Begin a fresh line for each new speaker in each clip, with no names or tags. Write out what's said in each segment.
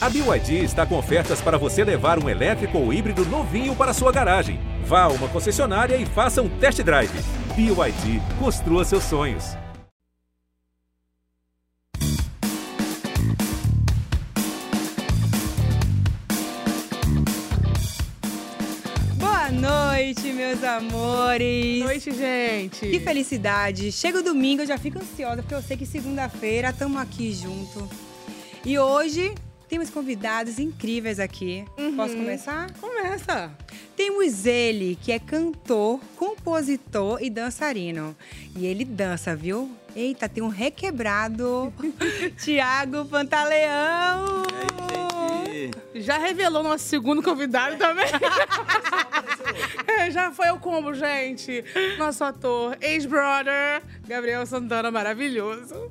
A BYD está com ofertas para você levar um elétrico ou híbrido novinho para sua garagem. Vá a uma concessionária e faça um test drive. BYD, construa seus sonhos.
Boa noite, meus amores.
Boa noite, gente.
Que felicidade. Chega o domingo, eu já fico ansiosa, porque eu sei que segunda-feira estamos aqui junto. E hoje temos convidados incríveis aqui.
Uhum.
Posso começar?
Começa.
Temos ele, que é cantor, compositor e dançarino. E ele dança, viu? Eita, tem um requebrado. Tiago Pantaleão.
Já revelou nosso segundo convidado também. É, Já foi o combo, gente. Nosso ator, ex-brother, Gabriel Santana, maravilhoso.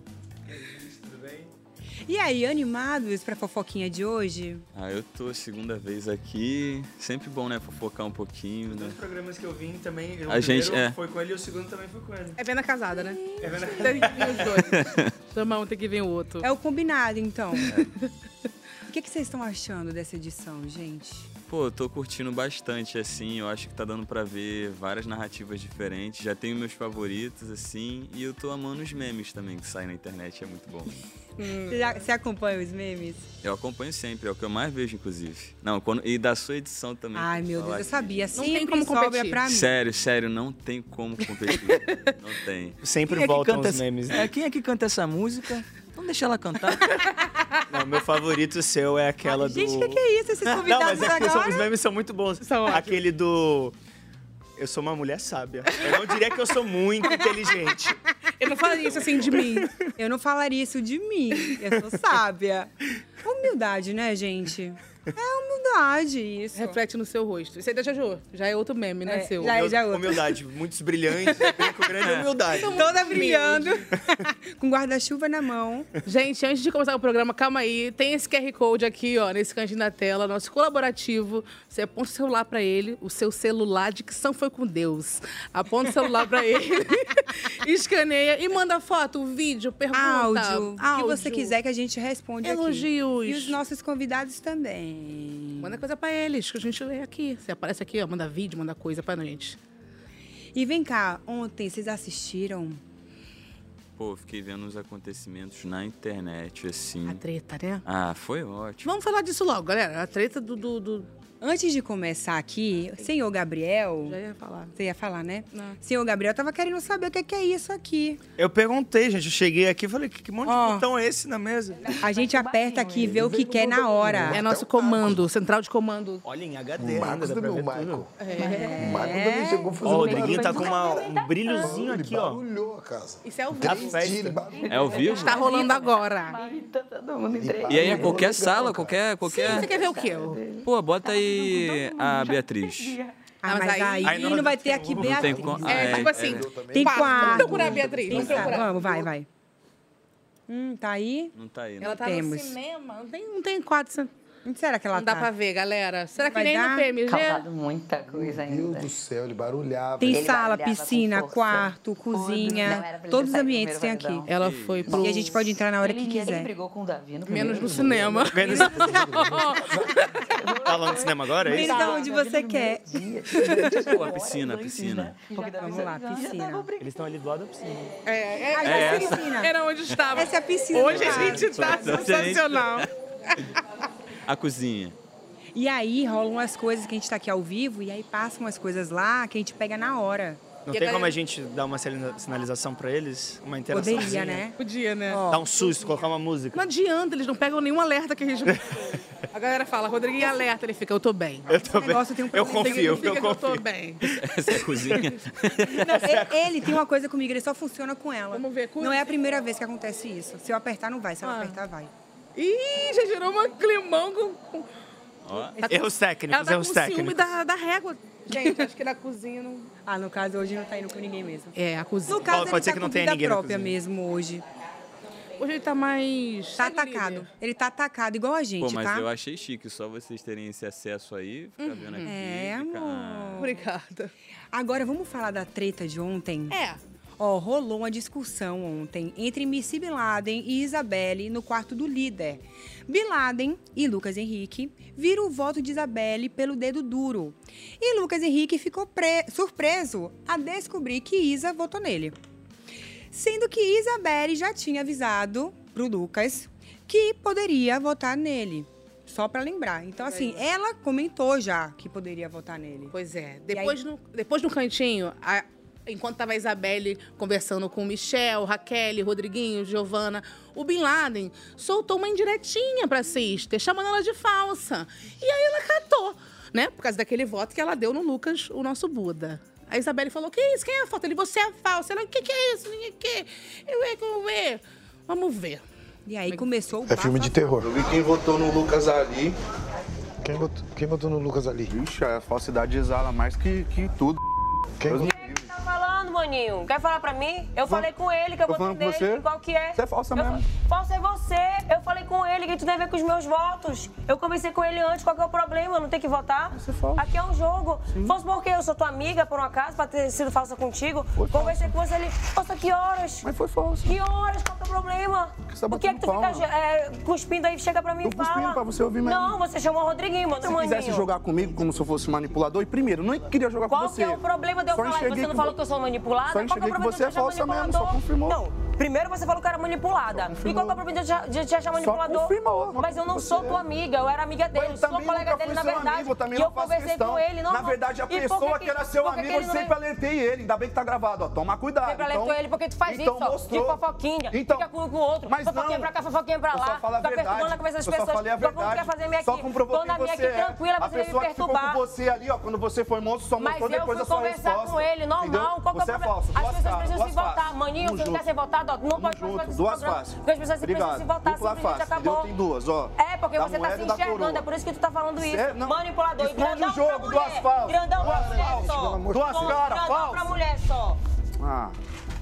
E aí, animados pra fofoquinha de hoje?
Ah, eu tô a segunda vez aqui. Sempre bom, né? Fofocar um pouquinho,
Os
né?
dois programas que eu vim também, o
A
primeiro
gente- é.
foi com ele e o segundo também foi com ele.
É pena casada, né?
É verdade.
Tem que vir os dois. Toma um, tem que vir o outro.
É o combinado, então.
É.
O que, que vocês estão achando dessa edição, gente?
Pô, eu tô curtindo bastante, assim. Eu acho que tá dando pra ver várias narrativas diferentes. Já tenho meus favoritos, assim. E eu tô amando os memes também que saem na internet. É muito bom.
Hum.
Você, já- você acompanha os memes?
Eu acompanho sempre, é o que eu mais vejo, inclusive. Não, quando... e da sua edição também.
Ai,
vou
meu
Hum, falar
Deus, eu
que-
sabia.
Não tem
Sempre
como
sobra
competir.
pra mim.
Sério, sério, não tem como competir. não tem.
Sempre
Quem é que canta essa-
né?
É, quem é que canta essa música? Vamos deixar ela cantar.
Não, meu favorito seu é aquela do...
Gente, o que, que é isso? Esses
Não, mas
convidados
é que são- os
agora?
memes são muito bons.
São ótimos.
Aquele do... Eu sou uma mulher sábia. Eu não diria que eu sou muito inteligente.
Eu não faria isso assim de mim.
Eu não falaria isso de mim. Eu sou sábia. Humildade, né, gente? É humildade isso.
Reflete no seu rosto. Isso aí da Jojo. Já é outro meme, né,
É,
seu?
já é.
Humil-
outra.
Humildade, muitos brilhantes, eu brinco grande É humildade.
Toda brilhando. Com guarda-chuva na mão.
Gente, antes de começar o programa, calma aí. Tem esse QR Code aqui, ó, nesse cantinho da tela, nosso colaborativo. Você aponta o celular pra ele, o seu celular de que são foi com Deus. Aponta o celular pra ele, escaneia e manda foto, vídeo, pergunta.
Áudio. O que você
áudio,
quiser que a gente responde
Elogios.
aqui. E os nossos convidados também.
Manda coisa pra eles, que a gente lê aqui. Você aparece aqui, ó, manda vídeo, manda coisa pra gente.
E vem cá, ontem vocês assistiram
Pô, eu fiquei vendo os acontecimentos na internet,
A
assim.
treta, né?
Ah, foi ótimo.
Vamos falar disso logo, galera. A treta do... do, do...
Antes de começar aqui, senhor Gabriel.
Já ia falar.
Você ia falar, né?
Não.
Senhor Gabriel tava querendo saber o que que é isso aqui.
Eu perguntei, gente. Eu cheguei aqui e falei, que que monte
Ó.
de botão é esse na mesa?
A gente aperta aqui e vê o que quer na hora.
É nosso comando, central de comando.
Olha, em
O
né,
HD ainda,
Marcos
dá pra
também, é o
ver
Michael.
tudo.
É.
O Michael também chegou fazendo
Ó, o
barulho.
Rodriguinho tá
assim.
com uma- um brilhozinho
Ele
aqui, ó.
barulhou a casa.
Isso é o
Da
vídeo.
festa.
Ele barulhou.
É ao vivo?
Tá rolando agora.
Marita, todo mundo entrei.
E aí é qualquer sala, qualquer. qualquer...
Você quer ver o quê?
Pô,
Tá,
bota aí a Beatriz.
Ah, mas,
mas
aí,
aí-
não, vai ter aqui
Não tem
Beatriz.
como. Ah,
É, tipo assim,
Tem
Pá, Vamos
quatro.
procurar a Beatriz,
Tem
vamos
quatro.
procurar.
Vamos, vai, vai. Hum, tá aí?
Não tá aí, né?
Ela tá
Temos.
no cinema, não tem, não tem quadro, você-
Onde será que ela
não dá
tá?
pra ver, galera. Será que
Vai
nem
dar?
no PMG?
Causado muita coisa
Meu
ainda.
Deus do céu, ele barulhava.
Tem
Ele
sala,
barulhava com
piscina,
força.
quarto,
Não, era
cozinha.
pra ele
Todos os
sair do
ambientes tem
primeiro
aqui.
vagão.
Ela foi pro...
E a gente pode entrar na hora que
Ele, ele
quiser.
brigou com o Davi no primeiro
Menos no
jogo.
cinema.
Menos- Tá lá no cinema agora, é isso?
Então, onde você
No
quer.
primeiro dia.
Pô, a piscina, a piscina.
Porque Davi
Vamos lá,
tá
já- já
piscina.
tava brigando.
Eles estão ali do lado da piscina.
É, é-
Ah, já
é-
é a piscina.
Era onde estava.
Essa é a piscina.
Hoje
do
a
lado.
gente tá
Exatamente.
sensacional.
A cozinha.
E aí rolam umas coisas que a gente tá aqui ao vivo e aí passam umas coisas lá que a gente pega na hora.
Não
E a
tem como
galera-
a gente dar uma sina- sinalização pra eles? Uma interação?
Poderia, né?
Podia, né?
Dar um susto, colocar uma
Não
música.
adianta, eles não pegam nenhum alerta que a gente... A galera fala, Rodriguinho alerta, ele fica, eu tô bem.
Eu tô
Esse negócio tem um
eu
problema.
confio,
Significa
eu
que eu tô
confio.
bem.
Essa é a cozinha.
Não, e- ele tem uma coisa comigo, ele só funciona com ela.
Vamos ver, com-
Não é a primeira vez que acontece isso. Se eu apertar, não vai. Se eu
Ah.
apertar, vai.
Ih, já gerou um climão com... com...
Ó,
Tá com-
Erros
Ela
técnicos,
tá com
erros
ciúme
técnicos.
da, da régua. Gente, acho que na cozinha não...
Ah, no caso, hoje não tá indo com ninguém mesmo.
É, a cozinha.
No caso,
Pode
ele
ser
tá
que
com
não tenha
vida
ninguém na
própria
cozinha.
mesmo hoje.
Hoje ele tá mais.
Tá
sangue
atacado.
livre.
Ele tá atacado, igual a gente,
Pô, mas
tá?
eu achei chique só vocês terem esse acesso aí. Ficar vendo aqui.
É,
ficar-
amor.
Uhum. Obrigada.
Agora, vamos falar da treta de ontem?
É.
Ó, rolou uma discussão ontem entre Missy Bin Laden e Isabelle no quarto do líder. Bin Laden e Lucas Henrique viram o voto de Isabelle pelo dedo duro. E Lucas Henrique ficou pre- surpreso a descobrir que Isa votou nele. Sendo que Isabelle já tinha avisado pro Lucas que poderia votar nele. Só pra lembrar. Então, assim, ela comentou já que poderia votar nele.
é. Pois é. Depois, no, depois no cantinho, a- enquanto tava a Isabelle conversando com Michel, Raquel, Rodriguinho, Giovana, o Bin Laden soltou uma indiretinha pra Sister, chamando ela de falsa. E aí ela catou, né? Por causa daquele voto que ela deu no Lucas, o nosso Buda. A Isabelle falou: que isso? Quem é a falta? Ele, você é falsa. Ela, o que, que é isso? Ninguém quer. Eu é como é. Vamos ver.
E aí começou o
É filme de terror.
Eu vi quem votou no Lucas ali.
Quem votou, quem votou no Lucas ali?
Vixe, a falsidade exala mais que, que tudo.
Quem
Deus me
votou?
livre.
Tá falando, maninho? Quer falar pra mim? Eu falei com ele que eu
Tô
votei
falando com
nele.
você?
Qual que é?
Você é falsa
Eu
mesmo.
fa- Falsa é você. Eu falei com ele que tu tem a ver com os meus votos. Eu comecei com ele antes. Qual que é o problema? Não tem que votar?
Você é falsa.
Aqui é um jogo. Falso por quê? Eu sou tua amiga, por um acaso, pra ter sido falsa contigo.
Foi
Conversei com você ali. Nossa, que horas?
Mas foi falso.
Que horas? Qual que é o problema?
que você tá
Por que, é que tu
batendo
fica
palma?
é, cuspindo aí? Chega pra mim
Tô
e fala.
cuspindo pra você ouvir mesmo.
Não, você chamou o Rodriguinho, manda
Se
o maninho.
quisesse jogar comigo como se eu fosse manipulador, e primeiro, não queria jogar
Qual
com
que
você.
é o problema de eu
Só
falar? E
enxerguei
Você não falou que eu sou manipulada?
Só
Qual que é o
enxerguei que
problema de
você
eu
é
te achar
falsa mesmo, só
manipulador?
confirmou.
Não, primeiro você falou que eu era manipulada. E qual que é o problema de eu te- de te achar manipulador?
confirmou, só
Mas eu não
você
sou
é.
tua amiga, eu era amiga dele,
eu
sou
também
colega
nunca
dele
fui
na
seu
verdade.
amigo, eu também
e
não
eu
faço
conversei
questão.
com ele, não.
Na verdade, a
E por que
pessoa que, era seu
por que
amigo,
que
eu
ele não
sempre
veio?
alertei ele. Ainda bem que tá gravado, ó. Toma cuidado.
Sempre alertou ele porque tu faz
então
isso, ó,
mostrou.
de fofoquinha,
Então,
fica com um com o outro,
mas
fofoquinha
não.
pra cá, fofoquinha pra
Eu
lá,
só falo a
fica
verdade.
perturbando a conversa das
eu
pessoas, Então,
só falei a
todo mundo
verdade.
quer fazer minha
Só
aqui,
comprovoquei
tô na minha
você
aqui
é.
tranquila,
a
você veio me
pessoa que ficou com
perturbar.
você ali, ó, quando você foi monstro, só
Mas
mostrou
eu
depois
fui
da sua
conversar
resposta.
com ele, normal.
entendeu?
Qual que é o
você é
problema?
falso.
As
duas
pessoas
faces,
precisam
duas
se votar.
faces.
Maninho,
Tamo
você não quer
junto.
ser votado? ó, Não
Tamo
pode
junto,
participar desse
duas
programa.
faces.
Porque as pessoas precisam
Obrigado.
se votar,
Dupla
simplesmente
face,
acabou.
entendeu? Tem duas, ó.
É, porque
Da
você
moeda
tá se
e da
enxergando,
coroa.
é por isso que tu tá falando isso.
Cê- não.
Manipulador. E
Esconde
grandão
o jogo,
pra mulher.
duas falsas.
Grandão pra
Duas
mulher
falsas, pelo
só.
amor de Duas Deus. caras,
Grandão pra
falsas.
mulher só.
Ah,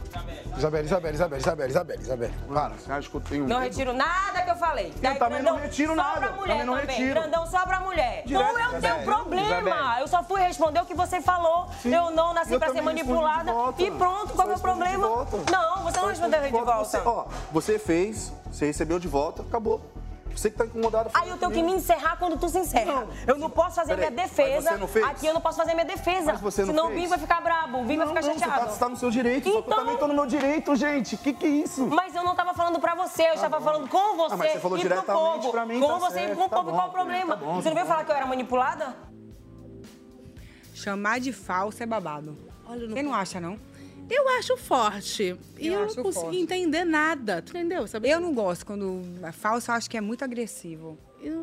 Isabelle, Isabelle, Isabelle, Isabelle, Isabelle, Isabelle.
para. Você acha que eu tenho
Não
medo?
retiro nada que eu falei. Daí,
também não retiro
só
nada.
Pra mulher
Também não retiro.
Grandão só pra mulher.
Direto,
não, eu tenho
Isabelle.
problema.
Isabelle.
Eu só fui responder o que você falou.
Sim.
Eu não nasci
Eu
pra ser
também respondi de
manipulada.
volta.
E pronto, qual
Só
que é o
respondi de
problema?
volta.
Não, você não respondeu de
Você,
volta.
ó, você fez, você recebeu de volta, acabou. Você que tá incomodado.
Aí eu tenho que me
comigo.
encerrar quando tu se encerra.
Não.
eu não posso fazer
Peraí,
minha
mas
defesa.
você não fez?
Aqui eu não posso fazer minha defesa.
Mas você não
Senão o
fez?
Bim vai ficar brabo, o Bim vai
Não,
ficar
não, você,
chateado.
tá, você tá no seu direito. Só que eu
Então-
também tô no meu direito, gente. Que que é isso?
Mas eu não tava falando pra você, eu estava falando com você
Tá Ah, mas você falou
e pro
diretamente
povo.
pra mim,
com
tá
você e
certo,
com o
tá
povo,
bom,
qual o
tá
problema?
bom,
você não
tá
veio falar que eu era manipulada?
Chamar de falso é babado.
Olha,
Você não acha, não?
Eu acho forte. E
Eu
eu,
acho
não consegui
forte.
entender nada. Tu entendeu? Sabe?
Eu não gosto quando é falso, eu acho que é muito agressivo.
Eu,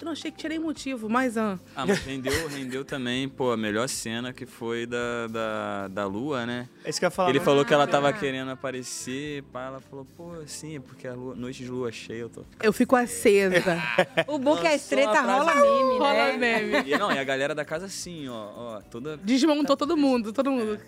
eu não achei que tirei motivo, mas. ah,
Ah, mas rendeu, rendeu também, pô, a melhor cena que foi da, da, da Lua, né?
É isso que eu ia falar.
Ele
né?
falou que ela tava querendo aparecer, pá, ela falou, pô, sim, é porque a lua- noite de lua cheia eu tô.
eu fico acesa.
O bom é que a
Lançou
estreta
atrás
rola
de-
meme,
Rola
né?
meme.
E, não, e a galera da casa assim, ó, ó, toda.
Desmontou todo mundo, todo mundo.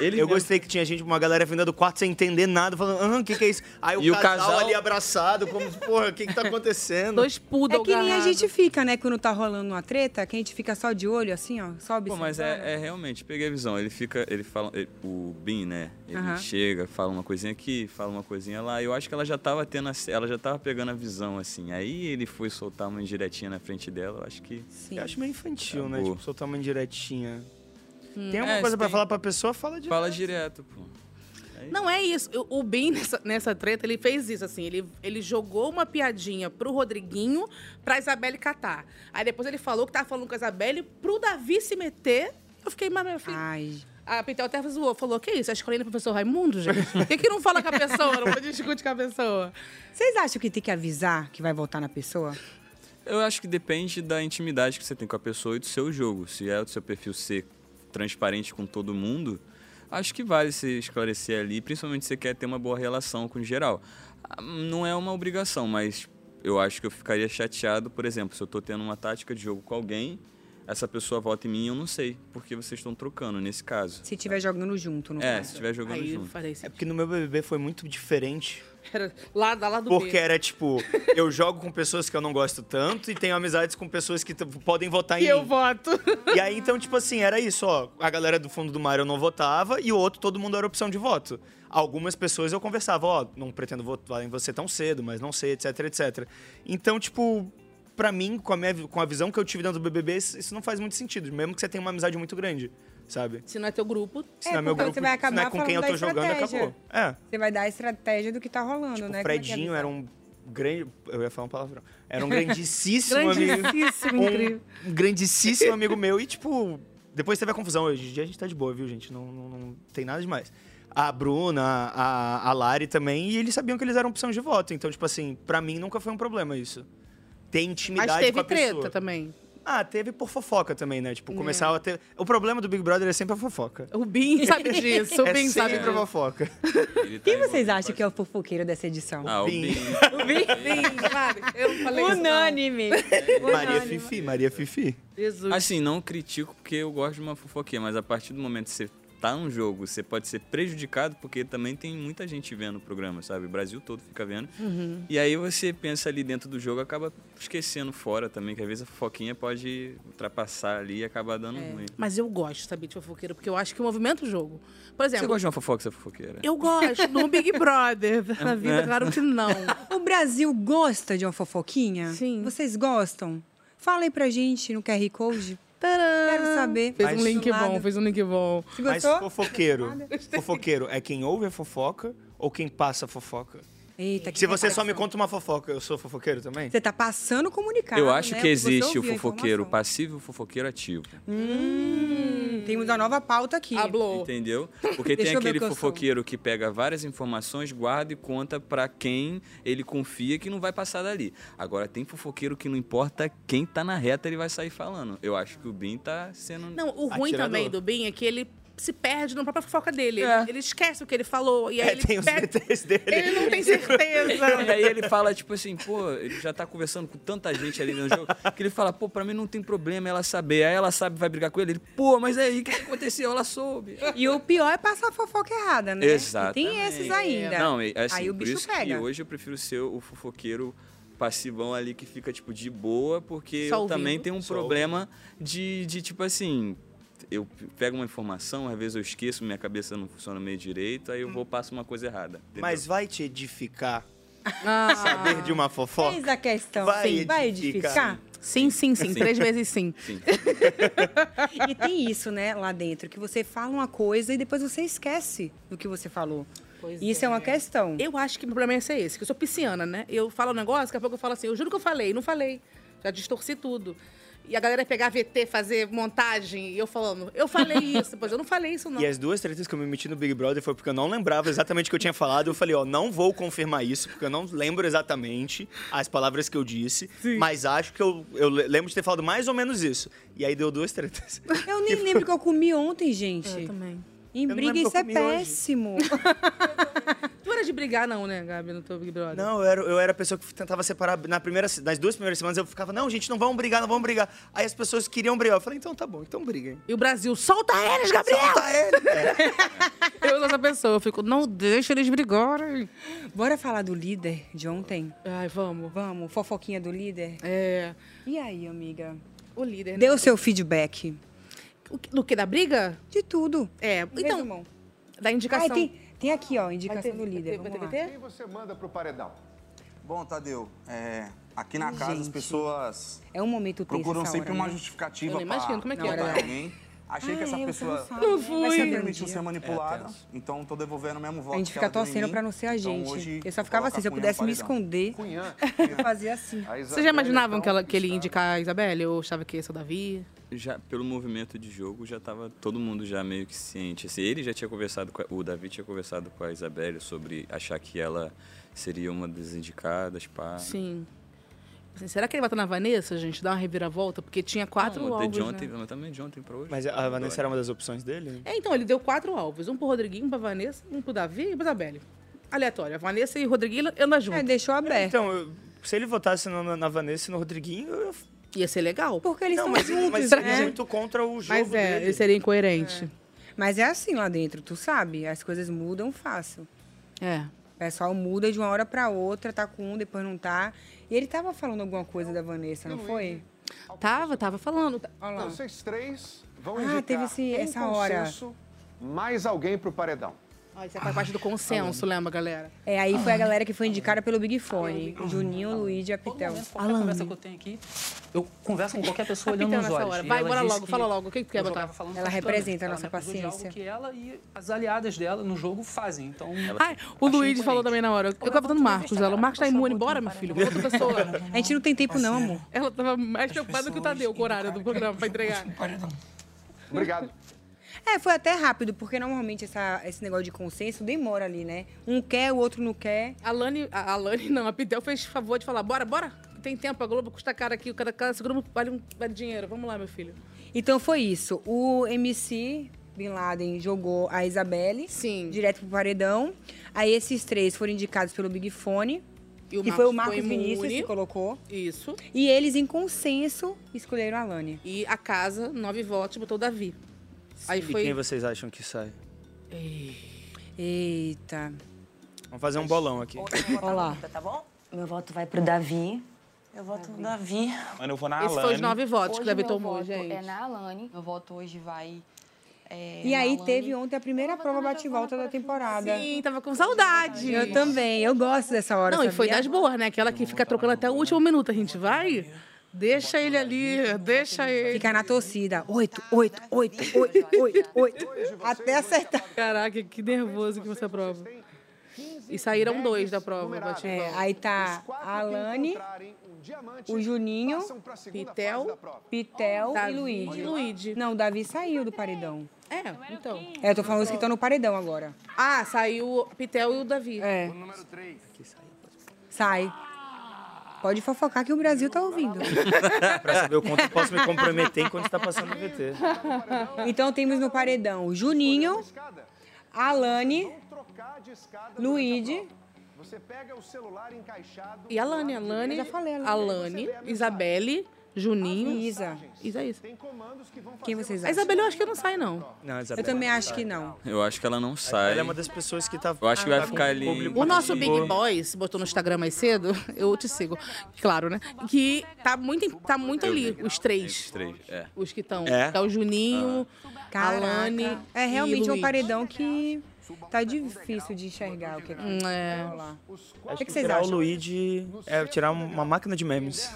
Ele
Eu gostei que tinha gente, uma galera vinda do quarto sem entender nada, falando, ah, o que, que é isso? Aí o,
E o
casal,
casal-
ali abraçado, como, porra, o que, que tá acontecendo?
Dois
É
poodle
que nem a
agarrados.
gente fica, né? Quando tá rolando uma treta, que a gente fica só de olho, assim, ó. Sobe.
Pô, mas é, é realmente, peguei a visão. Ele fica, ele fala, ele- o Bin, né? Ele
Aham.
chega, fala uma coisinha aqui, fala uma coisinha lá. Eu acho que ela já tava tendo, a, ela já tava pegando a visão assim. Aí ele foi soltar uma indiretinha na frente dela. Eu acho que
Sim.
Eu acho meio infantil, né?
Acabou.
Tipo, soltar uma indiretinha.
Hum.
Tem um- alguma
É,
coisa pra
tem.
falar pra pessoa? Fala de.
fala direto, pô.
Não é isso. Eu- O Ben, nessa, nessa treta, ele fez isso, assim. Ele, ele jogou uma piadinha pro Rodriguinho, pra Isabelle catar. Aí depois ele falou que tava falando com a Isabelle pro Davi se meter. Eu fiquei, mas eu falei,
Ai,
A Pintel até zoou, falou: que isso? A escolinha do professor Raimundo, gente? Por que, que não fala com a pessoa? Não pode discutir
é
com a pessoa.
vocês acham que tem que avisar que vai voltar na pessoa?
Eu acho que depende da intimidade que você tem com a pessoa e do seu jogo. Se é o seu perfil ser transparente com todo mundo, acho que vale se esclarecer ali, principalmente se você quer ter uma boa relação com geral. Ah, Não é uma obrigação, mas eu acho que eu ficaria chateado, por exemplo, se eu tô tendo uma tática de jogo com alguém, essa pessoa vota em mim, eu não sei, porque vocês estão trocando nesse caso.
Se tiver jogando junto, no
É,
caso.
se tiver jogando
Aí eu
junto.
falei assim.
É porque no meu BBB foi muito diferente.
Era lá, da- lá do
Porque
B.
era tipo, eu jogo com pessoas que eu não gosto tanto e tenho amizades com pessoas que t- podem votar
E
em
eu
mim.
voto.
E aí, então, tipo assim, era isso, ó. A galera do fundo do mar eu não votava e o outro, todo mundo era opção de voto. Algumas pessoas eu conversava, ó, não pretendo votar em você tão cedo, mas não sei, etc, etc. Então, tipo, pra mim, com a, minha, vi- com a visão que eu tive dentro do BBB, isso isso não faz muito sentido, mesmo que você tenha uma amizade muito grande, sabe?
Se não é teu grupo,
Se
É,
não é meu
porque
grupo, se
você vai
não é
acabar
com quem eu
falando
tô
da
jogando,
estratégia.
acabou. É.
Você vai dar a estratégia do que tá rolando,
Tipo,
né?
o
Como é que é
Fredinho
a
era
visão?
um grande. Eu ia falar um palavrão. Era um grandíssimo amigo.
grandíssimo, incrível.
Um grandíssimo amigo meu. E, tipo, depois teve a confusão. Hoje em dia a gente tá de boa, viu, gente? Não, não, não tem nada demais. A Bruna, a, a Lari também. E eles sabiam que eles eram opção de voto. Então, tipo assim, pra mim nunca foi um problema isso. Ter intimidade
Mas
com
teve
a
treta
pessoa.
também. É.
Ah, teve por fofoca também, né? Tipo, começar a ter. O problema do Big Brother é sempre a fofoca.
O Bin sabe disso. O
é
Bin sabe
sempre a
disso.
fofoca.
Ele tá
Quem
envolvido
vocês
com
acham que é o fofoqueiro dessa edição?
Ah, o
Bim.
Bim.
Bin, claro. Eu não falei isso, não.
Unânime.
Maria Fifi, Maria Fifi.
Jesus.
Assim, não critico porque eu gosto de uma fofoquinha, mas a partir do momento que você tá num jogo, você pode ser prejudicado porque também tem muita gente vendo o programa, sabe? O Brasil todo fica vendo.
Uhum.
E aí você pensa ali dentro do jogo, acaba esquecendo fora também, que às vezes a fofoquinha pode ultrapassar ali e acabar dando ruim.
É. Mas eu gosto, sabe, de fofoqueiro, porque eu acho que movimenta o jogo. Por
Você
exemplo,
gosta de uma fofoca, essa fofoqueira? É.
eu gosto do Big Brother na vida, claro que não.
O Brasil gosta de uma fofoquinha?
Sim.
Vocês gostam? Fala aí pra gente no QR Code. Quero saber.
Fez
Mas-
um link bom,
Lado.
fez um link bom.
Você
Mas
gostou?
fofoqueiro. fofoqueiro é quem ouve a fofoca ou quem passa a fofoca?
É
Eita, que
Se você só me
comparação.
conta uma fofoca, eu sou fofoqueiro também?
Você tá passando o comunicado.
Eu acho
né?
que
Porque você
existe o
ouviu a
fofoqueiro
informação.
passivo e o fofoqueiro ativo.
Hum, temos uma nova pauta aqui.
Hablou.
Entendeu? Porque tem
Deixa eu ver
aquele
o que eu sou.
fofoqueiro que pega várias informações, guarda e conta pra quem ele confia que não vai passar dali. Agora, tem fofoqueiro que não importa quem tá na reta, ele vai sair falando. Eu acho que o Bin tá sendo.
Não, o ruim
Atirador.
também do Bin é que ele se perde na própria fofoca dele.
É. um
Ele, ele esquece o que ele falou e aí
É,
ele
tem os
perde-
DTs dele.
Ele não tem certeza.
E aí ele fala, tipo assim, pô, ele já tá conversando com tanta gente ali no jogo, que ele fala, pô, pra mim não tem problema ela saber. Aí ela sabe, vai brigar com ele, ele, pô, mas aí, o que aconteceu? Ela soube.
E o pior é passar a fofoca errada, né?
Exatamente.
Tem
É.
esses ainda.
Não, e, assim,
Aí o
por
bicho
isso que
pega.
hoje eu prefiro ser o fofoqueiro passivão ali que fica, tipo, de boa, porque
Só
eu
ouvindo.
também tenho um
Só
problema de, de, tipo assim, eu pego uma informação, às vezes eu esqueço, minha cabeça não funciona meio direito,
Hum.
aí eu vou passo uma coisa errada. entendeu?
Mas vai te edificar
Ah,
saber de uma fofoca?
Eis a questão.
Vai
Sim, vai
edificar.
edificar?
sim, sim, sim.
Sim.
Três vezes sim.
Sim.
E tem isso, né, lá dentro, que você fala uma coisa e depois você esquece do que você falou. isso é. uma questão.
Eu acho que o problema é esse, que eu sou pisciana, né? Eu falo um negócio, daqui a pouco eu falo assim, eu juro que eu falei, não falei. Já distorci tudo. E a galera ia pegar VT, fazer montagem, e eu falando, eu falei isso, depois eu não falei isso, não.
E as duas tretas que eu me meti no Big Brother foi porque eu não lembrava exatamente o que eu tinha falado. Eu falei, ó, não vou confirmar isso, porque eu não lembro exatamente as palavras que eu disse, mas acho que eu, eu le- lembro de ter falado mais ou menos isso. E aí deu duas tretas.
Eu nem lembro o que eu comi ontem, gente.
também.
Em
não
briga
lembro o que eu
isso é
comi hoje.
péssimo.
Tu era de brigar, não, né, Gabi, no teu Big Brother?
Não, eu era, eu era a pessoa que tentava separar. Na primeira, se- nas duas primeiras semanas eu ficava, não, gente, não vamos brigar, não vamos brigar. Aí as pessoas queriam brigar. Eu falei, então tá bom, então briguem.
E o Brasil, solta eles, Gabriel!
Solta ele! É.
Eu sou essa pessoa, eu fico, não deixa eles brigarem.
Bora falar do líder de ontem?
Ai, vamos.
Vamos, fofoquinha do líder.
É,
E aí, amiga?
o líder, né?
Dê o seu feedback.
O que- Do que, da briga?
De tudo.
É, então,
Resumão.
da
Ai,
indicação.
tem, tem aqui, ó,
Vai
indicação
ter-
do líder.
vai ter
Vamos lá.
VT?
você manda pro paredão?
Bom, Tadeu, é, aqui na casa as
Gente.
pessoas
É um momento tenso
procuram
essa
sempre
hora,
uma
né?
justificativa
Eu não
pra
imagino como é que
é.
botar alguém. Achei que
Ah,
essa
é, você
pessoa
não sabe,
Não
né?
fui.
Vai
se
saber um
permitiu
dia.
ser
É,
manipulada, então tô devolvendo o mesmo voto.
A gente
que
fica
ela deu em
torcendo
mim.
pra não ser a
Então,
gente.
hoje,
eu só ficava
coloca
assim, se eu
a Cunha no
pudesse me
paredão.
esconder, eu fazia assim.
Vocês já imaginavam que, ela- que ele ia indicar a Isabelle? Ou achava que ia ser o Davi?
já pelo movimento de jogo já tava todo mundo já meio que ciente assim, ele já tinha conversado com a, o Davi tinha conversado com a Isabelle sobre achar que ela seria uma das indicadas para
Sim. Assim, será que ele bateu na Vanessa, gente? Dá uma reviravolta? Porque tinha quatro
não,
alvos,
de ontem
né?
mas também de ontem para hoje
Mas a Vanessa era uma das opções dele?
É, então, ele deu quatro alvos. Um pro Rodriguinho, um pra Vanessa, um pro Davi e pro Isabelle. Aleatório. A Vanessa e o Rodriguinho andam junto.
É, deixou aberto.
Então, eu- se ele votasse na, na Vanessa e no Rodriguinho, eu,
Ia ser legal.
Porque eles
Não,
estão
mas,
juntos,
mas
né?
ele é muito contra o jogo
Mas é,
dele.
ele seria incoerente.
Mas é assim lá dentro, tu sabe? As coisas mudam fácil.
É.
O pessoal muda de uma hora pra outra, tá com um, depois não tá. E ele tava falando alguma coisa da Vanessa, não foi? Tá,
Tava, tava falando.
Olha lá.
Vocês três vão
Ah,
indicar
teve esse-
em
essa hora.
consenso, mais alguém pro paredão.
Ó, isso é faz parte do consenso, né? lembra, galera?
É, aí foi a galera que foi indicada pelo Big Fone. Juninho, Luiz e Apitel.
Qualquer conversa que eu tenho aqui, eu converso com qualquer pessoa olhando
Capitão
nos
nessa
olhos.
hora.
E
Vai,
ela
bora
disse
logo, fala logo, o que que tu quer
eu
botar?
tava falando
né? Ela
com Titânia.
representa a nossa
me acusou de
paciência.
algo que ela e as aliadas dela no jogo fazem. Então,
Ai, o Luiz falou também na hora. Eu tava votando Marcos. Ela, o Marcos tá imune, bora, meu filho. Vota outra pessoa.
A gente não tem tempo, não, amor.
Ela tava mais preocupada que o Tadeu, com o horário do programa, pra entregar.
Obrigado.
É, foi até rápido, porque normalmente essa- esse negócio de consenso demora ali, né? Um quer, o outro não quer.
A Lani, a a Lani não, a Pitel fez favor de falar, bora, bora. Tem tempo, a Globo custa caro aqui, cada, cada segundo vale, um, vale dinheiro. Vamos lá, meu filho.
Então foi isso. O MC Bin Laden jogou a Isabelle
Sim.
direto pro paredão. Aí esses três foram indicados pelo Big Fone,
E
que foi o Marcos
imune.
Vinícius que colocou.
Isso.
E eles, em consenso, escolheram a Lani.
E a casa, nove votos, botou o Davi. é- Aí
E
foi.
quem vocês acham que sai?
Eita.
Vamos fazer um bolão aqui.
Olha
lá.
Tá bom?
Meu voto vai pro Davi.
Eu voto no Davi.
mano, eu vou na
Esse foi os nove votos que o Davi
meu
tomou,
voto
gente.
É na Alane. Meu voto hoje vai. é,
e
na
aí
Alane.
teve ontem a primeira prova bate-volta da temporada.
Sim, tava com saudade.
Eu também, eu gosto dessa hora.
Não, e
sabia?
foi das boas, né? Aquela que fica trocando até o último minuto. A gente vai, deixa ele ali, deixa ele.
Ficar na torcida. Oito, oito, oito, oito, oito, oito. Até acertar.
Caraca, que nervoso que você prova. E saíram dois da prova, bate
É, aí tá a Alane, o Juninho,
um
Pitel,
Pitel
Davi
e Luigi.
e Luigi.
Não, o Davi saiu do paredão.
É, então.
É, eu tô falando os que estão no paredão agora.
Ah, saiu o Pitel e o Davi.
É. Sai. Pode fofocar que o Brasil tá ouvindo.
Pra saber o quanto eu posso me comprometer enquanto tá passando o VT.
Então temos no paredão o Juninho, a Alane,
Trocar de escada.
Luigi.
Você pega o celular encaixado.
E a Lani, a Lani,
já falei, a Lani.
Alane, Isabelle, Juninho.
E Isa.
Isa, isso.
Tem comandos que vão fazer.
Quem vocês
A
acham?
Isabelle eu acho que não sai, não.
Não,
Eu também acho que não.
Eu acho que ela não sai.
Ela é uma das pessoas que tá.
Eu acho que vai
tá com
ficar ali.
público
O nosso
que-
Big Boys botou no Instagram mais cedo, eu te sigo, claro, né? Que tá muito, em- tá muito ali, os
Esses
três.
três, é.
Os que estão.
É?
Tá o Juninho, a
Caraca.
Lani.
É realmente
e
um
Luiz.
paredão que tá difícil de enxergar o que
Hum,
vai
É.
rolar.
Acho
que vocês
tirar
acham?
o Luigi é tirar uma máquina de memes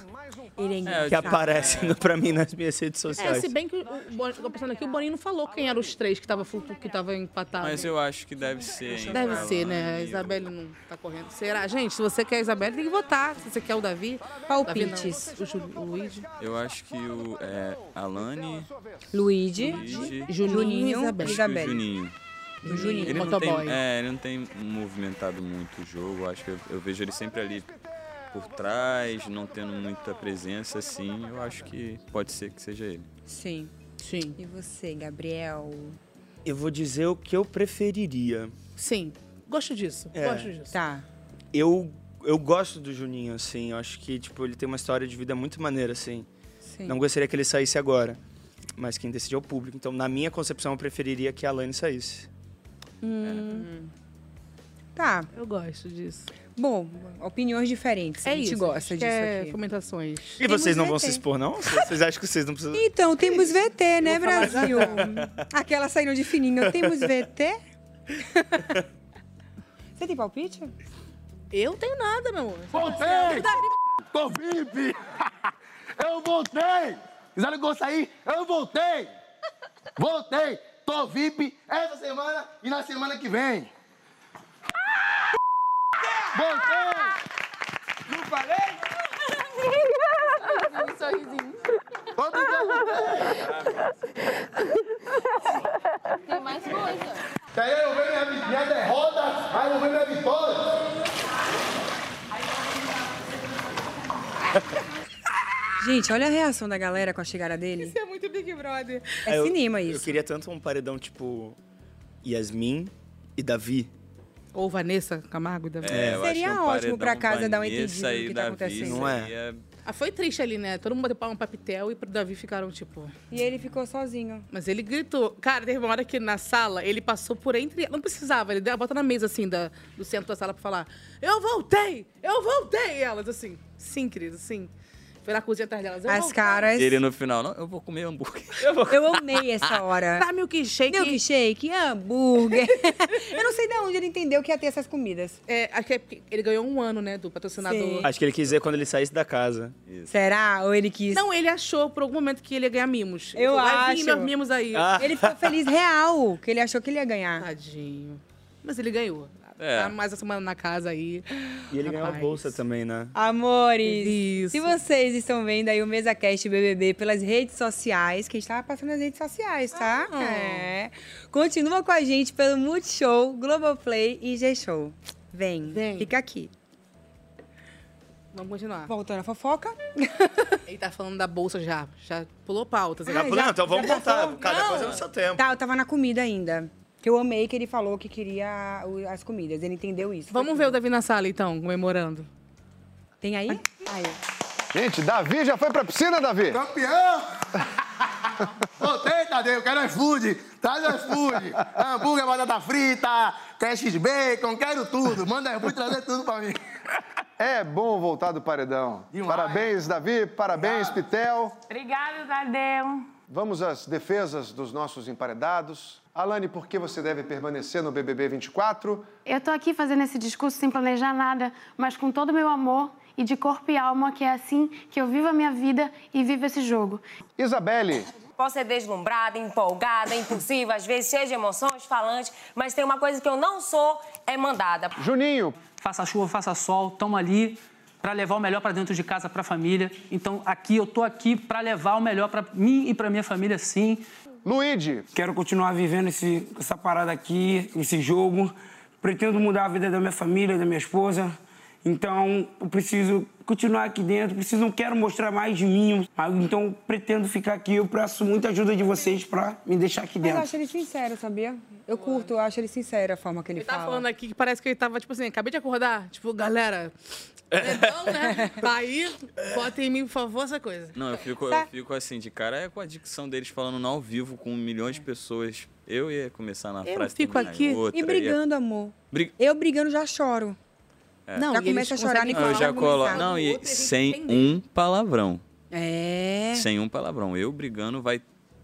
Ele
que
é engraçado.
aparece no, pra mim nas minhas redes
É,
sociais.
se bem que o, o Boninho, tô pensando aqui, o Boninho não falou quem eram os três que tava, flutu- que tava empatado.
Mas eu acho que deve ser. hein,
Ah, Deve
a
ser, né? A
Alane e o-
Isabelle não tá correndo. Será? Gente, se você quer a Isabelle, tem que votar. Se você quer o Davi,
Palpites.
Davi não, o,
tá
Ju, o Luigi.
Eu acho que o é, Alane,
Luigi,
Luigi, acho
Juninho,
Juninho e
que
Isabelle.
o
Isabelle.
Juninho.
o Juninho.
Ele não, tem,
Motoboy.
é, ele não tem movimentado muito o jogo. Acho que eu, eu vejo ele sempre ali por trás, não tendo muita presença assim. Eu acho que pode ser que seja ele.
Sim.
Sim.
E você, Gabriel?
Eu vou dizer o que eu preferiria.
Sim. Gosto disso.
É.
Gosto disso.
Tá.
Eu, eu gosto do Juninho, assim. Eu acho que, tipo, ele tem uma história de vida muito maneira, assim.
Sim.
Não gostaria que ele saísse agora. Mas quem decidiu é o público. Então, na minha concepção, eu preferiria que a Alane saísse.
É. Hum. Tá.
Eu gosto disso. É
Bom, opiniões diferentes. a gente gosta disso
quer
aqui.
comentações.
E vocês não vão
VT.
se expor, não? Vocês acham que vocês não precisam.
Então, temos VT, né, Brasil? Aquela saíram de fininho. Temos VT? Você tem palpite?
Eu tenho nada, meu amor. é
Voltei! Tô VIP! Eu voltei! Quiseram que eu saí? Eu voltei! Voltei! Tô VIP essa semana e na semana que vem! Voltei! Não falei?
Um sorrisinho.
Tô brincando!
Tem mais coisa.
Que aí eu venho minha, minha derrota, aí eu venho minha vitória!
Gente, olha a reação da galera com a chegada dele.
é muito Big Brother.
É
eu-
cinema
eu,
isso.
queria tanto um paredão, tipo, Yasmin e Davi.
Ou Vanessa Camargo e Davi.
É, eu acho que
Seria
um
ótimo pra
paredão
casa dar uma
Vanessa
entendida no
e
que tá
Davi
acontecendo.
Não é?
seria
Ah, foi triste ali, né? Todo mundo bateu palma pra Pitel e pro Davi ficaram tipo.
E ele ficou sozinho.
Mas ele gritou. Cara, teve uma hora que na sala ele passou por entre. Não precisava, ele deu a volta na mesa assim da, do centro da sala pra falar: Eu voltei! Eu voltei! E elas assim: Sim, querido, sim. Foi na cozinha atrás delas. "Eu
As
voltei."
caras.
Ele no final, não, eu vou comer hambúrguer.
Eu amei essa hora.
Dá milkshake.
Milkshake, hambúrguer. eu não sei de onde ele entendeu que ia ter essas comidas.
É, acho que é porque ele ganhou um ano, né, do patrocinador.
Acho que ele quis dizer quando ele saísse da casa.
Será? Ou ele quis?
Não, ele achou por algum momento que ele ia ganhar mimos. Ele
Eu
falou, "Vai vir
acho.
meus mimos aí.
Ah.
Ele ficou feliz real, que ele achou que ele ia ganhar.
Tadinho. Mas ele ganhou.
É.
Tá mais a semana na casa aí.
E ele ganhou a
Rapaz.
bolsa também, né?
Amores, se vocês estão vendo aí o MesaCast BBB pelas redes sociais, que a gente tava passando nas redes sociais, tá?
Ah.
É. Continua com a gente pelo Multishow, Globoplay e G-Show. Vem, fica aqui.
Vamos continuar.
Voltando à fofoca.
Ele tá falando da bolsa já. Já pulou pautas.
Já pulou? Então vamos
voltar. é
contar. Cada coisa no seu tempo.
Tá, eu tava na comida ainda. Que eu amei que ele falou que queria o- as comidas. Ele entendeu isso.
Vamos ver o Davi na sala, então, comemorando.
Tem aí? Aí.
Gente, Davi já foi pra piscina, Davi?
Campeão! Ah! Voltei, Tadeu, quero iFood. Traz o iFood. Hambúrguer, batata frita, quer X-Bacon, quero tudo. Manda iFood trazer tudo pra mim.
É bom voltar do paredão. Parabéns, Davi. Parabéns, Pitel.
Obrigada, Tadeu.
Vamos às defesas dos nossos emparedados. Alane, por que você deve permanecer no BBB 24?
Eu tô aqui fazendo esse discurso sem planejar nada, mas com todo o meu amor e de corpo e alma, que é assim que eu vivo a minha vida e vivo esse jogo.
Isabelle,
Posso ser deslumbrada, empolgada, impulsiva, às vezes cheia de emoções, falante, mas tem uma coisa que eu não sou, é mandada.
Juninho.
Faça chuva, faça sol, tamo ali pra levar o melhor pra dentro de casa, pra família. Então aqui eu tô aqui pra levar o melhor pra mim e pra minha família, sim.
Luíde.
Quero continuar vivendo esse- essa parada aqui, esse jogo. Pretendo mudar a vida da minha família, da minha esposa. Então, eu preciso continuar aqui dentro. Preciso, não quero mostrar mais de mim. Ah, Então, eu pretendo ficar aqui. Eu peço muita ajuda de vocês pra me deixar aqui
Mas eu
dentro.
acho ele sincero, sabia? Eu curto, eu acho ele sincero a forma que ele,
Ele
fala.
tá falando aqui que parece que ele tava, tipo assim, acabei de acordar. Tipo, galera, então, né? Tá aí, bota em mim, por favor, essa coisa.
Não, eu fico, eu
Tá.
fico assim, de cara é com a dicção deles falando no ao vivo com milhões de pessoas. Eu ia começar na
Eu
frase.
fico
terminar em
aqui
outra,
e
ia-
brigando, amor.
Bri-
Eu brigando já choro.
É.
Não, já
e eles
começa a chorar, nem
Não, eu
falar,
já
nem
colo...
pensar.
Não, e sem um palavrão.
É.
Sem um palavrão. Eu brigando vai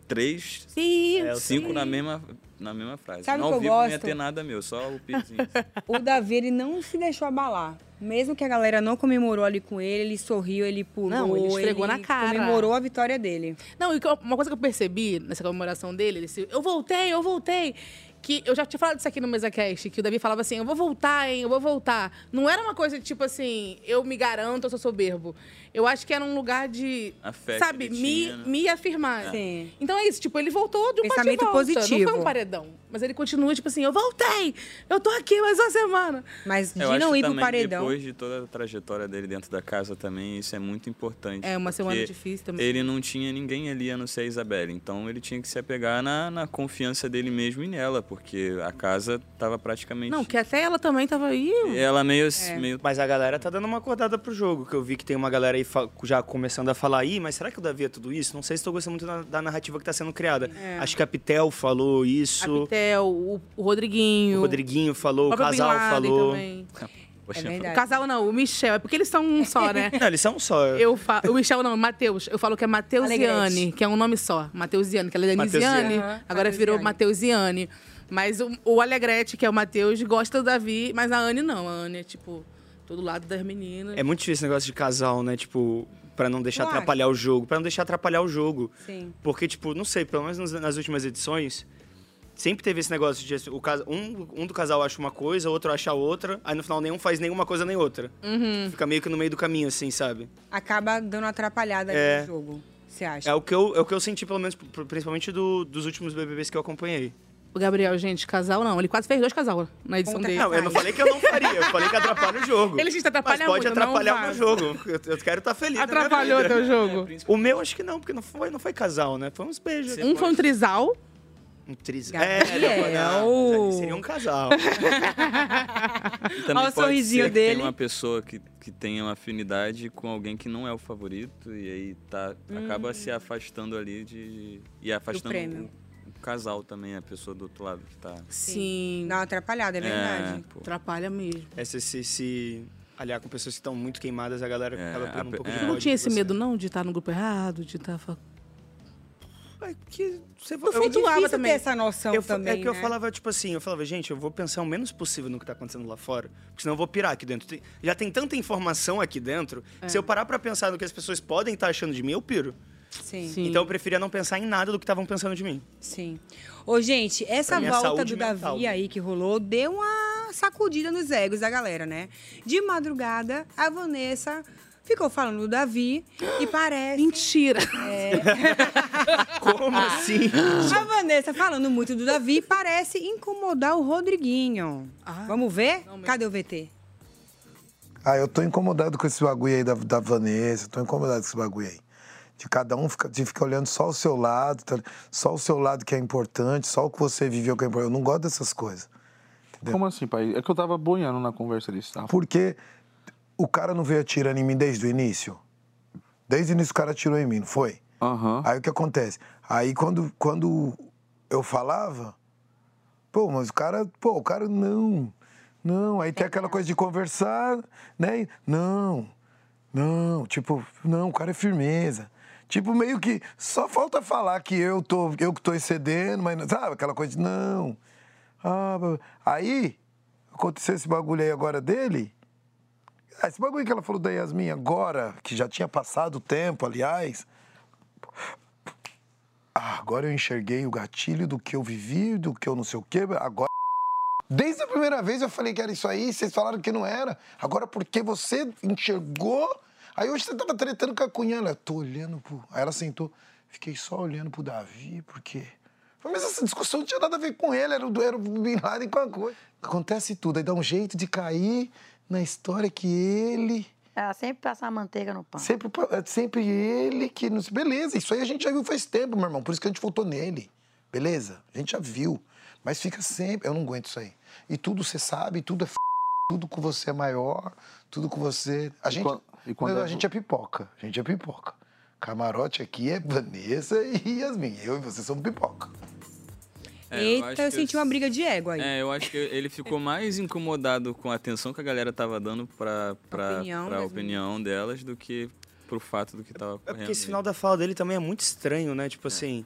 três,
Sim,
cinco
sim.
É, na mesma, na mesma frase.
Sabe o
no
que
ao
eu
vivo não ia
gosto?
ter nada meu, só o pizinho.
O Davi, ele não se deixou abalar. Mesmo que a galera não comemorou ali com ele, ele sorriu, ele pulou.
Não, ele esfregou na cara.
Comemorou a vitória dele.
Não, e que eu- uma coisa que eu percebi nessa comemoração dele, ele disse, eu voltei, eu voltei. Que eu já tinha falado isso aqui no MesaCast, que o Davi falava assim, eu vou voltar, hein, eu vou voltar. Não era uma coisa tipo assim, eu me garanto, eu sou soberbo. Eu acho que era um lugar de,
A fé que
sabe,
ele
me,
tinha, né?
me afirmar.
É. Sim.
Então é isso, tipo, ele voltou de um
Pensamento
bate-volta, Não foi
positivo.
um paredão. Mas ele continua, tipo assim, eu voltei, eu tô aqui mais uma semana.
Mas
Eu acho que também, depois de toda a trajetória dele dentro da casa também, isso é muito importante.
É, uma semana
porque
difícil também.
Ele não tinha ninguém ali a não ser a Isabelle. Então ele tinha que se apegar na, na confiança dele mesmo e nela, porque a casa tava praticamente.
Não, que até ela também tava aí.
Ela meio,
É.
É.
meio.
Mas a galera tá dando uma acordada pro jogo, que eu vi que tem uma galera aí fa- já começando a falar, Ih, mas será que o Davi é tudo isso? Não sei se tô gostando muito da, da narrativa que tá sendo criada.
É.
Acho que a Pitel falou isso,
Até o, o Rodriguinho.
o Rodriguinho falou, o,
próprio Bin
casal
Laden
falou.
também.
Poxa,
O casal não, o Michel. É porque eles são um só, né?
Não, eles são um só.
Eu fa... O Michel não, Matheus. Eu falo que é Mateusiane,
Alegrete.
que é um nome só. Mateusiane, que ela é Denisiane,
Mateusiane.
agora virou Mateusiane. Mas o, o Alegrete, que é o Matheus, gosta do Davi, mas a Anne não. A Anne é, tipo, todo lado das meninas.
É muito difícil esse negócio de casal, né? Tipo, pra não deixar
Tu acha?
atrapalhar o jogo. Pra não deixar atrapalhar o jogo.
Sim.
Porque, tipo, não sei, pelo menos nas, nas últimas edições, sempre teve esse negócio de o cas- um, um do casal acha uma coisa, o outro acha outra, aí no final nenhum faz nenhuma coisa nem outra.
Uhum.
Fica meio que no meio do caminho, assim, sabe?
Acaba dando uma atrapalhada ali
É.
no jogo, você acha?
É o que eu, é o que eu senti, pelo menos, pr- principalmente do- dos últimos BBBs que eu acompanhei.
O Gabriel, gente, casal não. Ele quase fez dois casal na edição dele.
Não, eu não falei que eu não faria, eu falei que atrapalha o jogo.
Ele, gente, atrapalha
Mas pode
muito, não
atrapalhar o
vai.
meu jogo. Eu, eu quero estar feliz. na minha
Atrapalhou
vida.
teu jogo?
O meu acho que não, porque não foi, não foi casal, né? Foi uns beijos.
Um foi um trisal.
Um tris...
Gabriel.
não, seria um casal.
E
Olha o
pode
sorrisinho
ser que
dele.
Tem uma pessoa que, que tem uma afinidade com alguém que não é o favorito e aí tá, acaba
Hum.
se afastando ali de. E afastando
prêmio.
o, o casal também, a pessoa do outro lado que tá.
Sim.
Dá uma atrapalhada, é
É,
verdade.
pô.
Atrapalha mesmo.
É, se, se, se aliar com pessoas que estão muito queimadas, a galera acaba pegando um pouco de
Tu não
ódio
tinha
de
esse
você.
medo, não, de estar no grupo errado, de estar. fa-
que você
Porque é difícil ter essa noção
eu, fa-
também,
É que eu
né?
falava, tipo assim, eu falava, gente, eu vou pensar o menos possível no que tá acontecendo lá fora, porque senão eu vou pirar aqui dentro. Tem- já tem tanta informação aqui dentro,
É.
que se eu parar pra pensar no que as pessoas podem estar achando de mim, eu piro.
Sim.
Então eu preferia não pensar em nada do que estavam pensando de mim.
Sim. Ô, gente, essa
Pra minha
volta
saúde
do
mental. né?
Davi aí que rolou deu uma sacudida nos egos da galera, né? De madrugada, a Vanessa ficou falando do Davi e parece. É.
Mentira!
Como assim?
A Vanessa falando muito do Davi parece incomodar o Rodriguinho.
Ah.
Vamos ver? Cadê o VT?
Ah, eu tô incomodado com esse bagulho aí da, da Vanessa, tô incomodado com esse bagulho aí. De cada um fica, de ficar olhando só o seu lado, tá- só o seu lado que é importante, só o que você viveu que é importante. Eu não gosto dessas coisas.
Como assim, pai? É que eu tava boiando na conversa ali, tá?
Porque o cara não veio atirando em mim desde o início. Desde o início o cara atirou em mim, não foi? Aí o que acontece? Aí quando, quando eu falava, pô, mas o cara, pô, o cara não, não. Aí tem aquela coisa de conversar, né? Não, não, tipo, não, o cara é firmeza. Tipo, meio que só falta falar que eu, tô, eu que tô excedendo, mas não- sabe aquela coisa de não. Ah, blá, blá. aí aconteceu esse bagulho aí agora dele. Ah, Esse bagulho que ela falou da Yasmin agora, que já tinha passado o tempo, aliás. Ah, agora eu enxerguei o gatilho do que eu vivi, do que eu não sei o quê. Agora. Desde a primeira vez eu falei que era isso aí, vocês falaram que não era. Agora, porque você enxergou. Aí hoje você tava tretando com a cunhada. Ela, tô olhando pro. Aí ela sentou. Fiquei só olhando pro Davi, porque. Mas essa discussão não tinha nada a ver com ele, era o, era o Bin Laden com a coisa. Acontece tudo, aí dá um jeito de cair na história que ele.
Ela sempre passa a manteiga no pão.
Sempre, pa- é sempre ele que nos. Beleza, isso aí a gente já viu faz tempo, meu irmão. Por isso que a gente voltou nele. Beleza? A gente já viu. Mas fica sempre. Eu não aguento isso aí. E tudo você sabe, tudo é f... tudo com você é maior, tudo com você. A
E
gente.
quan- e quando é
Não, a
do-
gente é pipoca. A gente é pipoca. Camarote aqui é Vanessa e Yasmin. Eu e você somos pipoca.
É, eu acho
Eita,
que
eu, senti um uma briga de ego aí.
É, eu acho que ele ficou mais incomodado com a atenção que a galera tava dando pra, pra,
Opinião
pra
das
opinião delas do que pro fato do que tava ocorrendo.
É Porque esse final da fala dele também é muito estranho, né?
É.
Tipo assim,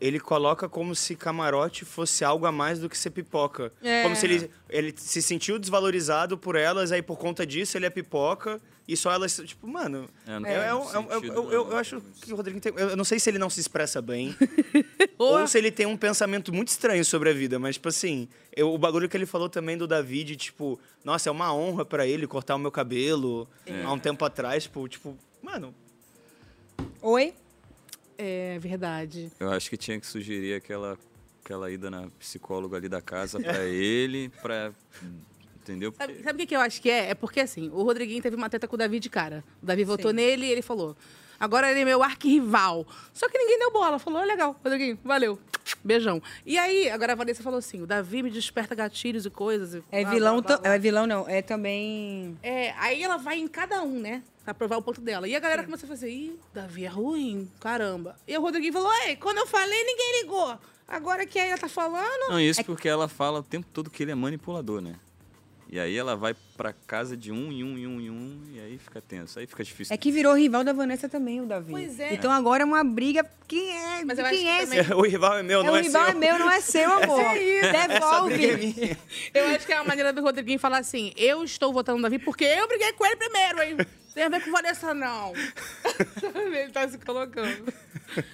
ele coloca como se camarote fosse algo a mais do que ser pipoca.
É.
Como se ele, ele se sentiu desvalorizado por elas, aí por conta disso ele é pipoca. E só elas, tipo, mano.
É, não
é-
faz
é um-
muito
é um- eu-
sentido,
eu-
né?
eu- eu acho que o Rodrigo tem. Eu eu não sei se ele não se expressa bem. ou se ele tem um pensamento muito estranho sobre a vida, mas, tipo assim, eu- o bagulho que ele falou também do Davi, de tipo, nossa, é uma honra pra ele cortar o meu cabelo
É.
há um tempo atrás, tipo, tipo, mano,
Oi?
É verdade.
Eu acho que tinha que sugerir aquela, aquela ida na psicóloga ali da casa pra ele, pra. Entendeu?
Sabe, sabe o que, que eu acho que é? É porque assim, o Rodriguinho teve uma treta com o Davi de cara. O Davi votou nele e ele falou: agora ele é meu arquirrival. Só que ninguém deu bola. Falou: "Ah, legal, Rodriguinho, valeu. Beijão. E aí, agora a Vanessa falou assim: o Davi me desperta gatilhos e coisas. e
É
blá,
vilão,
blá, blá,
tam-
blá."
é vilão não, é também.
É, aí ela vai em cada um, né? Pra provar o ponto dela. E a galera começa a fazer, ih, Davi é ruim, caramba. E o Rodriguinho falou, ei, quando eu falei, ninguém ligou. Agora que ela tá falando...
Não, isso
É que-
porque ela fala o tempo todo que ele é manipulador, né? E aí ela vai pra casa de um em um em um em um, e aí fica tenso. Aí fica difícil.
É que virou rival da Vanessa também, o Davi.
Pois é.
Então agora é uma briga. Quem é?
Mas eu acho
quem
que
é
também-
esse?
o rival é meu,
É,
não
o
é seu.
rival é meu, não é seu, amor.
Essa aí.
Essa
Devolve.
briga é minha.
Eu acho que é a maneira do Rodriguinho falar assim, eu estou votando no Davi porque eu briguei com ele primeiro, hein? Tem a ver com Vanessa, não. ele tá se colocando.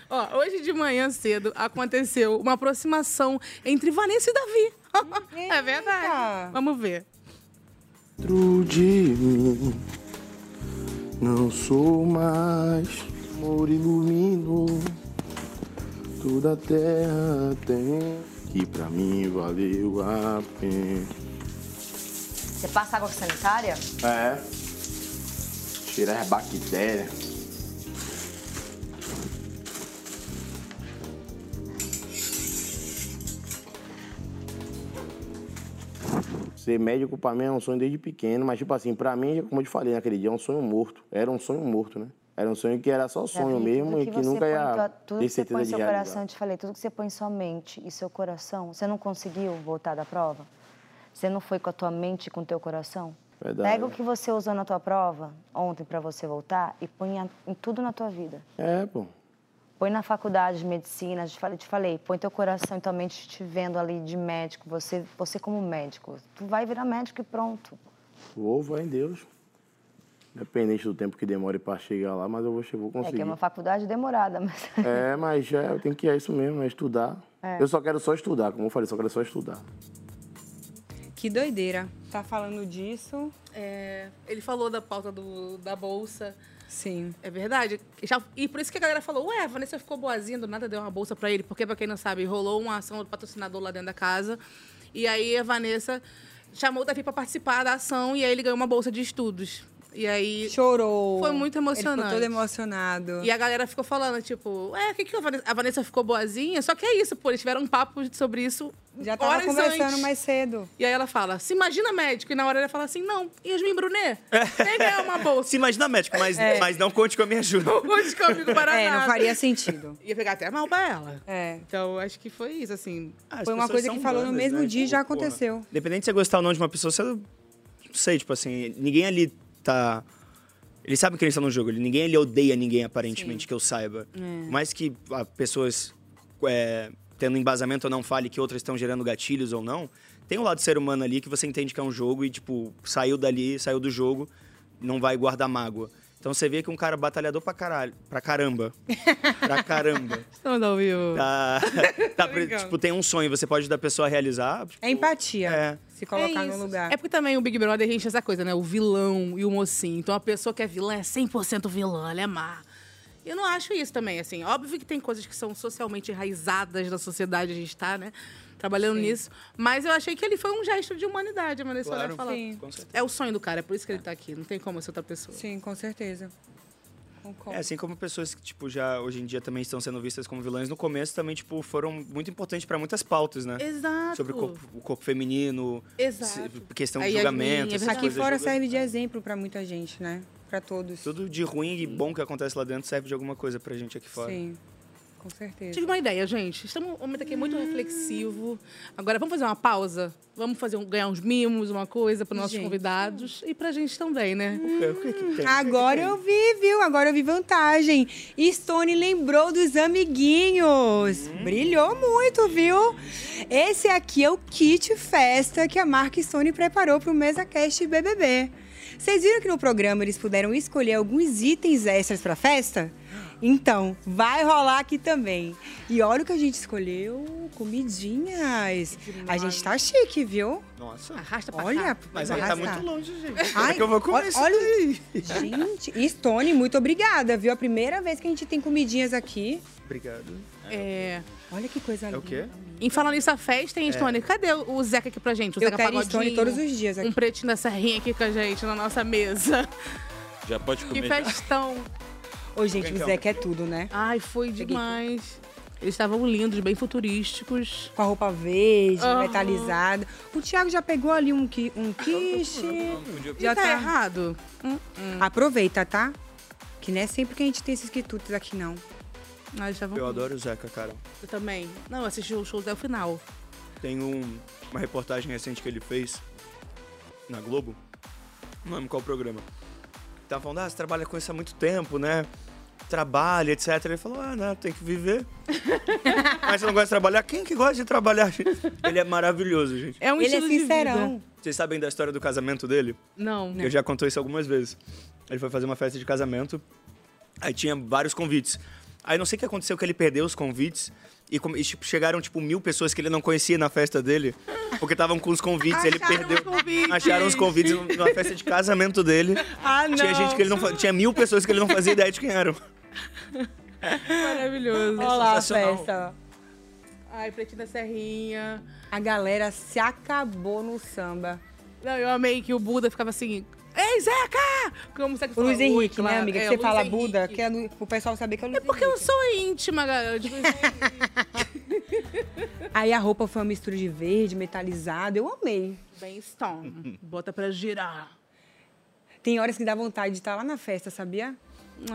Ó, hoje de manhã cedo aconteceu uma aproximação entre Vanessa e Davi. é verdade. Vamos ver.
Dentro de mim não sou mais amor ilumino toda a terra tem que pra mim valeu a pena
Você passa água sanitária?
é tirar as bactérias
Ser médico pra mim é um sonho desde pequeno, mas, tipo assim, pra mim, como eu te falei naquele dia, é um sonho morto. Era um sonho morto, né? Era um sonho que era só sonho
Davi,
mesmo
tudo
e que
você
nunca
põe
ia
tua- tudo
ter
que você põe
certeza
em
de
seu
realizar.
coração, eu te falei, tudo que você põe em sua mente e seu coração, você não conseguiu voltar da prova? Você não foi com a tua mente e com o teu coração?
Verdade. é.
Pega o que você usou na tua prova ontem pra você voltar e põe a- em tudo na tua vida.
É, pô.
Põe na faculdade de medicina, te falei, te falei, põe teu coração e tua mente te vendo ali de médico, você, você como médico. Tu vai virar médico e pronto. É
Vou, vai é em Deus. Independente do tempo que demore pra chegar lá, mas eu vou, che- vou
É que
conseguir.
é uma faculdade demorada, mas.
É, mas já, eu tenho que ir, é isso mesmo, é estudar.
É.
Eu só quero só estudar, como eu falei, só quero só estudar.
Que doideira. Tá falando disso.
É, ele falou da pauta do- da bolsa.
Sim.
É verdade. Já- e por isso que a galera falou, ué, a Vanessa ficou boazinha, do nada deu uma bolsa pra ele. Porque, pra quem não sabe, rolou uma ação do patrocinador lá dentro da casa. E aí a Vanessa chamou o Davi pra participar da ação e aí ele ganhou uma bolsa de estudos. E aí...
Chorou.
Foi muito
Ele ficou
emocionante.
todo emocionado.
E a galera ficou falando, tipo, ué, o que, que a Vanessa... a Vanessa ficou boazinha? Só que é isso, pô, eles tiveram um papo sobre isso
Já tava
horas
conversando
antes.
mais cedo.
E aí ela fala, se imagina médico. E na hora ela fala assim, não, Yasmin Brunet, nem ganhar uma bolsa.
Se imagina médico, mas,
É.
mas não conte com a minha ajuda.
Onde que eu fico para
É, não
nada.
faria sentido.
Ia pegar até mal pra ela.
É.
Então, acho que foi isso, assim.
Foi uma coisa que falou no mesmo
né?
dia e já aconteceu.
Independente de você gostar ou não de uma pessoa, você. Não sei, tipo assim, ninguém ali tá. Eles sabem que eles estão no jogo, ele- ninguém ali odeia ninguém, aparentemente, que eu saiba. Por mais que ah, pessoas é, tendo embasamento ou não fale que outras estão gerando gatilhos ou não, tem um lado ser humano ali que você entende que é um jogo e, tipo, saiu dali, saiu do jogo, não vai guardar mágoa. Então você vê que um cara batalhador pra caralho, pra caramba. pra caramba.
Estamos ao vivo.
Tá, tá, pre-
brincando.
tipo, tem um sonho, você pode ajudar a pessoa a realizar.
É empatia. Se colocar
É isso.
no lugar.
É porque também o Big Brother enche essa coisa, né? O vilão e o mocinho. Então a pessoa que é vilã é 100% vilã, ela é má. Eu não acho isso também, assim. Óbvio que tem coisas que são socialmente enraizadas na sociedade, a gente tá, né? Trabalhando nisso. Mas eu achei que ele foi um gesto de humanidade, a Vanessa olhar
Claro,
e falar.
sim. com certeza.
É o sonho do cara, é por isso que ele tá aqui. Não tem como ser outra pessoa.
Sim, com certeza. Concordo.
É, assim como pessoas que, tipo, já hoje em dia também estão sendo vistas como vilãs, no começo também, tipo, foram muito importantes pra muitas pautas, né?
Exato.
Sobre o corpo, o corpo feminino,
Exato.
se- questão de
é
Aí, é
julgamento, né? essas
Aqui
coisas
fora
todas.
serve de exemplo pra muita gente, né? Pra todos.
Tudo de ruim e bom que acontece lá dentro serve de alguma coisa pra gente aqui fora.
Sim, com certeza.
Tive uma ideia, gente. Estamos um momento aqui
Hum.
muito reflexivo. Agora vamos fazer uma pausa? Vamos fazer um- ganhar uns mimos, uma coisa para nossos
Gente. Hum.
convidados e pra gente também, né?
É,
Agora eu vi, viu? Agora eu vi vantagem. Stone lembrou dos amiguinhos. Brilhou muito, viu? Esse aqui é o kit festa que a marca Stone preparou para o MesaCast BBB. Vocês viram que no programa eles puderam escolher alguns itens extras para festa? Então, vai rolar aqui também. E olha o que a gente escolheu, comidinhas. A gente tá chique, viu?
Nossa.
Arrasta
pra Olha,
Mas
vai
aí tá
arrastar.
muito longe, gente. Como
Ai,
é que eu vou comer
olha-
isso
olha-
daí?
Gente, e Stone, muito obrigada, viu? A primeira vez que a gente tem comidinhas aqui.
Obrigado.
É.
Olha que coisa linda.
É o quê?
Em falando nisso, a festa, hein,
É.
Stone? Cadê o Zeca aqui pra gente? O
Eu
Zeca
quero
Pagodinho?
Stone todos os dias aqui.
Um pretinho da serrinha aqui com a gente na nossa mesa.
Já pode comer.
Que
já.
festão.
Ô, gente, o Zeca é tudo, né?
Ai, foi demais. Eles estavam lindos, bem futurísticos.
Com a roupa verde,
Aham.
metalizada. O Thiago já pegou ali um, qui um quiche. Hum,
podia- E tá
é
errado?
Aproveita, tá? Que não é sempre que a gente tem esses quitutes aqui, não.
Nós já
Eu adoro o Zeca, cara.
Eu também. Não, eu assisti o show até o final.
Tem um- uma reportagem recente que ele fez na Globo. Não lembro qual programa. Tava falando, ah, você trabalha com isso há muito tempo, né? Trabalha, etc. Ele falou, ah, não, tem que viver. Mas você não gosta de trabalhar? Quem que gosta de trabalhar? gente? Ele é maravilhoso, gente.
É um Ele é estilo de sincerão. vida.
Vocês sabem da história do casamento dele?
Não.
Eu já contou isso algumas vezes. Ele foi fazer uma festa de casamento, aí tinha vários convites. Aí não sei o que aconteceu, que ele perdeu os convites. E, come- e, tipo, chegaram, tipo, mil pessoas que ele não conhecia na festa dele. Porque estavam com os convites, ele perdeu. Acharam os convites na festa de casamento dele.
Ah, não.
Tinha gente que ele não fa- Tinha mil pessoas que ele não fazia ideia de quem eram.
Maravilhoso.
Olha lá a festa.
Ai, pretinho da serrinha.
A galera se acabou no samba.
Não, eu amei que o Buda ficava assim. Ei, Zeca! Como você
O Luiz Henrique, né, amiga? que você fala
Buda.
é Buda, que é Lu- o pessoal saber que é o Luiz
Porque eu sou íntima, galera. Eu digo,
Aí a roupa foi uma mistura de verde, metalizado. Eu amei.
Bem stone. Bota pra girar.
Tem horas que dá vontade de estar lá na festa, sabia?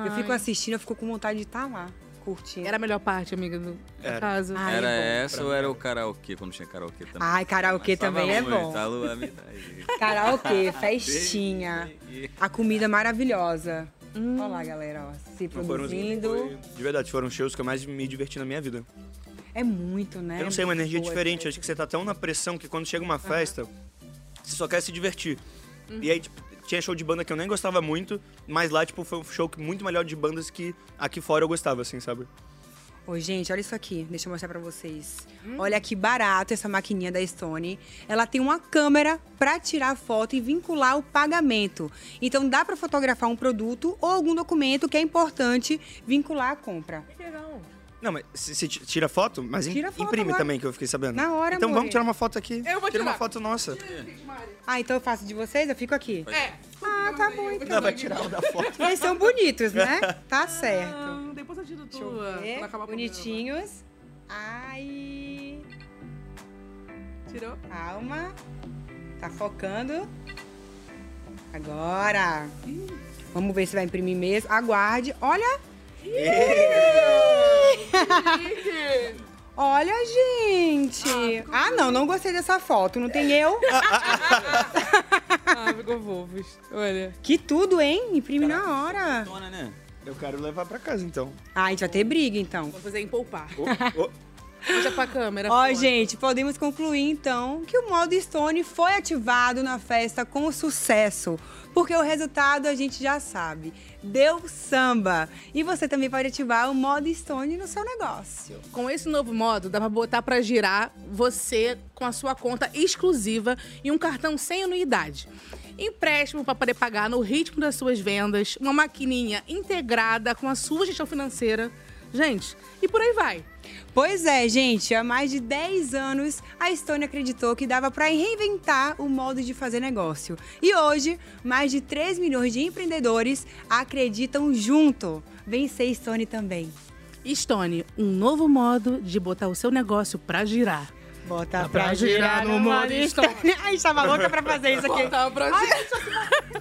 Eu fico
Ai.
assistindo, eu fico com vontade de estar lá, curtindo.
Era a melhor parte, amiga, do
Era,
caso.
era essa ou era o karaokê, quando tinha karaokê também?
Ai, karaokê
Passava
também é
muito,
bom.
a tá, Lu- a verdade.
Ah,
Ah,
Karaokê, festinha. A comida maravilhosa.
Hum.
Olha lá, galera, ó, se
Não foram os-
produzindo.
foi- De verdade, foram os shows que eu mais me diverti na minha vida.
É muito, né?
Eu não sei, uma
Muito
energia
boa,
diferente. Acho que você tá tão na pressão que quando chega uma festa, você só quer se divertir.
Uhum.
E aí, tipo, tinha show de banda que eu nem gostava muito, mas lá, tipo, foi um show que- muito melhor de bandas que aqui fora eu gostava, assim, sabe?
Ô, gente, olha isso aqui. Deixa eu mostrar pra vocês.
Hum.
Olha que barato essa maquininha da Stone. Ela tem uma câmera pra tirar foto e vincular o pagamento. Então dá pra fotografar um produto ou algum documento que é importante vincular a compra.
Tá
Legal.
Não, mas se, se ti- tira foto, mas im-
Tira foto
imprime
agora.
também, que eu fiquei sabendo.
Na hora,
Então
amor.
vamos tirar uma foto aqui.
Eu vou
Tira uma
tirar.
foto nossa.
Ah, então eu faço de vocês? Eu fico aqui?
É.
Ah, tá bom. Então.
Não, vai tirar o da foto.
Vocês são bonitos, né? Tá certo.
Depois eu tiro
Deixa eu
tua.
ver.
quando acabar o
Bonitinhos. Ai.
Tirou?
Calma. Tá focando. Agora. Vamos ver se vai imprimir mesmo. Aguarde. Olha. Olha, gente. Ah, não, não gostei dessa foto. Não tem eu.
Ah, ficou fofos. Olha.
Que tudo, hein? Imprime na hora.
Eu quero levar pra casa, então.
Ah, a gente vai ter briga, então.
Vou fazer em poupar. Deixa pra câmera.
Ó,
foto.
gente, podemos concluir então que o modo Stone foi ativado na festa com sucesso, porque o resultado a gente já sabe. Deu samba. E você também pode ativar o modo Stone no seu negócio.
Com esse novo modo, dá pra botar pra girar você com a sua conta exclusiva e um cartão sem anuidade. Empréstimo para poder pagar no ritmo das suas vendas, uma maquininha integrada com a sua gestão financeira. Gente, e por aí vai.
Pois é, gente, há mais de 10 anos a Stone acreditou que dava para reinventar o modo de fazer negócio. E hoje, mais de 3 milhões de empreendedores acreditam junto. Vencer Stone também.
Stone, um novo modo de botar o seu negócio pra girar.
Bota pra girar no modo Stone. A gente tava louca pra fazer isso aqui.
Bota pra girar.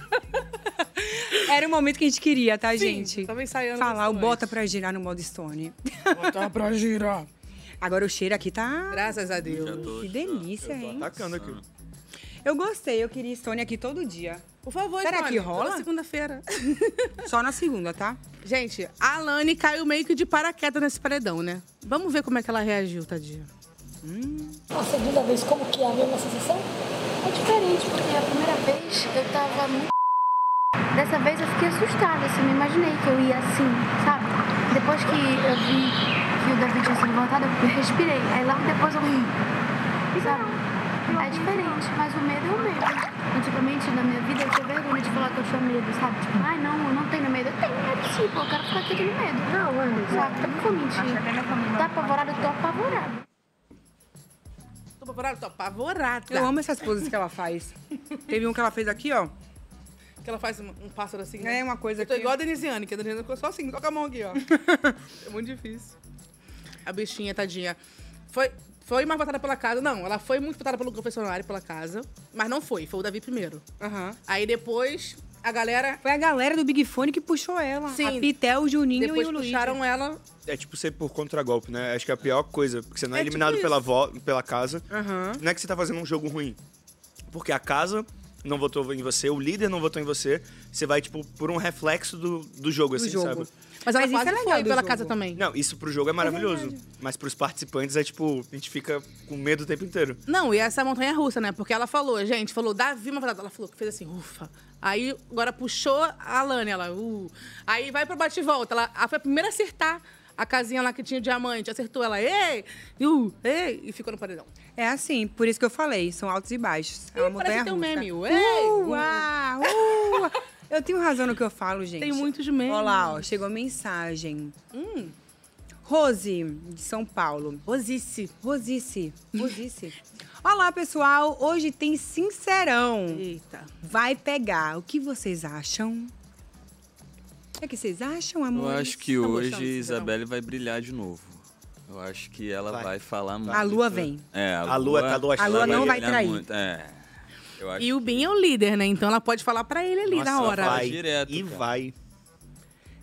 Era o momento que a gente queria, tá, gente?
tava ensaiando
Falar o bota pra girar no modo Stone.
Bota pra girar.
Agora o cheiro aqui tá.
Graças a Deus.
Que delícia, hein?
Atacando aqui.
Eu gostei, eu queria Stone aqui todo dia.
Por favor,
Será
Stone,
que rola?
toda segunda-feira.
Só na segunda, tá?
Gente, a Alane caiu meio que de paraquedas nesse paredão, né? Vamos ver como é que ela reagiu, tadinha.
A segunda vez, como que é a mesma sensação?
É diferente, porque a primeira vez eu tava muito. Dessa vez eu fiquei assustada, assim, não imaginei que eu ia assim, sabe? Depois que eu vi que o David tinha se levantado, eu respirei. Aí logo depois eu. Sabe? É diferente, mas o medo é o medo. Antigamente, na minha vida, eu tinha vergonha de falar que eu tinha medo, sabe? Tipo, ai não, eu não tenho medo. Eu tenho, não é possível, eu quero ficar com aquele medo. Não, é. Sabe? Eu não vou mentir. Tá apavorada, eu tô apavorada.
Tô apavorada, tô apavorada.
Eu amo essas poses que ela faz. Teve um que ela fez aqui, ó.
Que ela faz um, um pássaro assim,
É uma coisa
Eu tô
que-
igual a Denisiane, que a Denisiane ficou só assim, toca a mão aqui, ó. é muito difícil. A bichinha, tadinha. Foi, foi mais votada pela casa. Não, ela foi muito votada pelo confessionário, pela casa. Mas não foi, foi o Davi primeiro. Aí depois, a galera...
Foi a galera do Big Fone que puxou ela.
Sim.
A Pitel, o Juninho
Depois
e o Luiz.
puxaram ela.
É tipo ser por contragolpe, né? Acho que é a pior coisa, porque você não é,
É tipo
eliminado
isso.
pela, vo- pela casa.
Aham.
Não é que você tá fazendo um jogo ruim. Porque a casa não votou em você, o líder não votou em você. Você vai, tipo, por um reflexo do, do jogo,
Do
assim,
jogo.
sabe?
Mas é ela Tá
é
quase foi pela
do
casa
jogo.
também.
Não, isso pro jogo é maravilhoso. mas pros participantes é tipo, a gente fica com medo o tempo inteiro.
Não, e essa montanha russa, né? Porque ela falou, gente, falou, Davi, uma parada. Ela falou que fez assim, ufa. Aí agora puxou a Lani, ela, uh. Aí vai pro bate e volta. Ela, ela foi a primeira a acertar a casinha lá que tinha o diamante. Acertou ela, ei, uh, ei, e ficou no paredão.
É assim, por isso que eu falei, são altos e baixos. É uma montanha
parece que tem um meme,
russa.
ué!
Ua, ua. Eu tenho razão no que eu falo, gente.
Tem muitos memes. Hum.
Olha lá, ó, chegou mensagem. Rose, de São Paulo.
Rosice.
Rosice. Rosice. Olá, pessoal. Hoje tem Sincerão.
Eita.
Vai pegar. O que vocês acham? O que, é que vocês acham, Tá
Eu
amor?
acho que hoje Isabelle vai brilhar de novo. Eu acho que ela vai, falar muito.
lua vem.
É, a,
A lua tá do
ela
astral. A lua não vai
brilhar
trair.
muito, É. Eu acho
E o Bin é o líder, né? Então ela pode falar pra ele ali na hora.
Vai direto. E
vai.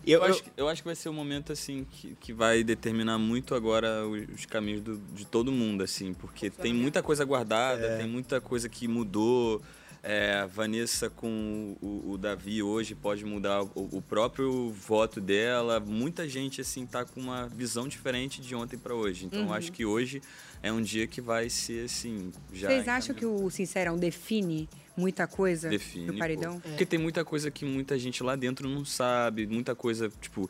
Eu, acho, que- eu acho que vai ser um momento, assim, que, que vai determinar muito agora o- os, caminhos do- de todo mundo, assim, porque tem muita coisa guardada, tem muita coisa que mudou. É, a Vanessa com o, o Davi hoje pode mudar o, o próprio voto dela. Muita gente, assim, tá com uma visão diferente de ontem para hoje. Então, eu
Uhum.
acho que hoje é um dia que vai ser, assim, já...
então
Vocês acham que o Sincerão define muita coisa
Define.
do
pô.
paredão?
É.
Porque tem muita coisa que muita gente lá dentro não sabe, muita coisa, tipo.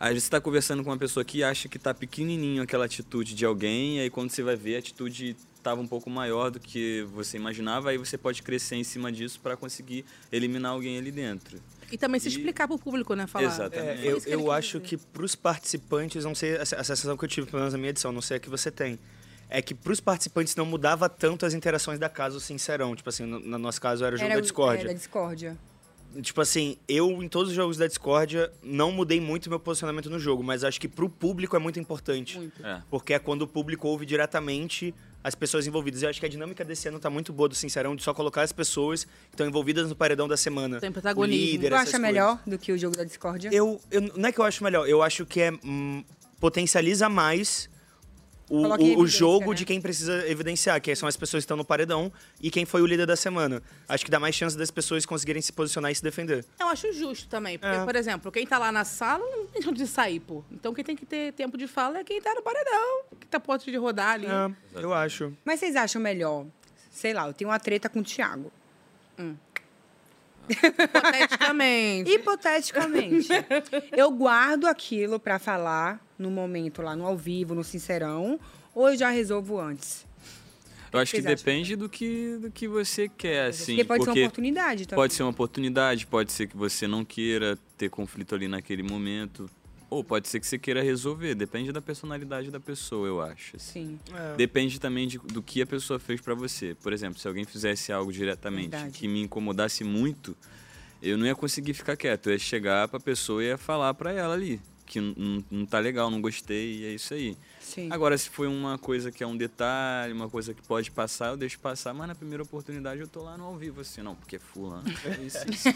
Aí você tá conversando com uma pessoa que acha que tá pequenininho aquela atitude de alguém, e aí quando você vai ver, a atitude tava um pouco maior do que você imaginava, aí você pode crescer em cima disso para conseguir eliminar alguém ali dentro.
E também se explicar pro público, né? Falar.
Exatamente.
Foi
É, eu
isso que ele
eu
quis
acho que pros participantes, não sei, essa, essa sensação que eu tive, pelo menos na minha edição, não sei a que você tem. É que pros participantes não mudava tanto as interações da casa, o sincerão. Tipo assim, no, no nosso caso era o jogo da
o-
discórdia.
Era da discórdia.
Tipo assim, eu em todos os jogos da discórdia não mudei muito meu posicionamento no jogo, mas acho que pro público é muito importante.
É.
Porque é quando o público ouve diretamente as pessoas envolvidas. Eu acho que a dinâmica desse ano tá muito boa do Sincerão, de só colocar as pessoas que estão envolvidas no paredão da semana.
Tem
O líder,
Tu
essas
acha
coisas.
melhor do que o jogo da discórdia?
Eu, eu- não é que eu acho melhor, eu acho que é hum, potencializa mais o,
Coloca em
o- o
evidência,
jogo
né?
de quem precisa evidenciar, que são as pessoas que estão no paredão e quem foi o líder da semana. Acho que dá mais chance das pessoas conseguirem se posicionar e se defender.
Eu acho justo também, porque,
É.
por exemplo, quem tá lá na sala não tem onde sair, pô. Então quem tem que ter tempo de fala é quem tá no paredão, que tá posto de rodar ali.
eu acho.
Mas vocês acham melhor? Sei lá, eu tenho uma treta com o Thiago. Hum.
Hipoteticamente.
Hipoteticamente. eu guardo aquilo pra falar no momento lá no ao vivo, no Sincerão, ou eu já resolvo antes?
Eu acho que
Vocês acham?
depende do que, do que você quer, assim.
porque pode ser uma oportunidade também.
Pode ser uma oportunidade, pode ser que você não queira ter conflito ali naquele momento. Ou pode ser que você queira resolver, depende da personalidade da pessoa, eu acho. assim.
Sim. É.
Depende também de- do que a pessoa fez pra você. Por exemplo, se alguém fizesse algo diretamente
Verdade.
que me incomodasse muito, eu não ia conseguir ficar quieto. Eu ia chegar pra pessoa e ia falar pra ela ali que n- n- não tá legal, não gostei, e é isso aí.
Sim.
Agora, se foi uma coisa que é um detalhe, uma coisa que pode passar, eu deixo passar, mas na primeira oportunidade eu tô lá no ao vivo, assim, não, porque fulano. Isso, isso.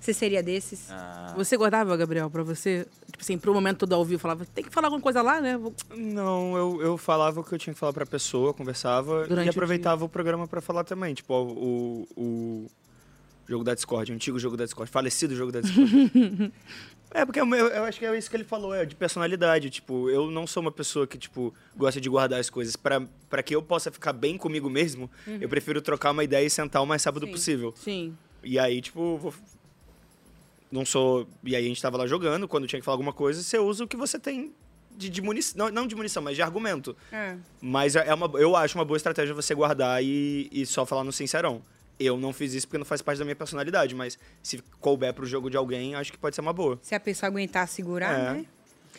Você seria desses?
Ah,
Ah.
Você guardava, Gabriel, pra você? Tipo assim, pro momento todo ao vivo, falava, tem que falar alguma coisa lá, né? Vou-
Não, eu, eu falava o que eu tinha que falar pra pessoa, conversava
Durante
e
o
aproveitava o, programa pra falar também. Tipo, ó, o, o jogo da Discord, o antigo jogo da Discord, falecido jogo da Discord. é, porque eu, eu- eu acho que é isso que ele falou, é de personalidade. Tipo, eu não sou uma pessoa que, tipo, gosta de guardar as coisas. Pra pra que eu possa ficar bem comigo mesmo,
Uhum.
eu prefiro trocar uma ideia e sentar o mais rápido possível.
Sim.
E aí, tipo, vou- não sou. E aí a gente tava lá jogando, quando tinha que falar alguma coisa, você usa o que você tem de, de munição. Não, não de munição, mas de argumento.
É.
Mas é uma, eu acho uma boa estratégia você guardar e, e só falar no sincerão. Eu não fiz isso porque não faz parte da minha personalidade, mas se couber pro jogo de alguém, acho que pode ser uma boa.
Se a pessoa aguentar segurar,
É.
né?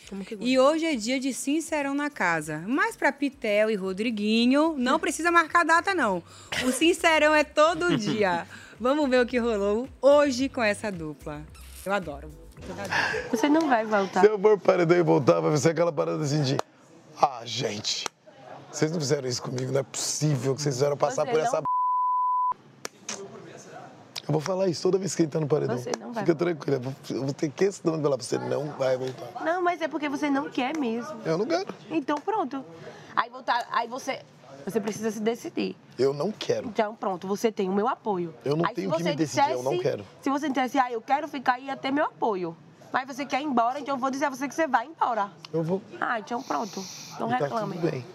Como que
e hoje é dia de Sincerão na casa. Mas pra Pitel e Rodriguinho, não precisa marcar data, não. O Sincerão é todo dia. Vamos ver o que rolou hoje com essa dupla. Eu adoro.
Você não vai
Tá.
voltar. Se eu for pro paredão e voltar, vai ser aquela parada assim de. Ah, gente, vocês não fizeram isso comigo, não é possível que vocês fizeram passar
Você
por
não-
essa. b****." Eu vou falar isso toda vez que ele tá no paredão.
Você não vai
Fica tranquila, eu vou- eu vou ter que esse dono falar, você não vai voltar.
Não, mas é porque você não quer mesmo.
Eu não quero.
Então pronto. Aí voltar, aí você você precisa se decidir.
Eu não quero.
Então pronto, você tem o meu apoio.
Eu não
aí, se
tenho que
você
me decidir, eu não quero.
Se você dissesse, ah, eu quero ficar, ia ter meu apoio. Mas você quer ir embora, então eu vou dizer a você que você vai embora.
Eu vou.
Ah, então pronto. Não
E tá
reclame.
tudo bem.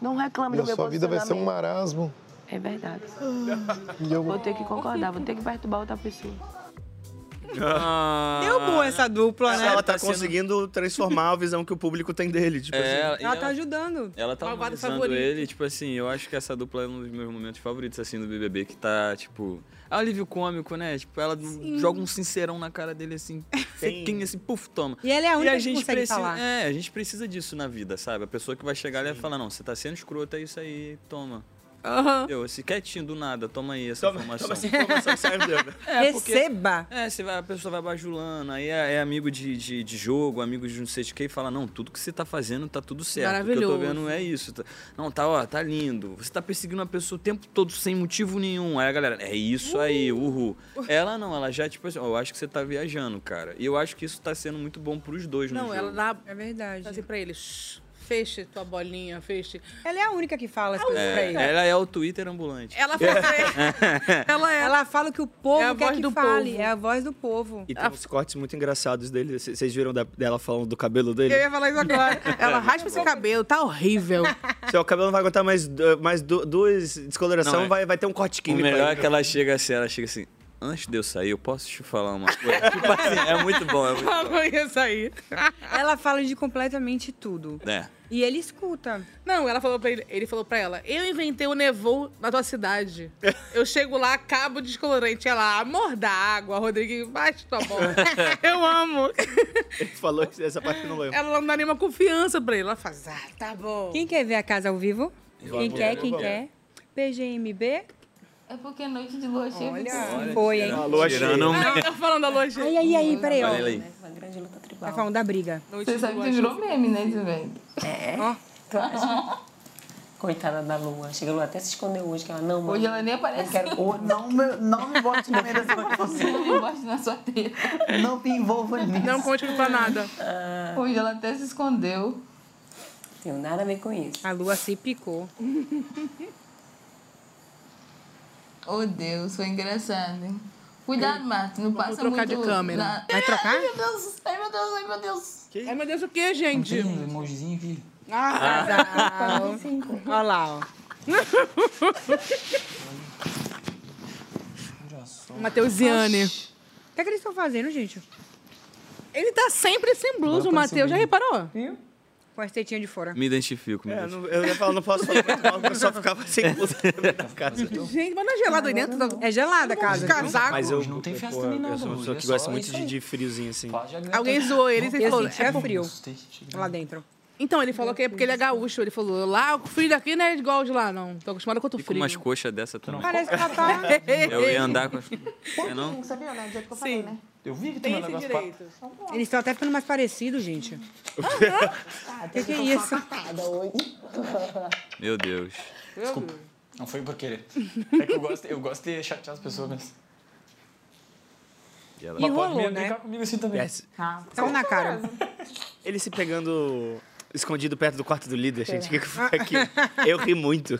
Não reclame
E a
do meu
sua vida vai ser um
posicionamento.
marasmo.
É verdade.
E eu
Vou ter que concordar, vou ter que perturbar outra pessoa.
Ah,
Deu bom essa dupla, né?
Ela tá,
Tá sendo-
conseguindo transformar a visão que o público tem dele. Tipo
É,
assim.
e ela-
Ela tá ajudando.
Ela tá
Malvado
humanizando
favorito.
ele, tipo assim, eu acho que essa dupla é um dos meus momentos favoritos, assim, do BBB, que tá, tipo... É um alívio cômico, né? Tipo, ela joga um sincerão na cara dele, assim, sequinho, assim, puf, toma.
E ela é a única
a
que
gente
consegue
precisa,
falar.
É, a gente precisa disso na vida, sabe? A pessoa que vai chegar ali e vai falar, não, você tá sendo escroto, é isso aí, toma. Eu, esse quietinho do nada, toma aí essa informação.
toma essa informação, serve, Débora.
porque- É, você vai, a pessoa vai bajulando, aí é, é amigo de, de, de jogo, amigo de não sei de que, e fala, não, tudo que você tá fazendo tá tudo certo. O que eu tô
Maravilhoso.
vendo é isso. Tá- Não, tá, ó, tá lindo. Você tá perseguindo uma pessoa o tempo todo sem motivo nenhum. Aí a galera, é isso aí, uhul. Ela não, ela já, tipo assim, ó, eu acho que você tá viajando, cara. E eu acho que isso tá sendo muito bom pros dois, no
Não,
jogo.
ela dá.
É verdade.
Assim pra ele, "Shh, feche tua bolinha, feche.
Ela é a única que fala as coisas pra
É,
ele.
ela é o Twitter ambulante.
Ela foi. Ela,
é- fala o que o povo
É a
quer
voz
que
do
fale.
povo.
É a voz do povo.
E tem
um
uns cortes muito engraçados dele. C- Vocês viram da- dela falando do cabelo dele?
Eu ia falar isso agora. Ela
É,
raspa seu cabelo, tá horrível.
Seu cabelo não vai aguentar mais, du- mais du- duas descoloração,
Não, é-
vai, vai ter um corte
O
químico.
melhor
aí.
é que ela chega assim, ela chega assim, antes de eu sair, eu posso te falar uma coisa? Tipo assim, é muito bom, é muito bom.
ia sair.
Ela fala de completamente tudo.
É.
E ele escuta.
Não, ela falou pra ele, ele falou pra ela, eu inventei o nevô na tua cidade. Eu chego lá, cabo descolorante, ela, amor da água, Rodrigo, baixa tua bola. eu amo.
Ele falou isso, essa parte eu não lembro.
Ela não dá nenhuma confiança pra ele, ela faz, ah, tá bom.
Quem quer ver a casa ao vivo?
Eu
quem
vou,
quer,
eu
quem
vou.
quer? PGMB?
É porque noite de lua cheia.
é
Olha, foi, hein?
Uma lua Tirando cheia. um-
Tá falando da lua cheia.
Ai, ai, ai, peraí, ó.
Olha ele aí.
Uma grande luta tribal.
Tá falando da briga.
Você sabe que virou meme, né, também?
É.
Tu
Ah.
acha?
Coitada da Lua. Chega a Lua até se escondeu hoje, que ela não.
Hoje ela nem aparece.
Não, quero... hoje- não, me- não me bote no meio dessa confusão.
Eu gosto na sua teta.
Não me envolva nisso.
Não conte pra nada.
Ah.
Hoje ela até se escondeu.
Tenho nada a ver com isso.
A Lua se picou.
Oh Deus, foi engraçado, hein? Cuidado, Marta, não passa
trocar
muito
de câmera.
na-
Vai trocar?
Ai, meu Deus, ai, meu Deus, ai, meu Deus.
Ai, meu Deus, o que, gente?
Tem um emojizinho aqui.
Ah,
Olha lá, ó.
Mateusiane.
O que, é que eles estão fazendo, gente?
Ele tá sempre sem blusa, o Matheus. Já reparou?
Com as tetinhas de fora.
Me identifico, me
É,
identifico.
não- É. eu ia falar, não posso falar muito mal, porque eu só ficava sem blusa na casa.
Gente, mas não é gelado aí dentro? Tá...
É gelada a
casa. Casaco.
Mas eu,
tem
eu,
festa
pô,
nem nada,
Eu sou uma pessoa
Luiz,
que
é
gosta
só
muito
isso
de,
aí.
de friozinho, assim.
Alguém zoou ele e assim, tipo, ele
Eu
falou...
sentia
bom.
"É frio lá dentro.
Então, ele falou que é porque ele é gaúcho. Ele falou, lá, o frio daqui não é igual de lá, não. Tô acostumada com outro
Com
frio.
umas coxas dessa também.
Parece que ela tá...
Eu ia andar com as... É não?
sabia, né? Do jeito que eu
falei,
né?
Eu vi que
tem um negócio
Eles estão até ficando mais parecidos, gente.
Ah,
que que é isso?
Meu Deus.
Desculpa.
Não foi por querer. É que eu gosto, eu gosto de chatear as pessoas, mas...
E ela...
Mas pode
Enrolou,
me
né?
brincar comigo assim também.
Yes.
Ah,
Tão na cara.
Ele se pegando escondido perto do quarto do líder, gente. O que, que foi aquilo? Eu ri muito.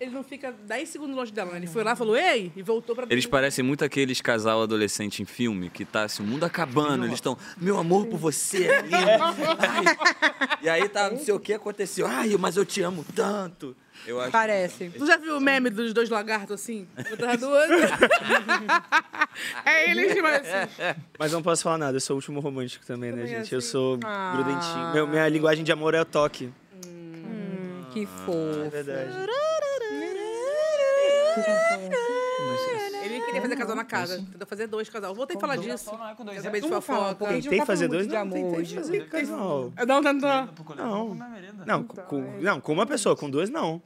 Ele não fica 10 segundos longe dela, né? Ele foi lá, falou, ei, e voltou pra...
Eles parecem muito aqueles casal adolescente em filme que tá assim, o mundo acabando. Eles estão, meu amor por você é lindo. Ai. E aí tá, não sei o que aconteceu. Ai, mas eu te amo tanto. Eu acho.
Parece.
Tu já viu o meme dos dois lagartos, assim? Um atrás do outro? é ele demais, assim.
Mas não posso falar nada, eu sou o último romântico também, né, gente? Eu sou
Ah.
grudentinho. Meu- minha linguagem de amor é o toque.
Que fofo.
É verdade.
Ele queria fazer casal na casa. Tentou fazer dois casal. Vou ter que falar disso.
é
Eu acabei de
Vamos falar um
fofoca.
pouquinho.
Tentei fazer dois,
de
não,
amor
tentei
hoje.
fazer casal.
Não, não, não.
Não, não, com,
Então, é.
com- não, com uma pessoa, com duas não.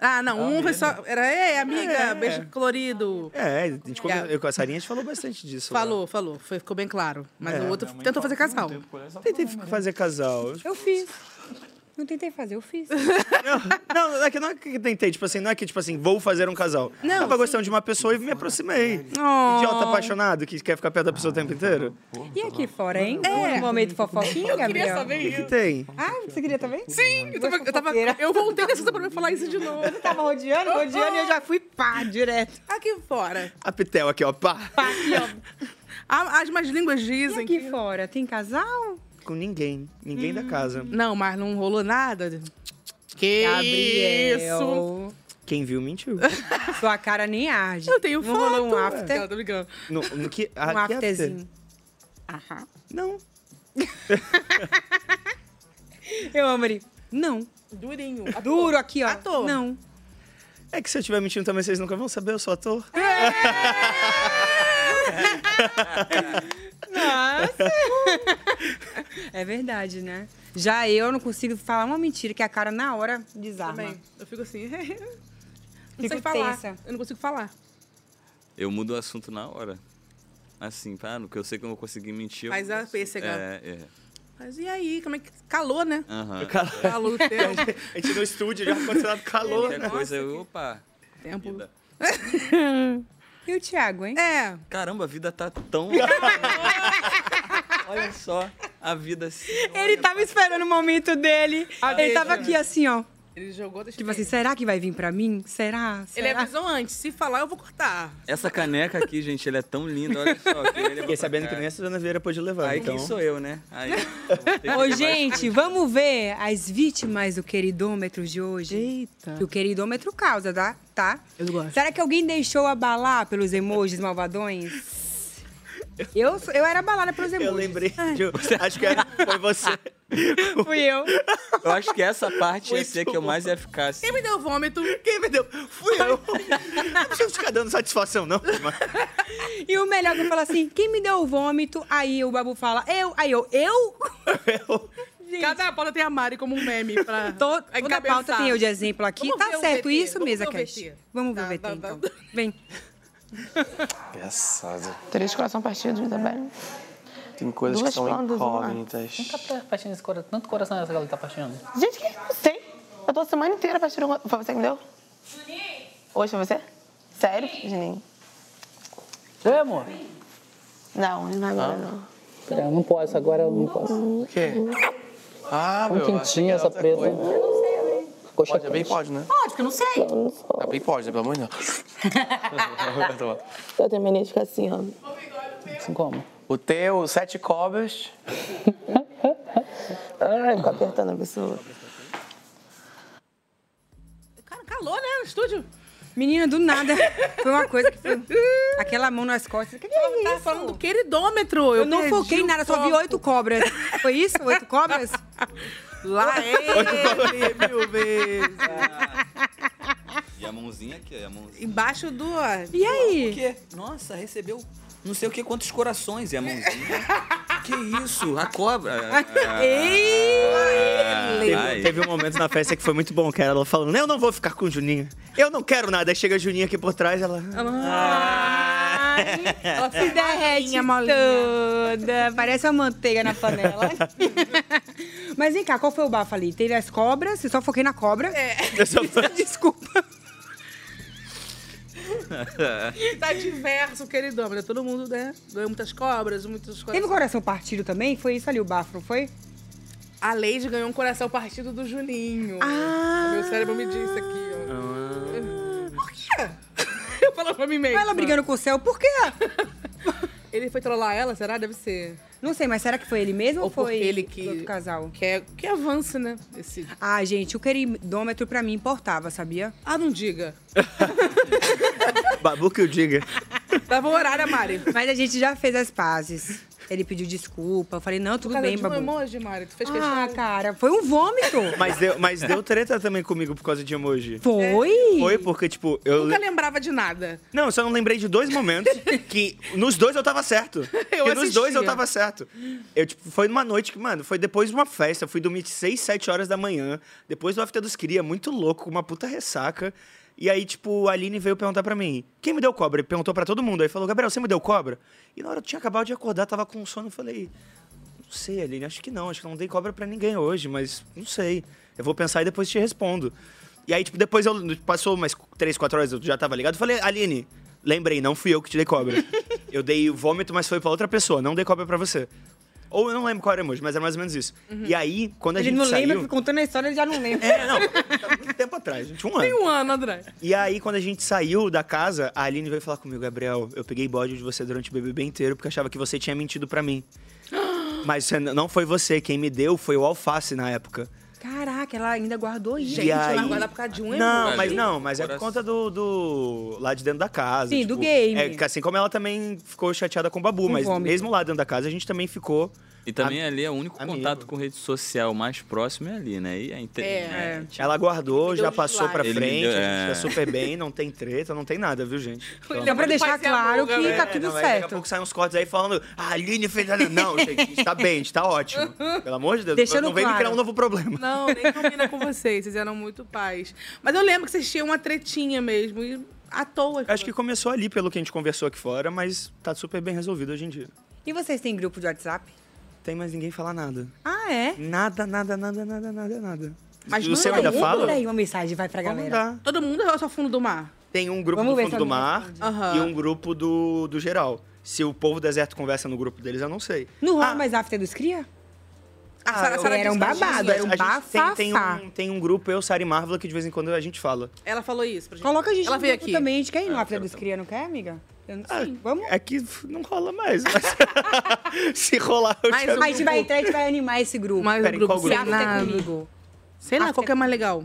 Ah, não. Um foi só... Era, ei, amiga,
É.
beijo colorido.
É, a gente come-
É.
eu, com a Sarinha a gente falou bastante disso. lá.
Falou, falou. Foi, ficou bem claro. Mas
É.
o outro tentou fazer casal.
Tentei f- fazer casal.
Eu fiz. Não tentei fazer, eu fiz.
Não, não é que não é que tentei, tipo assim, não é que tipo assim, vou fazer um casal. Não, Tava gostando de uma pessoa e me aproximei.
Oh.
Idiota apaixonado que quer ficar perto da pessoa o tempo inteiro.
E aqui fora, hein? É. Um momento fofoquinha,
Eu queria
Gabriel.
saber
O que
isso.
tem?
Ah, você queria também?
Sim, eu, tava, eu, tava, eu voltei nessa pra me falar isso de novo.
Você tava rodeando, rodeando e eu já fui pá, direto.
Aqui fora.
A Pitel aqui, ó, pá.
A- As mais línguas dizem.
aqui fora, tem casal?
Com ninguém. Ninguém
Hum.
da casa.
Não, mas não rolou nada. é, Que isso?
Gabriel.
Quem viu, mentiu.
Sua cara nem arde.
Eu tenho
Não
foto.
rolou um after?
Não, tô brincando.
No, no que,
Um
ah, que after?
afterzinho. Aham.
Não.
Eu amo ele. Não.
Durinho.
Duro aqui, ó.
Ator.
Não.
É que se eu estiver mentindo também, vocês nunca vão saber, eu sou ator.
Ah. Nossa. é Ah, verdade, né? Já eu não consigo falar uma mentira, que a cara na hora desarma.
Também. Eu fico assim. não sei
Fico
falar.
tensa.
Eu não consigo falar.
Eu mudo o assunto na hora. Assim, tá? Porque eu sei que eu não vou conseguir mentir. eu
Faz a
mudo o assunto.
pêssega.
É, é.
Mas e aí? Como é que. Calor, né?
Aham.
Calor o tempo.
Ah. A gente no estúdio, já condicionado calor,
Qualquer
né?
coisa, eu, opa.
Tempo.
Vida.
E o Thiago, hein?
É.
Caramba, a vida tá tão. Olha só, a vida assim.
Ele tava esperando o momento dele. ele
deixa,
tava
né?
aqui assim, ó.
Ele jogou, deixa
Tipo
eu
assim,
ver.
será que vai vir pra mim? Será?
Ele é
Será?
avisou antes. Se falar, eu vou cortar.
Essa caneca aqui, gente, ela é tão linda, olha só. que ele levou pra
Fiquei sabendo
cá.
que nem essa Dona Vieira pôde levar,
Aí
então...
quem sou eu, né? Aí.
Ô, gente, vamos ver as vítimas do queridômetro de hoje. Eita. Que o queridômetro causa, tá? tá? Eu gosto. Será que alguém deixou abalar pelos emojis malvadões? Eu, sou- eu era abalada pelos emojis.
Eu lembrei. de- um- Acho que era, foi você.
Fui eu.
Eu acho que essa parte ia ser que eu mais ia ficar assim.
Quem me deu vômito?
Quem me deu? Fui eu. Não precisa ficar dando satisfação, não.
E o melhor que eu falo assim, quem me deu o vômito? Aí o Babu fala, eu. Aí eu, eu?
Cada pauta tem a Mari como um meme pra.
Toda pauta tem eu de exemplo aqui.
Vamos ver
tá
o
certo
VT,
isso,
vamos
mesa
ver o Tá,
Cash?
VT.
Vamos ver o VT, então. Vem.
Pesado.
Três coração partido, Isabel.
Tem coisas
Duas
que são
fraldas, uma.
incógnitas.
Nunca tá partindo esse coração. Tanto coração é essa que ela tá partindo. Gente, que eu não sei. Eu tô a semana inteira partindo. uma- Foi você que me deu? Hoje foi você? Sério, Juninho? Oi, amor. Não, não é agora não.
Eu não posso, agora eu não posso. O quê? Ah,
Tão
meu,
quentinha
achei que era
essa
tá
outra
presa.
coisa. Pode, é bem pode, né?
Pode, que eu não sei.
É bem pode, né? Pelo amor de Deus. Tá bom.
Eu tenho mania de ficar assim, ó.
Assim como? O teu, sete cobras.
Ai, fica apertando a pessoa.
Calor, né? No estúdio.
Menina, do nada. Foi uma coisa que foi. Aquela mão nas costas. O que, que é isso?
falando do queridômetro. Eu,
Eu, não
perdi
foquei em
o
nada, só vi
foco.
oito cobras. Foi isso? Oito cobras?
Lá ele, mil vezes.
E a mãozinha aqui, ó, a mãozinha.
Embaixo do.
E aí?
Nossa, recebeu não sei o que, quantos corações e a mãozinha. que isso? A cobra. Ah,
Teve,
Ai.
teve um momento na festa que foi muito bom, que era ela falando, eu não vou ficar com o Juninho. Eu não quero nada. Aí chega a Juninha aqui por trás, ela...
Ela se derrete
Molinha, molinha.
toda. Parece uma manteiga na panela. Mas vem cá, qual foi o bafo ali? Teve as cobras, eu só foquei na cobra.
É.
Eu só-
Desculpa.
Tá diverso o queridômetro. Todo mundo, né? Doeu muitas cobras, muitas coisas.
Teve o coração partido também? Foi isso ali o bafo, não foi?
A Leide ganhou um coração partido do Juninho. Ah. Meu cérebro me disse aqui, ó. Por quê? Eu falo pra mim mesmo.
Ela brigando com o céu, por quê?
Ele foi trollar ela, será? Deve ser.
Não sei, mas será que foi ele mesmo ou,
Ou porque
foi
ele que-
outro casal?
Que, que avance, né? Esse...
Ah, gente, o queridômetro pra mim importava, sabia?
Ah, não diga.
Babu que eu diga.
Tava o um horário, a Mari.
Mas a gente já fez as pazes. Ele pediu desculpa, eu falei, não,
Por
tudo
causa
bem,
de um
babu.
emoji, Mari. Tu fez questão.
Ah, cara, foi um vômito.
Mas deu, mas deu treta também comigo por causa de emoji.
Foi?
Foi porque, tipo, eu...
Nunca lembrava de nada.
Não, eu só não lembrei de dois momentos que nos dois eu tava certo.
Eu
que nos dois
assistia.
eu tava certo. Eu, tipo, foi numa noite que, mano, foi depois de uma festa. Eu fui dormir de 6, 7 horas da manhã, depois do After dos Cria, muito louco, com uma puta ressaca. E aí, tipo, a Aline veio perguntar pra mim, quem me deu cobra? E perguntou pra todo mundo. Aí falou, Gabriel, você me deu cobra? E na hora eu tinha acabado de acordar, tava com sono, eu falei, não sei, Aline, acho que não. Acho que eu não dei cobra pra ninguém hoje, mas não sei. Eu vou pensar e depois te respondo. E aí, tipo, depois eu passou umas 3, 4 horas, eu já tava ligado. eu Falei, Aline, lembrei, não fui eu que te dei cobra. eu dei o vômito, mas foi pra outra pessoa, não dei cobra pra você. Ou eu não lembro qual era o emoji, mas era mais ou menos isso. E aí, quando a
Uhum. Ele
gente
não
saiu...
lembra, porque contando a história, ele já não lembra.
É, não. tempo atrás, gente, um ano.
Tem um ano atrás.
E aí, quando a gente saiu da casa, a Aline veio falar comigo, Gabriel, eu peguei bode de você durante o BBB inteiro porque achava que você tinha mentido pra mim. Mas você- não foi você, quem me deu foi o Alface na época.
Caraca, ela ainda guardou isso.
E aí-
por causa de um
Não,
emoji.
mas não, mas é por conta do, do- lá de dentro da casa. tipo,
Sim, do game.
É, que assim como ela também ficou chateada com o Babu,
Com
mas
vômito.
mesmo lá dentro da casa a gente também ficou
E também ali é o único contato com rede social mais próximo é ali, né? E a
É. Tipo,
internet.
Ela guardou, já passou pra
Ele me
frente,
deu-
a gente
é.
tá super bem, não tem treta, não tem nada, viu, gente? Então, Pelo
Dá
amor
pra
de
deixar
Deus.
claro que tá
É,
tudo
não, aí Daqui a
certo.
pouco saem uns cortes aí falando, a Aline fez... nada." Não, gente, a gente tá bem, a gente tá ótimo. Pelo amor de Deus,
Deixando
não vem me criar
claro.
um novo problema.
Não, nem combina com vocês. Vocês eram muito pais. Mas eu lembro que vocês tinham uma tretinha mesmo. E à toa.
Acho que começou ali, pelo que a gente conversou aqui fora, mas tá super bem resolvido hoje em dia.
E vocês têm grupo de WhatsApp?
Tem, mas ninguém fala nada.
Ah, é?
Nada, nada, nada, nada, nada, nada.
Mas
O
manda
seu
aí,
ainda
manda
fala?
aí uma mensagem, vai pra galera.
Todo mundo é só fundo do mar.
Tem um grupo
Vamos
do
ver
Fundo
se
do
alguém
Mar
responde.
e um grupo do, do geral. Se o povo deserto conversa no grupo deles, eu não sei.
Não
Ah.
rola mais after dos cria?
A
Sara- Sara
eu-
era um
a gente-
né?
babado, era um
a gente tem- tem,
bafafá.
um, tem um grupo, eu, Sara e Marvel, que de vez em quando a gente fala.
Ela falou isso pra gente.
Coloca a gente
Ela
no
veio
grupo
aqui. Ah, tá
também, a gente quer ir no after dos cria, não quer, amiga? Eu não sei. Vamos?
Aqui Ah, é não rola mais. Se rolar, eu
Mas
te
a gente vai entrar e a gente vai animar esse grupo.
Mas o grupo
se after comigo.
Sei lá, qual que é mais legal?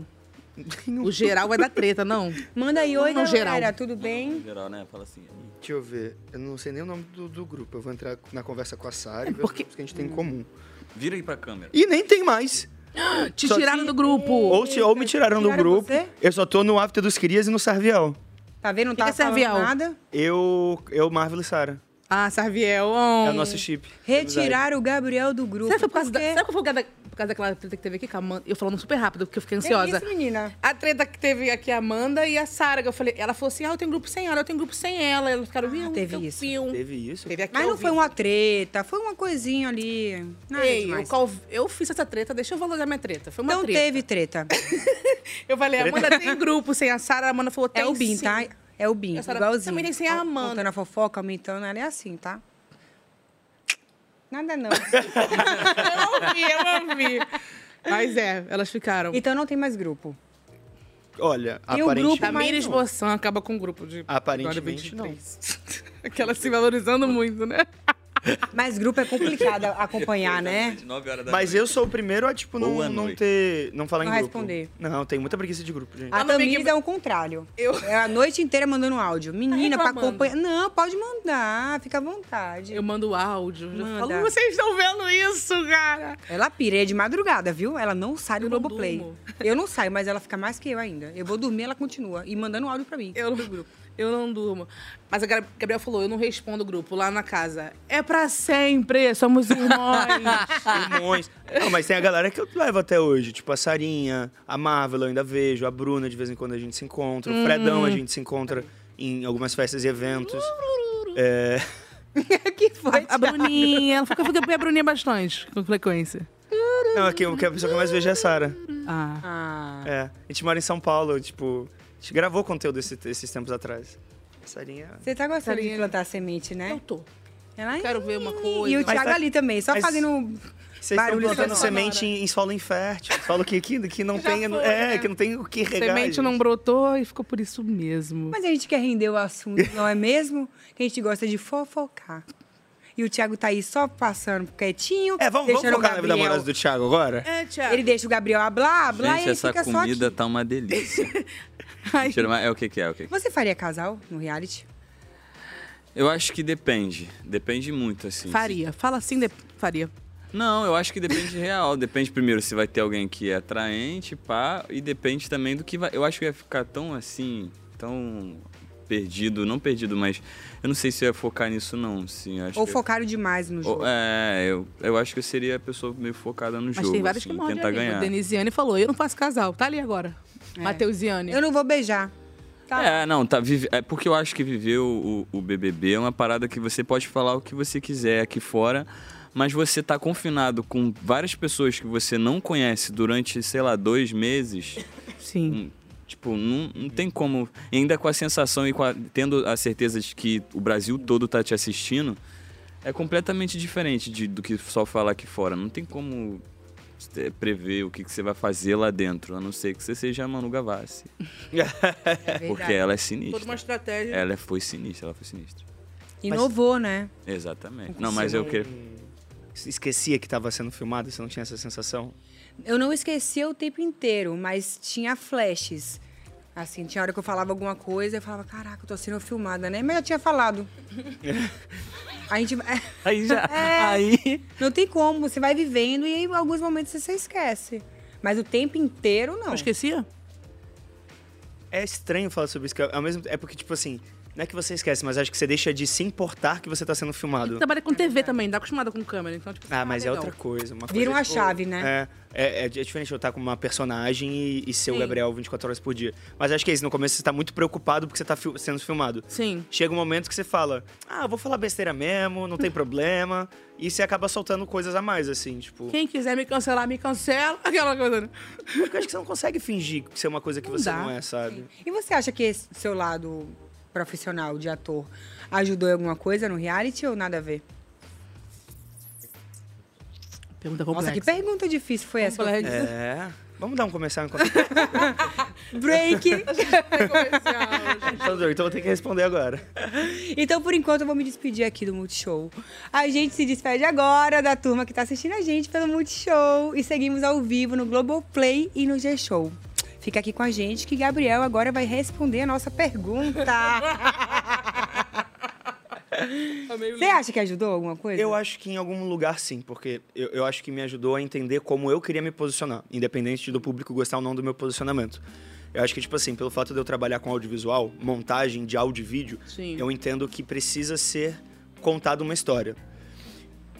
O geral vai dar treta, não?
Manda aí,
Vamos
oi,
no
galera,
geral.
tudo bem?
Geral, né? Fala assim.
Deixa eu ver. Eu não sei nem o nome do, do grupo. Eu vou entrar na conversa com a Sara e ver os grupos que a gente tem em comum.
Vira aí pra câmera.
E nem tem mais.
Ah,
Te
Só-
tiraram do grupo.
Ou, se, ou me tiraram, do
Tiraram
grupo.
você?
Eu só tô no After dos Crias e no Sarviel.
Tá vendo? Não tá
que é
falando
servial?
nada.
Eu, eu Marvel e Sara.
Ah, Sarviel.
É o nosso chip.
Retirar o Gabriel do grupo.
Será que foi por causa, da, será que foi por causa, da- por causa daquela treta que teve aqui com a Amanda? Eu falando super rápido, porque eu fiquei
Que
ansiosa.
isso, menina?
A treta que teve aqui a Amanda e a Sara, que eu falei, ela falou assim: ah, eu tenho grupo sem ela, eu tenho grupo sem ela. Elas ficaram, viu?
Ah, teve
eu,
isso.
viu.
Teve isso?
Teve aqui
Mas
ao
não foi
vivo.
uma treta, foi uma coisinha ali. Nada
Ei, eu,
demais. Então
cal- eu fiz essa treta, deixa eu valorizar minha treta. Foi uma
Não
treta.
teve treta.
Eu falei, a é Amanda tem grupo sem a Sara, a Amanda falou, tem
É o BIM,
sim.
tá? É o BIM,
A Sara,
igualzinho.
Também tem sem a Amanda.
Contando a fofoca, aumentando, ela é assim, tá? Nada não.
Eu ouvi, eu ouvi. Mas é, elas ficaram.
Então não tem mais grupo.
Olha,
E o
aparentemente...
grupo Tamires Boçan Tá acaba com o grupo de
Aparentemente,
não. Aquela se valorizando muito, né?
Mas grupo é complicado acompanhar, né?
É. Mas eu sou o primeiro a, tipo, não,
Boa
não
noite.
ter... Não falar em
Não
grupo.
responder.
Não, tem muita preguiça de grupo, gente.
Ah,
A Tamires é o contrário. É a noite inteira mandando áudio. Menina, pra
Tá reclamando.
acompanhar. Não, pode mandar, fica à vontade.
Eu mando áudio. Eu
Manda.
falo, vocês estão vendo isso, cara?
Ela pira é de madrugada, viu? Ela não sai do Globoplay. Eu não saio, mas ela fica mais que eu ainda. Eu vou dormir, ela continua. E mandando áudio pra mim.
Eu não grupo. Eu não durmo. Mas a Gab- Gabriel falou, eu não respondo o grupo lá na casa. É pra sempre, somos irmãos.
Irmões. Não, mas tem a galera que eu levo até hoje. Tipo, a Sarinha, a Marvel eu ainda vejo, a Bruna de vez em quando a gente se encontra, o
Uhum.
Hum.
Fredão a gente se encontra em algumas festas e eventos. É...
a, a Bruninha, ela fica, fica a Bruninha é bastante, com frequência.
Não, aqui, o que a pessoa que eu mais vejo é a Sara.
Ah.
É. A gente mora em São Paulo, tipo... A gente gravou conteúdo esse- esses tempos atrás. Sarinha...
Você tá gostando de
Sarinha.
plantar semente, né? Eu
tô.
Ela é
Quero ver uma coisa.
E o
Mas
Thiago
tá-
ali também, só
mas
fazendo
Vocês estão
barulho.
plantando
sonoro.
semente em, em solo infértil. Solo que, que, que não tem...
foi,
é,
né?
que não tem o que regar.
Semente
gente.
não brotou e ficou por isso mesmo.
Mas a gente quer render o assunto, não é mesmo? Que a gente gosta de fofocar. E o Thiago tá aí só passando quietinho. É,
Vamos, vamos focar na vida amorosa né? do Thiago agora?
É,
Ele deixa o Gabriel hablar, hablar
Gente,
e ele
essa
fica só aqui.
comida tá uma delícia. Mentira, mas é o que que é, é o que que é?
Você faria casal no reality?
Eu acho que depende. Depende muito, assim.
Faria. Fala
né?
assim, de- faria.
Não, eu acho que depende real. Depende primeiro se vai ter alguém que é atraente, pá, e depende também do que vai. Eu acho que ia ficar tão assim, tão perdido, não perdido, mas eu não sei se eu ia focar nisso, não. Assim, eu acho
Ou
que-
focaram demais no jogo?
Ou- é, eu, eu acho que eu seria a pessoa meio focada no
Mas
jogo.
tem vários
assim,
que mordem
tentar
ali.
ganhar.
O Denisiane falou, eu não faço casal. Tá ali agora. Mateusiane.
É. Eu não vou beijar.
É, não, tá. vive- É porque eu acho que viver o, o- o BBB é uma parada que você pode falar o que você quiser aqui fora, mas você tá confinado com várias pessoas que você não conhece durante, sei lá, dois meses.
Sim.
tipo, não, não tem como. E ainda com a sensação e com a- tendo a certeza de que o Brasil todo tá te assistindo, é completamente diferente de- do que só falar aqui fora. Não tem como é, prever o que, que você vai fazer lá dentro, a não ser que você seja a Manu Gavassi. Porque ela é sinistra.
É Toda uma estratégia.
Ela é, foi sinistra, ela foi sinistra.
Inovou, né?
Exatamente. Não, mas eu queria.
Esquecia que tava sendo filmado, você não tinha essa sensação?
Eu não esquecia o tempo inteiro, mas tinha flashes. Assim, tinha hora que eu falava alguma coisa, eu falava, caraca, eu tô sendo filmada, né? Mas eu tinha falado. A gente.
Aí já.
É,
Aí.
Não tem como, você vai vivendo e em alguns momentos você esquece. Mas o tempo inteiro, não. Eu
esquecia?
É estranho falar sobre isso, que ao mesmo é porque, tipo assim, não é que você esquece, mas acho que você deixa de se importar que você tá sendo filmado.
Trabalha com TV também, tá acostumada com câmera, então tipo,
Ah, mas é
legal.
outra coisa. Uma
Vira
coisa,
uma
tipo,
chave, né?
É, é, é diferente eu estar com uma personagem e, e ser o
Sim.
Gabriel 24 horas por dia. Mas acho que é isso. No começo você tá muito preocupado porque você tá fil- sendo filmado.
Sim.
Chega um momento que você fala, ah, vou falar besteira mesmo, não tem problema. E você acaba soltando coisas a mais, assim, tipo.
Quem quiser me cancelar, me cancela. Aquela coisa. né?
Porque eu acho que você não consegue fingir ser uma coisa que
Não
você
dá.
não é, sabe?
E você acha que esse seu lado profissional de ator ajudou em alguma coisa no reality ou nada a ver?
É
Pergunta
Nossa, que né? pergunta difícil foi essa. que eu fiz.
É. Vamos dar um começar enquanto.
É.
Break!
então, Doug, então eu vou ter que responder agora.
Então, por enquanto, eu vou me despedir aqui do Multishow. A gente se despede agora da turma que tá assistindo a gente pelo Multishow e seguimos ao vivo no Globoplay e no G-Show. Fica aqui com a gente que Gabriel agora vai responder a nossa pergunta. Você acha que ajudou alguma coisa?
é.
Eu acho que em algum lugar sim, porque eu, eu acho que me ajudou a entender como eu queria me posicionar, independente do público gostar ou não do meu posicionamento. Eu acho que, tipo assim, pelo fato de eu trabalhar com audiovisual, montagem de áudio e vídeo,
Sim.
eu entendo que precisa ser contada uma história.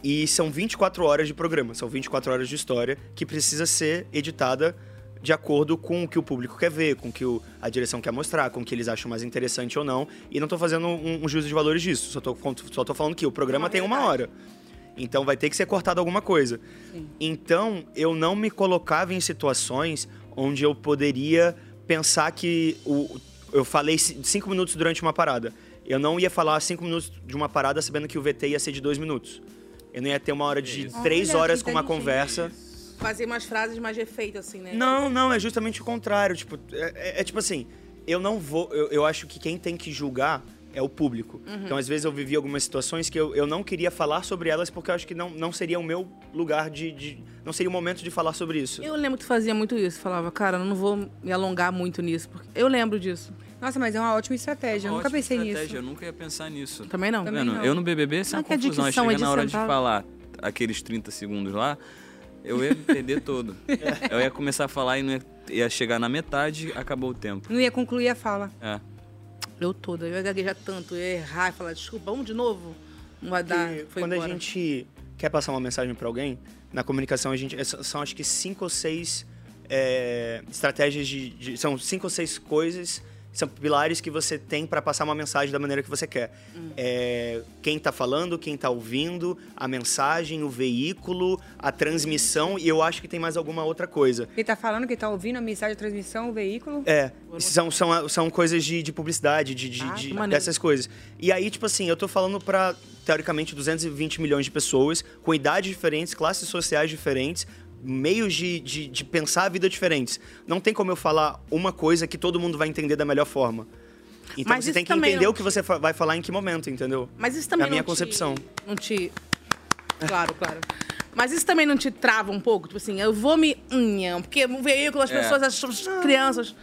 E são 24 horas de programa, são 24 horas de história que precisa ser editada de acordo com o que o público quer ver, com o que o- a direção quer mostrar, com o que eles acham mais interessante ou não. E não tô fazendo um, um juízo de valores disso, só tô, cont- só tô falando que o programa tem uma hora. Então vai ter que ser cortado alguma coisa. Então eu não me colocava em situações onde eu poderia pensar que o, eu falei ci- cinco minutos durante uma parada. Eu não ia falar cinco minutos de uma parada sabendo que o VT ia ser de dois minutos. Eu não ia ter uma hora de
Isso.
três
Olha,
horas
que
com uma
inteligente.
conversa.
Fazer umas frases mais de efeito, assim, né?
Não, não, é justamente o contrário. Tipo, é, é- é tipo assim, eu não vou. Eu, eu acho que quem tem que julgar é o público.
Uhum.
Então, às vezes, eu vivi algumas situações que eu, eu não queria falar sobre elas porque eu acho que não, não seria o meu lugar de, de- Não seria o momento de falar sobre isso.
Eu lembro que tu fazia muito isso. Falava, cara, eu não vou me alongar muito nisso. Porque... Eu lembro disso.
Nossa, mas é uma ótima estratégia.
Uma
eu nunca
ótima
pensei
estratégia,
nisso.
Eu nunca ia pensar nisso.
Também não.
Tá
Também
vendo?
não.
Eu no BBB, isso é uma
Mas que a
confusão. Aí
dicção
chega
é de
na hora de
centavo.
falar aqueles 30 segundos lá, eu ia me perder todo. Eu ia começar a falar e não ia, ia chegar na metade, acabou o tempo.
Não ia concluir a fala.
É.
Eu toda. Eu ia gaguejar tanto, eu ia errar e falar, desculpa, vamos de novo? Não vai dar.
Porque
Foi
quando
embora.
a gente quer passar uma mensagem pra alguém, na comunicação a gente. s- São acho que cinco ou seis é, estratégias de, de- São cinco ou seis coisas. São pilares que você tem pra passar uma mensagem da maneira que você quer.
Hum.
É, quem tá falando, quem tá ouvindo, a mensagem, o veículo, a transmissão, e eu acho que tem mais alguma outra coisa.
Ele tá falando que tá ouvindo a mensagem, a transmissão, o veículo.
É, são, são, são coisas de, de publicidade, de, de-
Ah,
de-
que maneiro.
dessas coisas. E aí, tipo assim, eu tô falando pra, teoricamente, 220 milhões de pessoas, com idades diferentes, classes sociais diferentes, meios de, de, de pensar a vida diferentes. Não tem como eu falar uma coisa que todo mundo vai entender da melhor forma. Então
Mas
você
isso
tem que
também
entender
não
o que você fa- vai falar em que momento, entendeu?
Mas isso também
É a minha
não te-
concepção.
Não te. Claro, claro. Mas isso também não te trava um pouco? Tipo assim, eu vou me. Nham, Porque o veículo, as
É.
pessoas, as, as crianças.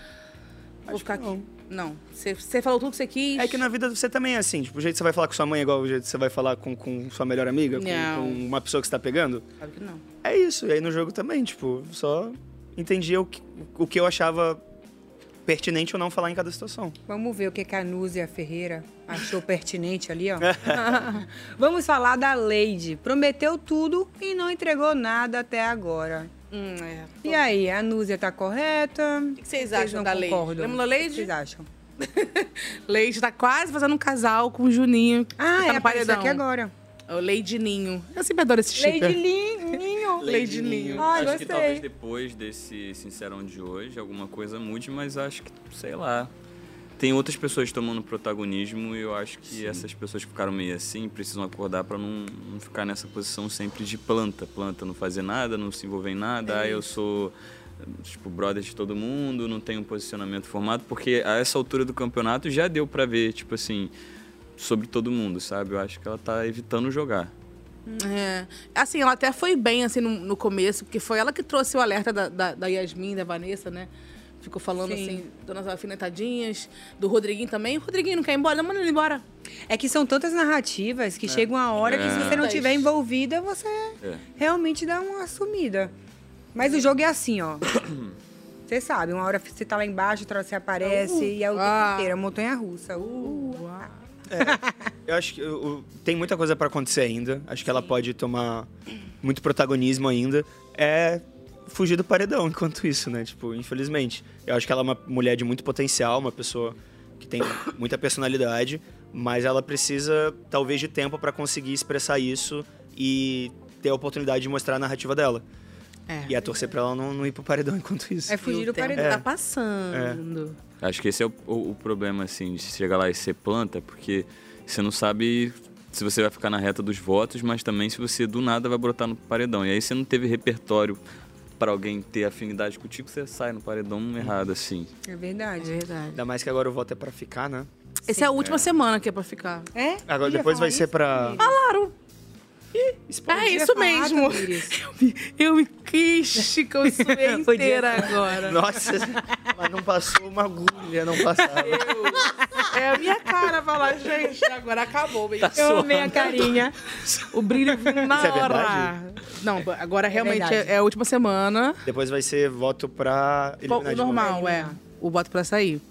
Vou ficar aqui. Não. Você você falou tudo que você quis.
É que na vida você também é assim, tipo, o jeito que você vai falar com sua mãe é igual o jeito que você vai falar com, com sua melhor amiga, com,
Não.
com uma pessoa que você tá pegando.
Sabe que não.
É isso. E aí no jogo também, tipo, só entendia o que, o que eu achava pertinente ou não falar em cada situação.
Vamos ver o que que a Núzia Ferreira achou pertinente ali, ó. Vamos falar da Lady. Prometeu tudo e não entregou nada até agora.
Hum, é.
E aí, a Núzia tá correta? O
que vocês acham
não
da Lady?
concordam?
Lembra da Lady?
O que vocês acham?
Leite tá quase fazendo um casal com o Juninho.
Ah,
que
é,
tá no
apareceu
paredão.
aqui agora.
É O Lady Ninho. Eu sempre adoro esse chip. é-
Lady Ninho.
Lady Ninho.
Ai,
acho
gostei.
que talvez depois desse sincerão de hoje alguma coisa mude, mas acho que, sei lá. Tem outras pessoas tomando protagonismo e eu acho que essas pessoas que ficaram meio assim precisam acordar pra não, não ficar nessa posição sempre de planta. Planta não fazer nada, não se envolver em nada. Ah, eu sou tipo brother de todo mundo, não tenho um posicionamento formado, porque a essa altura do campeonato já deu pra ver, tipo assim, sobre todo mundo, sabe? Eu acho que ela tá evitando jogar.
É. Assim, ela até foi bem assim no, no começo, porque foi ela que trouxe o alerta da, da, da Yasmin, da Vanessa, né? Ficou falando
Sim.
assim, dando as alfinetadinhas, do Rodriguinho também. O Rodriguinho não quer ir embora, não manda ele embora.
É que são tantas narrativas que
É.
chega uma hora que se
É.
você não tiver envolvida, você
É.
realmente dá uma sumida. Mas o jogo é assim, ó. Você sabe, uma hora você tá lá embaixo, outra hora você aparece
Uh,
e é o
ah.
tempo inteiro, é montanha russa. Uh, ah.
Eu acho que o- o- tem muita coisa pra acontecer ainda. Acho que ela pode tomar muito protagonismo ainda. É fugir do paredão enquanto isso, né? Tipo, infelizmente. Eu acho que ela é uma mulher de muito potencial, uma pessoa que tem muita personalidade, mas ela precisa talvez de tempo pra conseguir expressar isso e ter a oportunidade de mostrar a narrativa dela.
É.
E é torcer pra ela não, não ir pro paredão enquanto isso.
É fugir do paredão. Tá passando.
Acho que esse é o, o- o problema, assim, de chegar lá e ser planta, porque você não sabe se você vai ficar na reta dos votos, mas também se você do nada vai brotar no paredão. E aí você não teve repertório pra alguém ter afinidade contigo, você sai no paredão errado, assim.
É verdade.
É verdade.
Ainda mais que agora o voto é pra ficar, né?
Essa é a última
É.
semana que é pra ficar.
É?
Agora depois vai ser pra.
Falaram. Ih, É
podia
isso
falar,
mesmo. Eu me, eu me quis com inteira
falar.
agora.
Nossa, mas não passou uma agulha, não passava.
É a minha cara falar, gente, agora acabou.
Tá
eu amei
suando.
a carinha. O brilho vindo na
Isso é
hora.
verdade?
Não, agora realmente
verdade.
é, é a última semana.
Depois vai ser voto pra.
Bom,
eliminar de
normal,
novo.
é. O voto pra sair.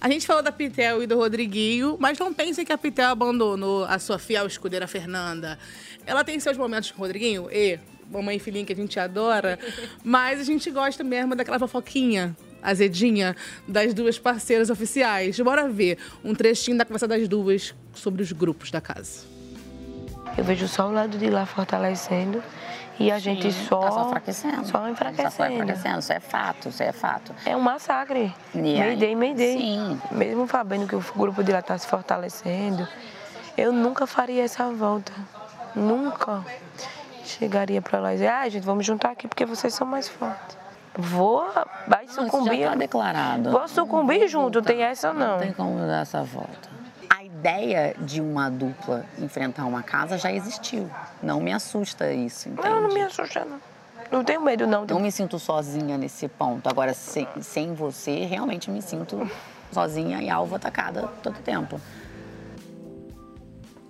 A gente falou da Pitel e do Rodriguinho, mas não pensem que a Pitel abandonou a sua fiel escudeira Fernanda. Ela tem seus momentos com o Rodriguinho, e mamãe e filhinha que a gente adora, mas a gente gosta mesmo daquela fofoquinha azedinha das duas parceiras oficiais. Bora ver um trechinho da conversa das duas sobre os grupos da casa.
Eu vejo só o lado de lá fortalecendo e a gente
Sim,
só.
tá só
É.
enfraquecendo.
um
Só enfraquecendo.
Só enfraquecendo, isso é fato, isso é fato.
É um massacre.
E aí?
Meidei, meidei.
Sim.
Mesmo sabendo que o grupo de lá tá se fortalecendo, eu nunca faria essa volta. Nunca chegaria pra lá e dizer, ah, gente, vamos juntar aqui porque vocês são mais fortes. Vou, vai
Não, isso
sucumbir.
já tá declarado.
Vou sucumbir junto, tem essa ou não?
Não tem como dar essa volta. A ideia de uma dupla enfrentar uma casa já existiu. Não me assusta isso, entende?
Não, não me assusta, não. Não tenho medo, não.
Não me sinto sozinha nesse ponto. Agora, sem, sem você, realmente me sinto sozinha e alvo atacada todo tempo.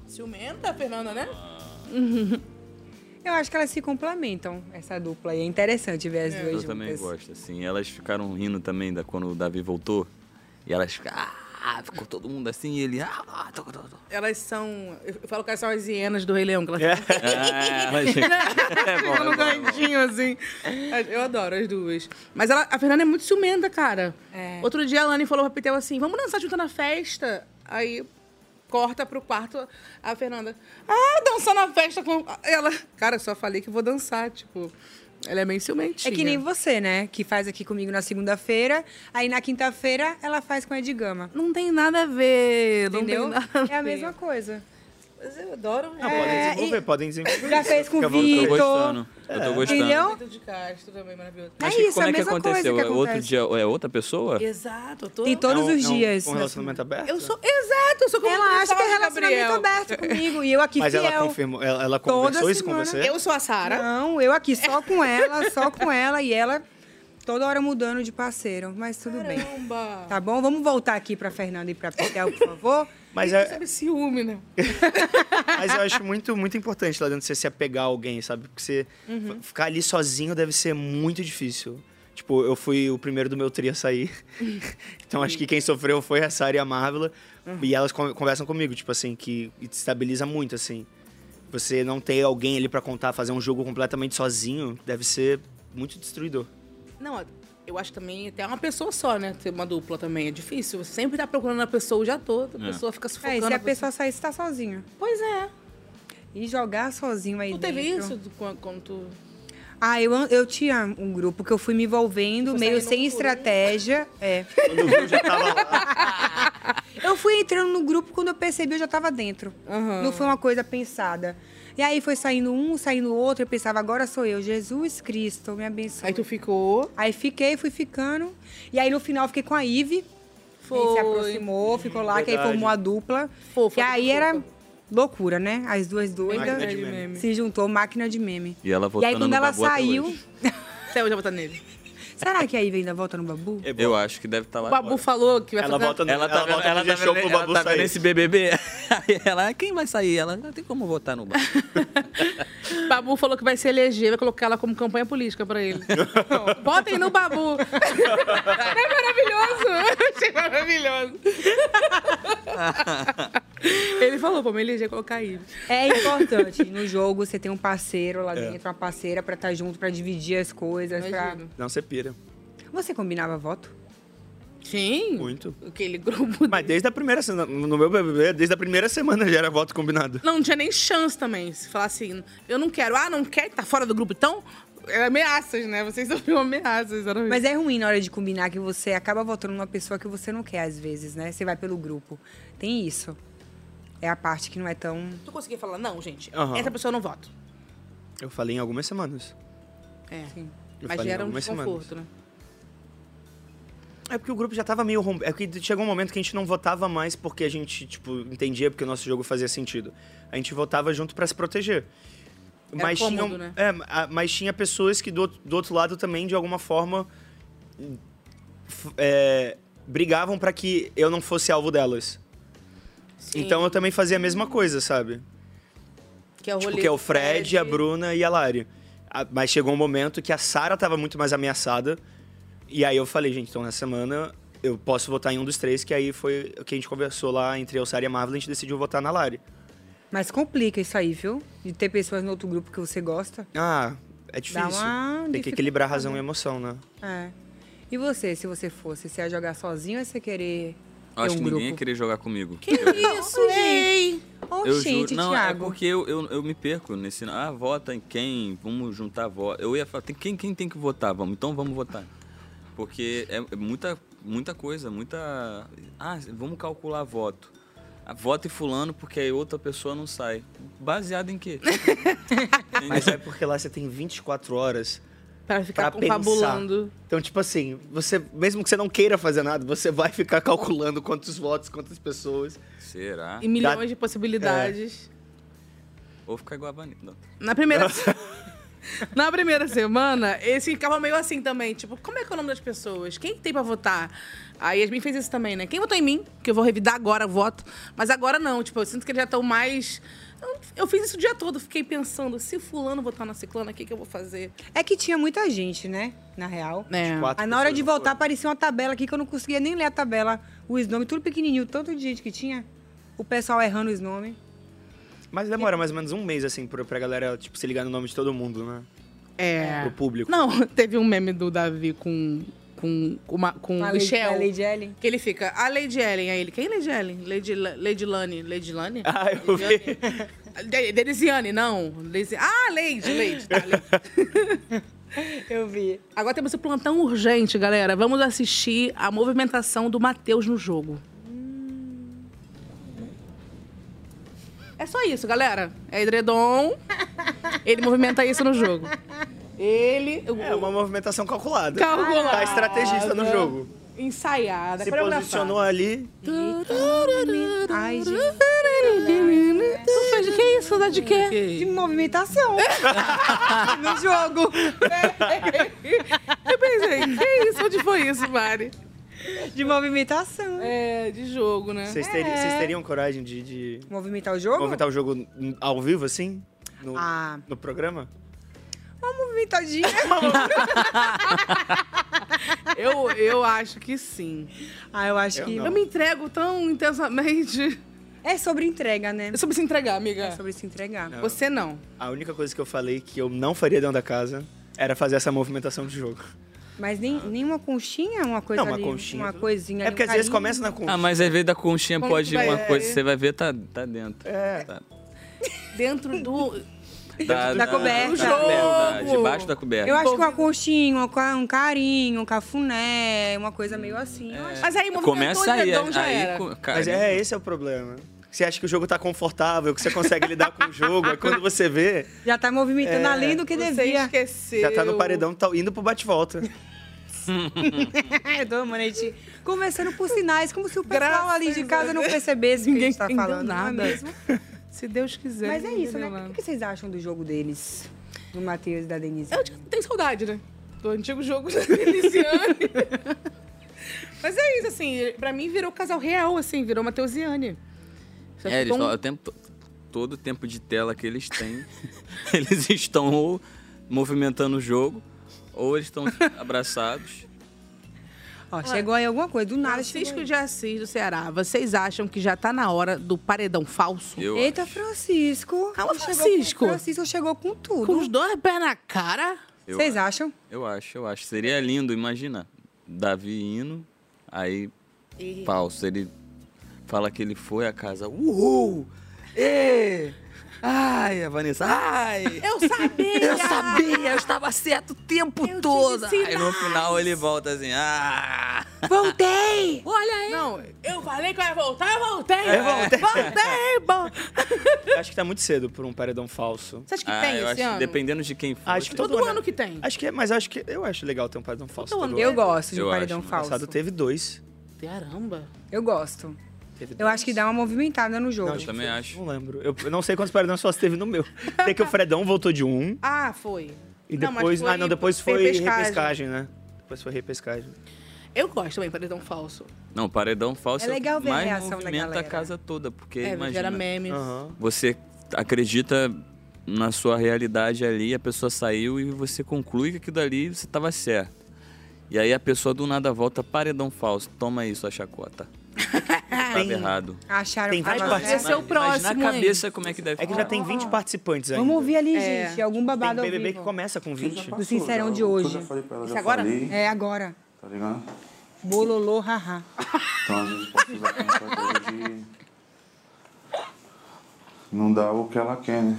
Ciumenta, Fernanda, né?
Eu acho que elas se complementam, essa dupla. E é interessante ver as duas
Eu
juntas.
também gosto, assim. Elas ficaram rindo também da, quando o Davi voltou. E elas ficaram. Ah, ficou todo mundo assim e ele. Ah, ah, tô, tô, tô.
Elas são. Eu falo que elas são as hienas do Rei Leão. Que elas
É, mas- É bom,
Ficam no
é bom, é bom.
cantinho, assim. Eu adoro as duas. Mas ela- a Fernanda é muito ciumenta, cara. Outro dia a Lani falou pra Pitel assim: vamos dançar junto na festa. Aí corta pro quarto a Fernanda. Ah, dançar na festa com. Ela. Cara, eu só falei É que vou dançar, tipo. Ela é meio ciumentinha.
É que nem você, né? Que faz aqui comigo na segunda-feira, aí na quinta-feira ela faz com a Ed Gama.
Não tem nada a ver, não
entendeu?
tem nada a
é a
ver.
mesma coisa.
Mas eu adoro. é.
Não, podem desenvolver, podem desenvolver.
É, já fez com
Fica
o
à vontade.
Vitor.
Eu tô gostando.
Entendeu?
Vitor de Castro também, maravilhoso.
Mas que- como é que aconteceu? É outro dia, é outra pessoa?
Exato, eu tô...
Tem todos É um- os é um- dias.
Um relacionamento aberto?
Eu sou. Exato, eu sou como
Ela acha que é relacionamento
Gabriel.
aberto comigo e eu aqui
Mas
fiel.
ela confirmou, ela, ela
Toda
conversou isso com
semana.
você?
sou a Sara.
Não, eu aqui só com ela, só com ela e ela toda hora mudando de parceiro, mas tudo bem.
Caramba!
Tá bom? Vamos voltar aqui pra Fernanda e pra Pitel, por favor.
Mas é-
Sabe ciúme, né?
Mas eu acho muito, muito importante lá dentro você se apegar a alguém, sabe? Porque você
Uhum.
f- ficar ali sozinho deve ser muito difícil. Tipo, eu fui o primeiro do meu trio a sair. Então acho que quem sofreu foi a Sarah e a Marvela.
Uhum.
E elas con- conversam comigo, tipo assim, que estabiliza muito, assim. Você não ter alguém ali pra contar, fazer um jogo completamente sozinho, deve ser muito destruidor.
Não, eu acho também até uma pessoa só, né? Ter uma dupla também é difícil. Você sempre tá procurando a pessoa o dia todo, a
É.
pessoa fica
É,
sufocando.
e se a
você.
pessoa sair, você tá sozinho.
Pois é.
E jogar sozinho aí
Tu
dentro.
teve isso do- quando, quando tu.
Ah, eu, an- eu tinha um grupo que eu fui me envolvendo,
Você
meio
saiu no
sem
furo.
estratégia. É. eu fui entrando no grupo quando eu percebi eu já tava dentro. Não foi uma coisa pensada. E aí foi saindo um, saindo outro, eu pensava, agora sou eu, Jesus Cristo, me abençoe. Aí
tu ficou?
Aí fiquei, fui ficando. E aí no final eu fiquei com a Ive. Foi. se aproximou, ficou lá, que aí
Verdade.
formou a dupla. e aí era loucura, né? As duas doidas
Máquina de meme.
se juntou, máquina de meme.
E ela
E aí
Tá votando
quando
no
ela
Babu até
saiu.
hoje.
Até hoje eu vou estar nele.
Será que a Iva ainda volta no Babu?
Eu acho que deve estar lá.
O Babu falou que vai
É Ela
fazer...
volta no- Ela tá ela vendo- volta no ela tá G-Show vendo- pro ela Babu tá vendo sair. esse BBB. Aí ela, quem vai sair? Ela não tem como votar no Babu.
Babu falou que vai se eleger, vai colocar ela como campanha política pra ele. Não, Botem no Babu. É maravilhoso. Achei maravilhoso. Ele falou, pô, me eleger, colocar ele.
É importante. No jogo você tem um parceiro lá
É.
dentro, uma parceira pra estar junto, pra dividir as coisas. pra-
Não, você pira.
Você combinava voto?
Sim.
Muito.
Aquele grupo.
Mas desde a primeira semana. No meu BBB, desde a primeira semana já era voto combinado.
Não, não tinha nem chance também. Se falar assim, eu não quero, ah, não quer, tá fora do grupo, então. Era ameaças, né? Vocês ouviram ameaças, era
Mas é ruim na hora de combinar que você acaba votando numa pessoa que você não quer às vezes, né? Você vai pelo grupo. Tem isso. É a parte que não é tão.
Tu conseguia falar, não, gente,
Aham.
essa pessoa eu não voto.
Eu falei em algumas semanas.
É.
Eu
Mas
falei
gera um
algumas semanas.
desconforto, né?
É porque o grupo já tava meio rompido. É porque chegou um momento que a gente não votava mais porque a gente, tipo, entendia porque o nosso jogo fazia sentido. A gente votava junto pra se proteger.
Era
Mas,
cômodo,
tinham-
né?
é, a- mas tinha pessoas que do, outro- do outro lado também, de alguma forma, f- é, brigavam pra que eu não fosse alvo delas. Então eu também fazia a mesma coisa, sabe?
Que é o
Tipo,
rolê
que é o
do
Fred, a Bruna e a Lari. A- Mas chegou um momento que a Sara tava muito mais ameaçada. E aí eu falei, gente, então na semana eu posso votar em um dos três, que aí foi o que a gente conversou lá entre eu, Sara e a Marvel, a gente decidiu votar na Lari.
Mas complica isso aí, viu? De ter pessoas no outro grupo que você gosta.
Ah, é difícil.
uma
Tem que
dificuldade,
equilibrar razão
né?
e emoção, né?
É. E você, se você fosse, você ia jogar sozinho ou você ia querer.
Eu acho
ter
que
um grupo?
ninguém ia querer jogar comigo.
Isso, hein?
eu
gente,
juro. Não,
Thiago.
é porque eu, eu, eu me perco nesse... Ah, vota em quem? Vamos juntar voto. Eu ia falar, tem- quem, quem tem que votar? Vamos, então vamos votar. Porque é muita, muita coisa, muita... Ah, vamos calcular voto. Ah, Vota em fulano porque aí outra pessoa não sai. Baseado em quê?
Mas é porque lá você tem 24 horas
Pra ficar
pra pensar.
confabulando.
Então, tipo assim, você, mesmo que você não queira fazer nada, você vai ficar calculando quantos votos, quantas pessoas.
Será?
E milhões de possibilidades.
Ou ficar igual a Vanessa. Não.
É.
Na primeira. Na primeira semana, esse ficava meio assim também. Tipo, como é que é o nome das pessoas? Quem tem pra votar? A Yasmin fez isso também, né? Quem votou em mim? Que eu vou revidar agora o voto. Mas agora não. Tipo, eu sinto que eles já estão mais. Eu- Eu fiz isso o dia todo. Fiquei pensando, se fulano votar na ciclana, o que, que eu vou fazer?
É que tinha muita gente, né? Na real.
É. Tipo, quatro
Aí na hora
pessoas
de
não
voltar, aparecia uma tabela aqui que eu não conseguia nem ler a tabela. Os nomes, tudo pequenininho, tanto de gente que tinha. O pessoal errando os nomes.
Mas demora mais ou menos um mês, assim, pra, pra galera, tipo, se ligar no nome de todo mundo, né?
É.
Pro público.
Não, teve um meme do Davi com. Com, com, uma,
A
com o
Lady-
Michel.
a Lady Ellen.
Que ele fica, a Lady Ellen, aí ele, quem é Lady Ellen? Lady, La- Lady Lani. Lady Lani?
Ah, eu vi.
De- Denisiane, não. Desi- Ah, Lady, Lady. Tá, Lady.
Eu vi.
Agora temos o plantão urgente, galera. Vamos assistir a movimentação do Matheus no jogo.
Hum.
É só isso, galera. É edredom. Ele movimenta isso no jogo. Ele.
É uma movimentação calculada.
Calculada. Ah,
Tá estrategista no jogo.
Ensaiada,
Se posicionou ali.
Ai, gente.
Tu fez de que isso? Saudade de quê?
De movimentação. no jogo.
Eu pensei, que isso? Onde foi isso, Mari?
De movimentação.
É, de jogo, né?
Vocês teriam,
É.
vocês teriam coragem de, de
Movimentar o jogo?
movimentar o jogo n- ao vivo, assim? No,
Ah.
no programa?
Uma movimentadinha.
Eu, eu acho que sim.
Ah, eu acho
Eu
que.
não. Eu me entrego tão intensamente.
É sobre entrega, né? É
sobre se entregar, amiga.
É sobre se entregar.
Não.
Você não.
A única coisa que eu falei que eu não faria dentro da casa era fazer essa movimentação de jogo.
Mas nem, nem uma conchinha, uma coisa
Não, uma
ali,
conchinha,
uma coisinha. um
É porque às vezes começa na
Ah, mas às vezes da conchinha
Como
pode
que
ir
vai-
uma
é.
coisa, você vai ver, tá, tá dentro.
É.
Tá.
Dentro do.
Da,
da coberta.
da coberta, tá Debaixo da coberta.
Eu acho que uma conchinha, uma ca- um carinho, um cafuné, uma coisa meio assim. eu acho.
Mas aí,
Começa aí, aí co- cara,
Mas é, esse é o problema. Você acha que o jogo tá confortável, que você consegue lidar com o jogo, aí quando você vê,
Já tá movimentando
É.
além do que
Você
devia.
esqueceu.
já tá no paredão, tá indo pro bate-volta.
Eu tô, mano, a gente conversando por sinais, como se o pessoal ali de casa não percebesse o que a gente tá
entendeu
falando, não
nada.
é mesmo?
Se Deus quiser.
Mas é isso, né?
entendeu,
O que vocês acham do jogo deles? Do Matheus e da Denise?
Eu tenho saudade, né? do antigo jogo da Feliciane. Mas é isso, assim, pra mim virou casal real, assim, virou Matheus e Anne. Só
É, eles
ficou um-
estão, o tempo, to- todo o tempo de tela que eles têm, eles estão ou movimentando o jogo, ou eles estão abraçados.
Ó, chegou aí alguma coisa, do nada.
Ah. Francisco de Assis, do Ceará, vocês acham que já tá na hora do paredão falso?
Eu
Eita, Francisco.
Calma,
Chegou com-
Francisco.
Francisco chegou com tudo.
Com os dois pés na cara.
Eu
Vocês
acho.
acham?
Eu acho, eu acho. Seria lindo, imagina. Davi indo, aí
E-
falso. Ele fala que ele foi à casa.
Uh,
Uhul! Ê! Ai, a Vanessa, ai!
Eu sabia!
Eu sabia! Eu estava certo o tempo todo!
tive
Aí no final ele volta assim, ah!
Voltei!
Olha aí! Não, eu falei que eu ia voltar, eu voltei!
Eu voltei.
Voltei, bom!
Acho que tá muito cedo pra um paredão falso.
Você acha
Ah, eu acho, que dependendo de quem for.
Acho que todo,
ano que tem.
Acho que é, mas acho que eu acho legal ter um paredão falso.
Todo
Todo
ano.
ano.
Eu gosto de
Eu paredão acho. falso.
Passado teve dois.
Caramba!
Eu gosto.
Teve
Eu acho que dá uma movimentada no jogo.
Não, acho que foi- Não lembro. Eu eu não sei quantos paredões falsos teve no meu. Tem que o Fredão voltou de um.
Ah, foi.
E
Não, mas
depois.
foi
ah, não, depois foi
repescagem.
repescagem. né? Depois foi repescagem.
Eu gosto também, paredão um falso.
Não, paredão falso
É legal ver a
mais
reação da
movimenta a
galera.
casa toda, porque
É,
imagina.
gera memes.
Você acredita na sua realidade ali, a pessoa saiu e você conclui que aquilo ali você estava certo. E aí a pessoa do nada volta, paredão falso, toma aí sua chacota. Tava errado.
Acharam
Tem
que
vários
tava
participantes.
certo. Esse é o
Imagina a cabeça como é que deve
É que já tem 20 participantes ainda.
Vamos ouvir ali, gente, algum babado Ah. É.
Tem
ao
BBB
vivo.
que começa com 20.
Do
né?
Sincerão de hoje.
ela,
Isso
já
agora?
falei.
É agora.
Tá ligado?
Bololô, haha.
Então, às vezes, pode usar aquela estratégia de não dar o que ela quer, né?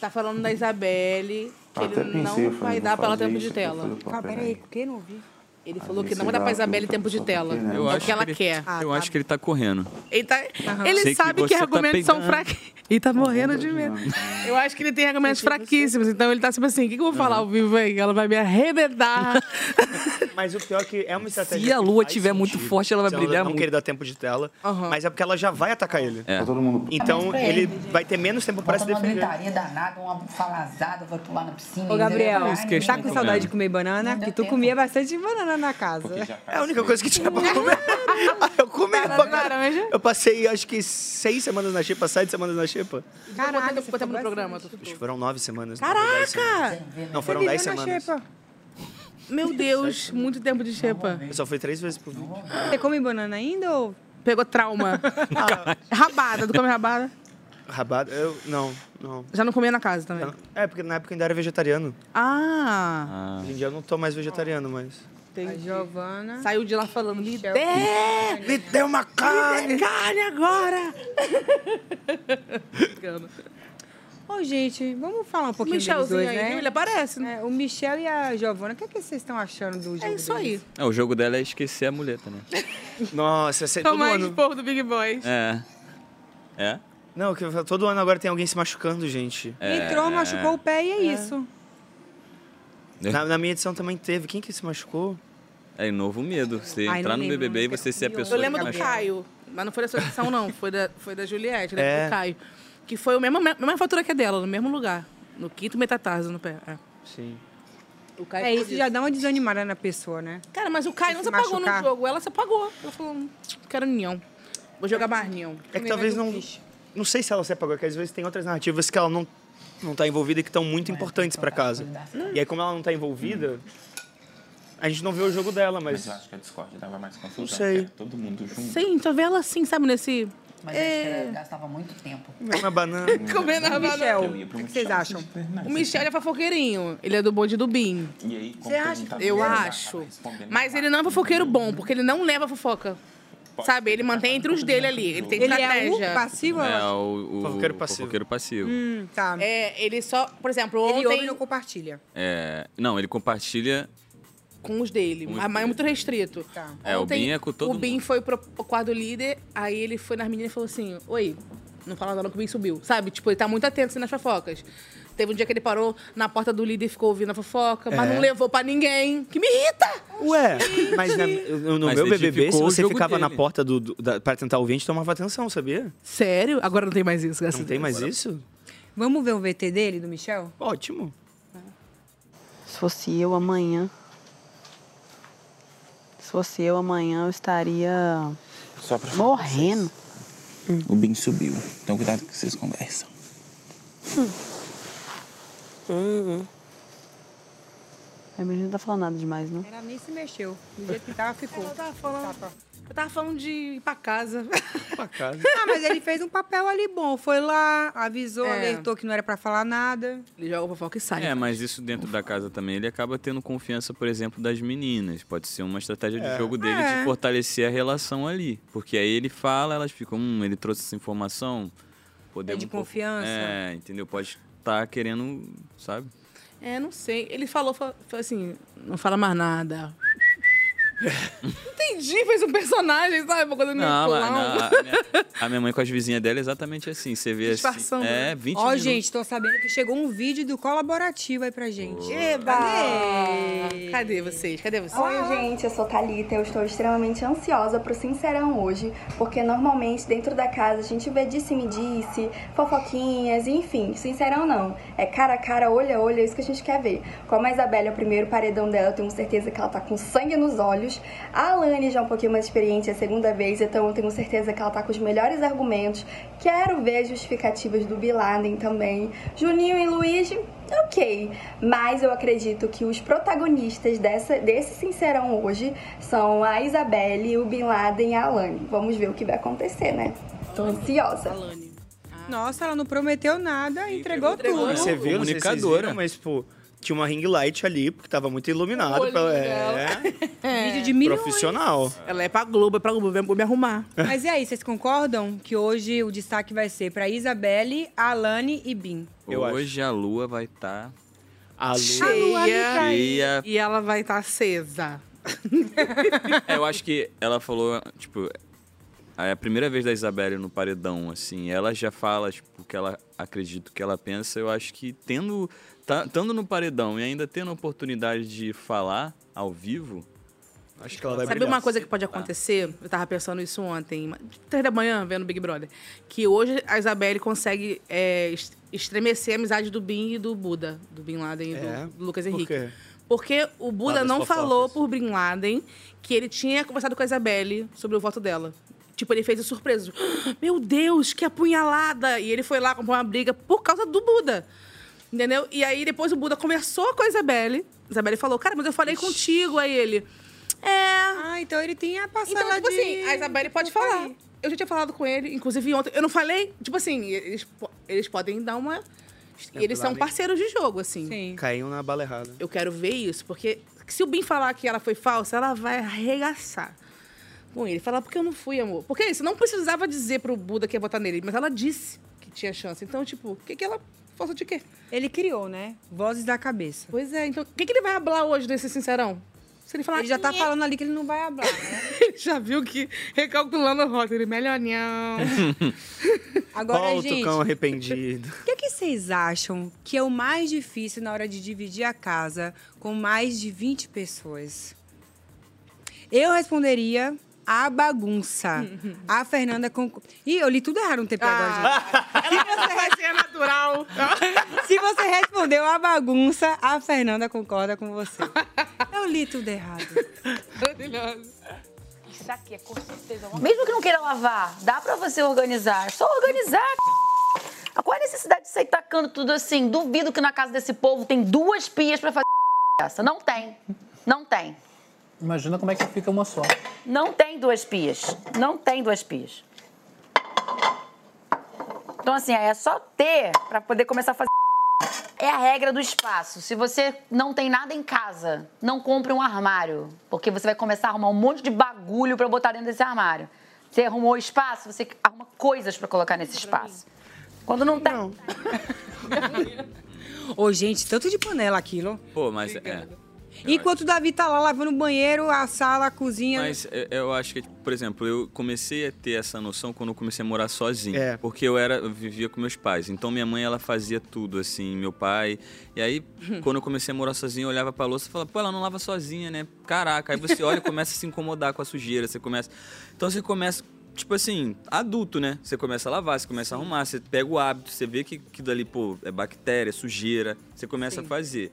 Tá falando da Isabelle, que
Até
ele
pensei, eu falei,
não vai
vou
dar pra ela
fazer
tempo
isso,
de
eu falei,
tela.
pô, Ah, peraí, peraí.
quem não ouvi?
Ele falou que
Aí você
não vai dar
dá
pra
aquilo
Isabelle
pra
tempo de
pessoa
tela.
querer, né?
Eu
Eu
acho
acho
que ela
que ele-
quer.
Eu acho que ele tá correndo.
Ele, tá- ele
Sei que
sabe que,
você tá
argumentos são
pegando.
fracos. E tá morrendo de medo. Eu acho que ele tem argumentos fraquíssimos. Então ele tá tipo assim: o que, que eu vou falar ao vivo aí? Ela vai me arrebentar.
Mas o pior é que é uma estratégia.
a
que
lua
faz
tiver muito
sentido.
forte, ela vai
Se
brilhar
não
muito.
querer dar tempo de tela,
Aham.
mas é porque ela já vai atacar ele.
É.
Todo mundo... Então
Mas,
ele
peraí.
vai ter menos tempo para
Bota
se
uma
defender.
gritaria danada, uma falazada, vai pular na piscina.
Ô, Gabriel,
Ai, meu
tá com
Deus.
saudade de comer banana? Porque tu comia bastante banana na casa.
É a única coisa que tinha pra comer. Ah, eu comi
Tá
pra laranja. Eu passei, acho que, seis semanas na xepa, sete semanas na xepa.
Caralho, você no programa. tô-
Acho que foram nove semanas. né? não, foram dez
Caraca!
semanas. Não, foram dez semanas.
Meu Deus, muito tempo de xepa.
Eu só fui três vezes por vídeo.
Você come banana ainda ou
pegou trauma? rabada, tu come rabada?
Rabada? Eu, não, não.
Já não comia na casa também.
É, porque na época eu ainda era vegetariano.
Ah!
Hoje em dia eu não tô mais vegetariano, mas...
A Giovana.
Saiu de lá falando, me dê!
Me deu uma
Me dê carne agora!
Ô, gente, vamos falar um pouquinho deles
Michelzinho
dois,
aí,
né?
viu? Ele aparece,
né? o Michel e a Giovana, o que, é que vocês estão achando do jogo É isso aí.
É, o jogo dela é esquecer a muleta, né?
Nossa, você, todo
Tomar
ano...
esporro do Big Boy.
É. É?
Não, que todo ano agora tem alguém se machucando, gente.
é.
Entrou, machucou o pé e é, isso.
Na, na minha edição também teve. Quem que se machucou?
É novo medo. Você
Ai,
entrar
não
no
lembro,
BBB e você ser a
Eu
pessoa
lembro
que mais-
do Caio, mas não foi da sua edição, não. Foi da, foi da Juliette, né?
É.
Do Caio. Que foi a mesma, mesma fatura que a dela, no mesmo lugar. No quinto metatarso no pé. É.
Sim.
O Caio
é
ficou
isso, já dá uma desanimada na pessoa, né?
um- Cara, mas o Caio não
Se
se apagou
machucar.
no jogo. Ela se apagou. Ela falou, "Não quero ninhão. Vou jogar mais ninhão.
É que talvez não. Não sei se ela se apagou, porque às vezes tem outras narrativas que ela não, não tá envolvida e que estão muito importantes pra casa. E aí, como ela não tá envolvida, a gente não vê o jogo dela,
Mas
mas.
eu acho que a Discord dava mais confusão.
Não sei.
porque era Todo mundo junto.
Sim, só vê ela assim, sabe, nesse...
Mas acho que
é...
ela gastava muito tempo.
Uma banana.
Comendo a banana.
Michel,
Eu
o que, que vocês acham?
O Michel ele é fofoqueirinho. Ele é do bonde do Bim.
E aí,
Você acha?
perguntava,
Eu
ela
acho. Mas ele não é fofoqueiro bom, porque ele não leva fofoca. Sabe? Ele mantém entre os dele ali. Ele tem
Ele é
estratégia.
o passivo?
É, o, o
Fofoqueiro passivo.
fofoqueiro passivo.
Hum, tá.
É, ele só... Por exemplo, ontem...
Ele ouve e não compartilha.
É, não, ele compartilha
Com os dele.
Com os
mas é muito restrito.
Tá.
É, o Bin é com todo
O Bin foi pro quadro líder, aí ele foi nas meninas e falou assim: Oi, não fala nada não que o Bin subiu. Sabe? Tipo, ele tá muito atento assim, nas fofocas. Teve um dia que ele parou na porta do líder e ficou ouvindo a fofoca, mas
É.
não levou pra ninguém. Que me irrita!
Ué, mas na- no, no
Mas
meu
ele
BBB, se
ficou o
você
jogo
ficava na
dele.
porta do, do, da, pra tentar ouvir, a gente tomava atenção, sabia?
Sério? Agora não tem mais isso, graças
Não tem
a Deus.
mais isso?
Vamos ver o VT dele, do Michel?
Ótimo.
Se fosse eu amanhã. Se fosse eu amanhã, eu estaria
Só pra falar.
morrendo.
O Bim subiu. Então cuidado que vocês conversam.
A menina não tá falando nada demais, não?
Ela nem se mexeu. Do jeito que tava, ficou. Tá,
Eu tava falando, eu tava falando de ir pra casa.
Pra casa.
Ah, mas ele fez um papel ali bom. Foi lá, avisou,
É.
alertou que não era pra falar nada. Ele joga o fofoca e sai.
É, mas isso dentro da casa também, ele acaba tendo confiança, por exemplo, das meninas. Pode ser uma estratégia
É.
de jogo dele
É.
de fortalecer a relação ali. Porque aí ele fala, elas ficam, hum, ele trouxe essa informação. Podemos
de confiança.
um É, entendeu? Pode estar querendo, sabe?
É, não sei. Ele falou, fa- falou assim, não fala mais nada. Entendi, fez um personagem, sabe? Uma coisa meio
Não, mas
clown.
não, a, minha, a minha mãe com as vizinhas dela é exatamente assim. Você vê assim.
Disfarçando.
É, 20
Ó,
minutos.
gente, tô sabendo que chegou um vídeo do colaborativo aí pra gente.
Cadê? Cadê vocês? Cadê vocês?
Oi, gente, eu sou Thalita. Eu estou extremamente ansiosa pro Sincerão hoje, porque normalmente dentro da casa a gente vê disse-me-disse, fofoquinhas, enfim. Sincerão não. É cara a cara, olho a olho, é isso que a gente quer ver. Como a Isabelle é o primeiro paredão dela, eu tenho certeza que ela tá com sangue nos olhos. A Alane já é um pouquinho mais experiente, é a segunda vez, então eu tenho certeza que ela tá com os melhores argumentos. Quero ver justificativas do Biladen também. Juninho e Luigi, Ok, mas eu acredito que os protagonistas dessa, desse Sincerão hoje são a Isabelle, o Bin Laden e a Alane. Vamos ver o que vai acontecer, né? Tô ansiosa.
Nossa, ela não prometeu nada, entregou, tudo.
Mas você viu, né? não sei se vocês viram, mas, tipo, tinha uma ring light ali, porque tava muito iluminado.
olho
pela-
dela.
É,
Vídeo de milhões.
profissional.
Ela é pra Globo, é pra Globo, vem me arrumar. Mas e aí, vocês concordam que hoje o destaque vai ser pra Isabelle, Alane e Bim?
Hoje a lua vai estar.
A lua.
Cheia.
Cheia.
E ela vai estar acesa.
É, eu acho que ela falou, tipo, é a primeira vez da Isabelle no paredão, assim, ela já fala, tipo, o que ela acredita, o que ela pensa. Eu acho que tendo. Tá, estando no paredão e ainda tendo a oportunidade de falar ao vivo.
Acho que ela vai
Sabe uma coisa que pode acontecer? Eu tava pensando isso ontem, três da manhã, vendo Big Brother. Que hoje a Isabelle consegue é, es- estremecer a amizade do Bin e do Buda. Do Bin Laden e
É?
do Lucas
Por
Henrique.
quê?
Porque o Buda
Lá das
não
fofocas.
falou por Bin Laden que ele tinha conversado com a Isabelle sobre o voto dela. Tipo, ele fez o surpreso. "Ah, Meu Deus, que apunhalada! E ele foi lá comprar uma briga por causa do Buda. Entendeu? E aí depois o Buda conversou com a Isabelle. A Isabelle falou, cara, mas eu falei contigo. Aí ele. É.
Ah, então ele tem a
passada. Então, tipo assim, a Isabelle pode falar. Eu já tinha falado com ele, inclusive ontem. Eu não falei. Tipo assim, eles, po- eles podem dar uma. E eles são
Laden.
parceiros de jogo, assim. Sim.
um Caiu na bala errada.
Eu quero ver isso, porque se o Bin falar que ela foi falsa, ela vai arregaçar com ele. Falar, porque eu não fui, amor. Porque é isso, não precisava dizer pro Buda que ia votar nele, mas ela disse que tinha chance. Então, tipo, o que, que ela. Força de quê?
Ele criou, né? Vozes da cabeça.
Pois é, então. O que, que ele vai hablar hoje desse sincerão? Se ele falar.
Ele já tá
"Nhê".
falando ali que ele não vai hablar.
Ele já viu que recalculando o rota, ele melhor não.
Agora,
Volta o
gente,
cão arrependido.
o que, é que vocês acham que é o mais difícil na hora de dividir a casa com mais de 20 pessoas? Eu responderia a bagunça. A Fernanda concor- Ih, eu li tudo errado um tempo agora, gente.
Ela Ah. vai ser natural.
Se você respondeu a bagunça, a Fernanda concorda com você. Eu li tudo errado.
Maravilhoso.
Isso aqui é com certeza
Mesmo que não queira lavar, dá pra você organizar. É Só organizar. c****. Qual é a necessidade de sair tacando tudo assim? Duvido que na casa desse povo tem duas pias pra fazer essa. Não tem. Não tem.
Imagina como é que fica uma só.
Não tem duas pias. Não tem duas pias. Então, assim, é só ter pra poder começar a fazer. É a regra do espaço. Se você não tem nada em casa, não compre um armário. Porque você vai começar a arrumar um monte de bagulho pra botar dentro desse armário. Você arrumou espaço, você arruma coisas pra colocar nesse espaço. Quando não tá tem.
Ô, gente, tanto de panela aquilo.
Pô, mas é.
Enquanto o Davi tá lá lavando o banheiro, a sala, a cozinha.
Mas eu- eu acho que, tipo, por exemplo, eu comecei a ter essa noção quando eu comecei a morar sozinho.
É.
Porque eu era, eu vivia com meus pais. Então minha mãe ela fazia tudo, assim, meu pai. E aí, quando eu comecei a morar sozinho, eu olhava pra louça e falava, pô, ela não lava sozinha, né? Caraca. Aí você olha e começa a se incomodar com a sujeira, você começa. Então você começa. Tipo assim, adulto, né? Você começa a lavar, você começa a arrumar, você pega o hábito, você vê que, que dali, pô, é bactéria, é sujeira, você começa a fazer.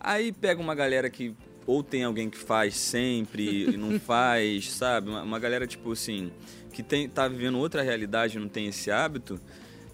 Aí pega uma galera que ou tem alguém que faz sempre e não faz, sabe? Uma, uma galera, tipo assim, que tem, tá vivendo outra realidade e não tem esse hábito.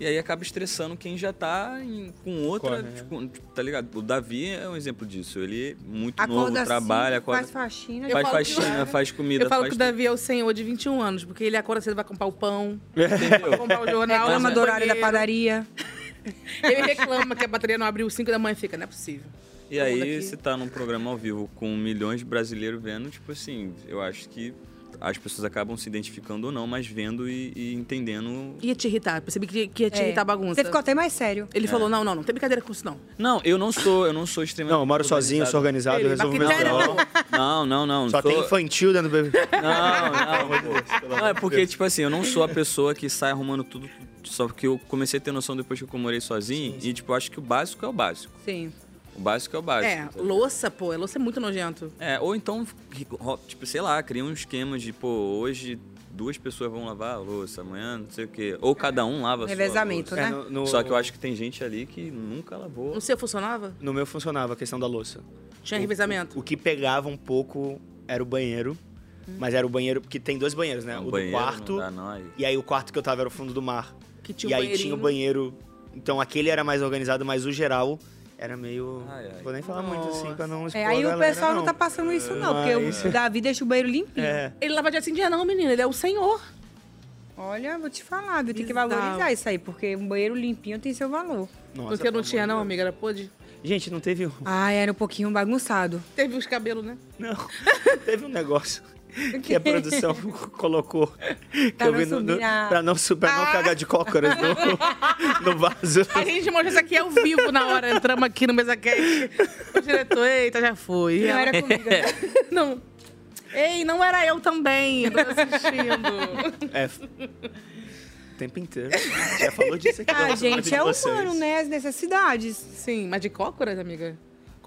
E aí acaba estressando quem já tá em- com outra,
Corre, né?
tipo, tipo, tá ligado? O Davi é um exemplo disso. Ele é muito
Acorda
novo,
cedo,
trabalha,
assim,
acorda...
faz faxina. Eu
faz
falo que-
faxina, faz comida,
Eu falo
faz
que o Davi é o senhor de 21 anos, porque ele acorda cedo, vai comprar o pão,
Entendeu?
vai comprar o jornal,
Reclama
vai no
do horário da
banheiro.
padaria.
Ele reclama que a bateria não abriu 5 da manhã, fica, não é possível.
E aí, você tá num programa ao vivo com milhões de brasileiros vendo, tipo assim, eu acho que as pessoas acabam se identificando ou não, mas vendo e, e entendendo.
Ia te irritar, percebi que, que ia te
É.
irritar a bagunça.
Você ficou até mais sério.
Ele
É.
falou, não, não, não tem brincadeira com isso, não.
Não, eu não sou, eu não sou extremamente. Não, eu moro
sozinho, sou organizado, eu Ele, resolvo meus bactéria, problemas.
Não, não, não.
Só
sou-
tem infantil dentro do bebê.
Não, não, pô. Não, é porque, tipo assim, eu não sou a pessoa que sai arrumando tudo. Só que eu comecei a ter noção depois que eu morei sozinho. E, tipo, eu acho que o básico é o básico.
Sim.
O básico é o básico.
É, louça, pô, louça é muito nojento.
É, ou então, ro- tipo, sei lá, cria um esquema de, pô, hoje duas pessoas vão lavar a louça, amanhã não sei o quê. Ou cada um lava a sua
Revezamento,
louça.
né? É, no-
no-
Só que eu acho que tem gente ali que nunca lavou.
No seu funcionava?
No meu funcionava a questão da louça.
Tinha
O-
revezamento? Hum.
O, o que pegava um pouco era o banheiro. Mas era o banheiro, porque tem dois banheiros, né?
Não,
o
Um banheiro
do quarto.
não dá, não, aí.
E aí o quarto que eu tava era o fundo do mar.
Que tinha
e
um
aí tinha o banheiro. Então aquele era mais organizado, mas o geral era meio. Vou nem falar muito assim pra não é expor.
É, aí
a
o
galera,
pessoal não tá passando isso, não, porque
Mas-
o Davi deixa o banheiro limpinho.
É.
Ele lava de assim dia, não, menino, ele é o senhor.
Olha, vou te falar, viu? Tem que
Bizarro.
valorizar isso aí, porque um banheiro limpinho tem seu valor.
Nossa, Porque não pelo
tinha, não, amiga, era podre.
Gente, não teve um.
Ah, era um pouquinho bagunçado.
Teve os cabelos, né?
Não. Teve um negócio que a produção colocou. Que
Pra
eu
não
vi no, no,
subir a- Ah!
pra não, su- pra não cagar de cócoras no, no vaso.
A gente mostrou isso aqui ao vivo na hora. Entramos aqui no mesa cast. O diretor, eita, já foi. É.
Não era comigo.
né? não. Ei, não era eu também. Eu tô assistindo.
É. f- O tempo inteiro. Já falou disso aqui.
Ah,
eu falei
gente,
de
é
vocês.
humano, né? As necessidades.
Sim, mas de cócoras, amiga?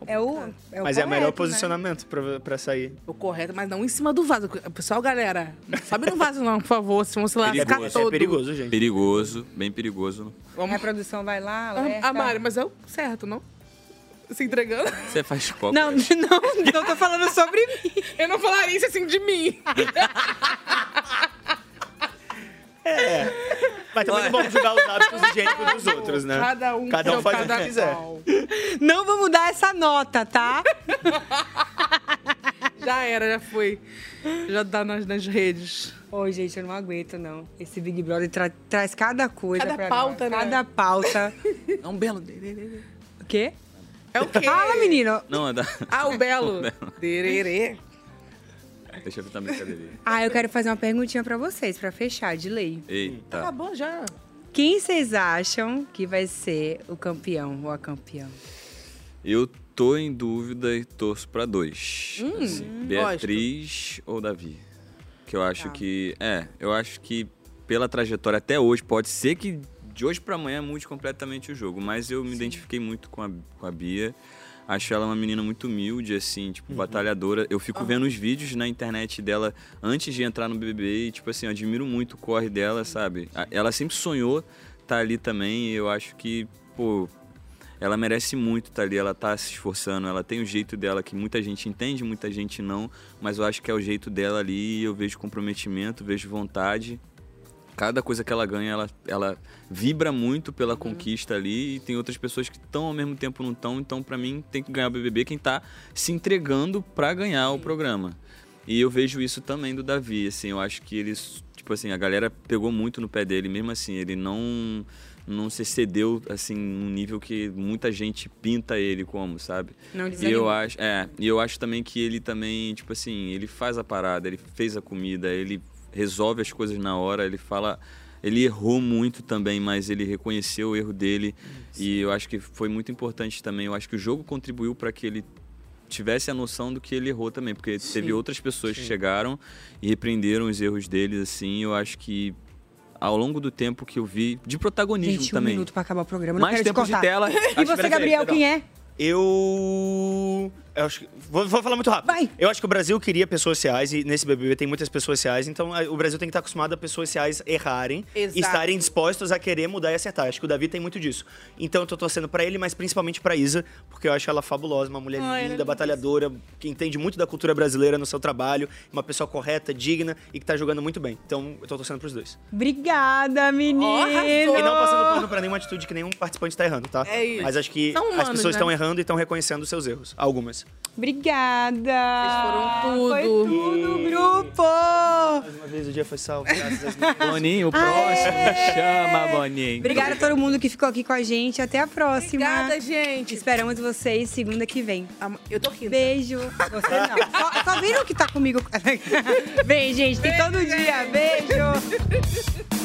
É o, é o
Mas é o melhor
correto,
posicionamento pra, pra sair.
O correto, mas não em cima do vaso. Pessoal, galera, não sobe no vaso não, por favor, senão você lascar todo.
é gente.
Perigoso, bem perigoso.
Né? A produção vai lá,
A, a Mari, mas é o certo, não? Se entregando?
Você faz copo.
Não, não, não tô falando sobre mim.
Eu não falaria isso assim de mim.
É. Mas também não vamos julgar os hábitos higiênicos dos outros, né?
Cada um
cada
com
um
seu
faz o que quiser.
Não vamos dar essa nota, tá?
já era, já foi. Já dá nas, nas redes.
Ô, gente, eu não aguento, não. Esse Big Brother tra- traz cada coisa
Cada
pra
pauta,
nós.
né?
Cada pauta.
É um belo...
O quê?
É o quê?
Fala, menino.
Não, é da...
Ah, o Belo. Tererê.
Deixa eu evitar a brincadeira.
Ah, eu quero fazer uma perguntinha pra vocês, pra fechar, de lei.
Eita.
Acabou já.
Quem vocês acham que vai ser o campeão ou a campeã?
Eu tô em dúvida e torço pra dois.
Hum,
Assim,
gosto. Tá.
Beatriz ou Davi? Que eu acho que. É, eu acho que pela trajetória até hoje, pode ser que de hoje pra amanhã mude completamente o jogo, mas eu me identifiquei muito com a, com a Bia. Acho ela uma menina muito humilde, assim, tipo,
Uhum.
batalhadora. Eu fico vendo os vídeos na internet dela antes de entrar no BBB e, tipo assim, eu admiro muito o corre dela, sabe? A- Ela sempre sonhou estar ali também e eu acho que, pô, ela merece muito estar ali, ela tá se esforçando, ela tem o jeito dela que muita gente entende, muita gente não, mas eu acho que é o jeito dela ali, eu vejo comprometimento, vejo vontade. Cada coisa que ela ganha, ela, ela vibra muito pela conquista ali e tem outras pessoas que estão ao mesmo tempo não estão, então pra mim tem que ganhar o BBB quem tá se entregando pra ganhar o programa. E eu vejo isso também do Davi, assim, eu acho que ele, tipo assim, a galera pegou muito no pé dele, mesmo assim, ele não não se excedeu, assim, num nível que muita gente pinta ele como, sabe?
Não
e eu
desanimou.
acho, é, e eu acho também que ele também, tipo assim, ele faz a parada, ele fez a comida, ele resolve as coisas na hora, ele fala, ele errou muito também, mas ele reconheceu o erro dele e eu acho que foi muito importante também. Eu acho que o jogo contribuiu para que ele tivesse a noção do que ele errou também, porque teve outras pessoas que
Sim.
chegaram e repreenderam os erros deles assim. Eu acho que ao longo do tempo que eu vi de protagonismo
Gente, um
também.
minuto pra acabar o programa. não
Mais
quero te
tempo de
cortar.
tela. Ah,
E você,
espera aí,
Gabriel,
perdão.
quem é?
Eu. Eu acho que- vou, vou falar muito rápido. Vai. Eu acho que o Brasil queria pessoas reais e nesse BBB tem muitas pessoas reais, então a- o Brasil tem que estar acostumado a pessoas reais errarem
Exato.
e estarem dispostos a querer mudar e acertar. Acho que o Davi tem muito disso. Então eu tô torcendo pra ele, mas principalmente pra Isa, porque eu acho ela fabulosa, uma mulher
Ai, ela é
linda, batalhadora, que entende muito da cultura brasileira no seu trabalho, uma pessoa correta, digna e que tá jogando muito bem. Então eu tô torcendo pros dois.
Obrigada, menino!
E não passando pano pra nenhuma atitude que nenhum participante tá errando, tá?
É isso.
Mas acho que
São
as
humanos,
pessoas
né?
estão errando e estão reconhecendo os seus erros. Algumas.
Obrigada! Vocês foram tudo! Foi tudo, grupo!
Mais uma vez o dia foi salvo, graças às minhas
Boninho, o próximo. Chama, Boninho.
Obrigada a todo mundo que ficou aqui com a gente. Até a próxima.
Obrigada,
gente. Esperamos vocês segunda que vem. Eu tô quinta. Beijo. Você não. Só, só viram que tá comigo. Bem, gente, tem todo dia. Beijo.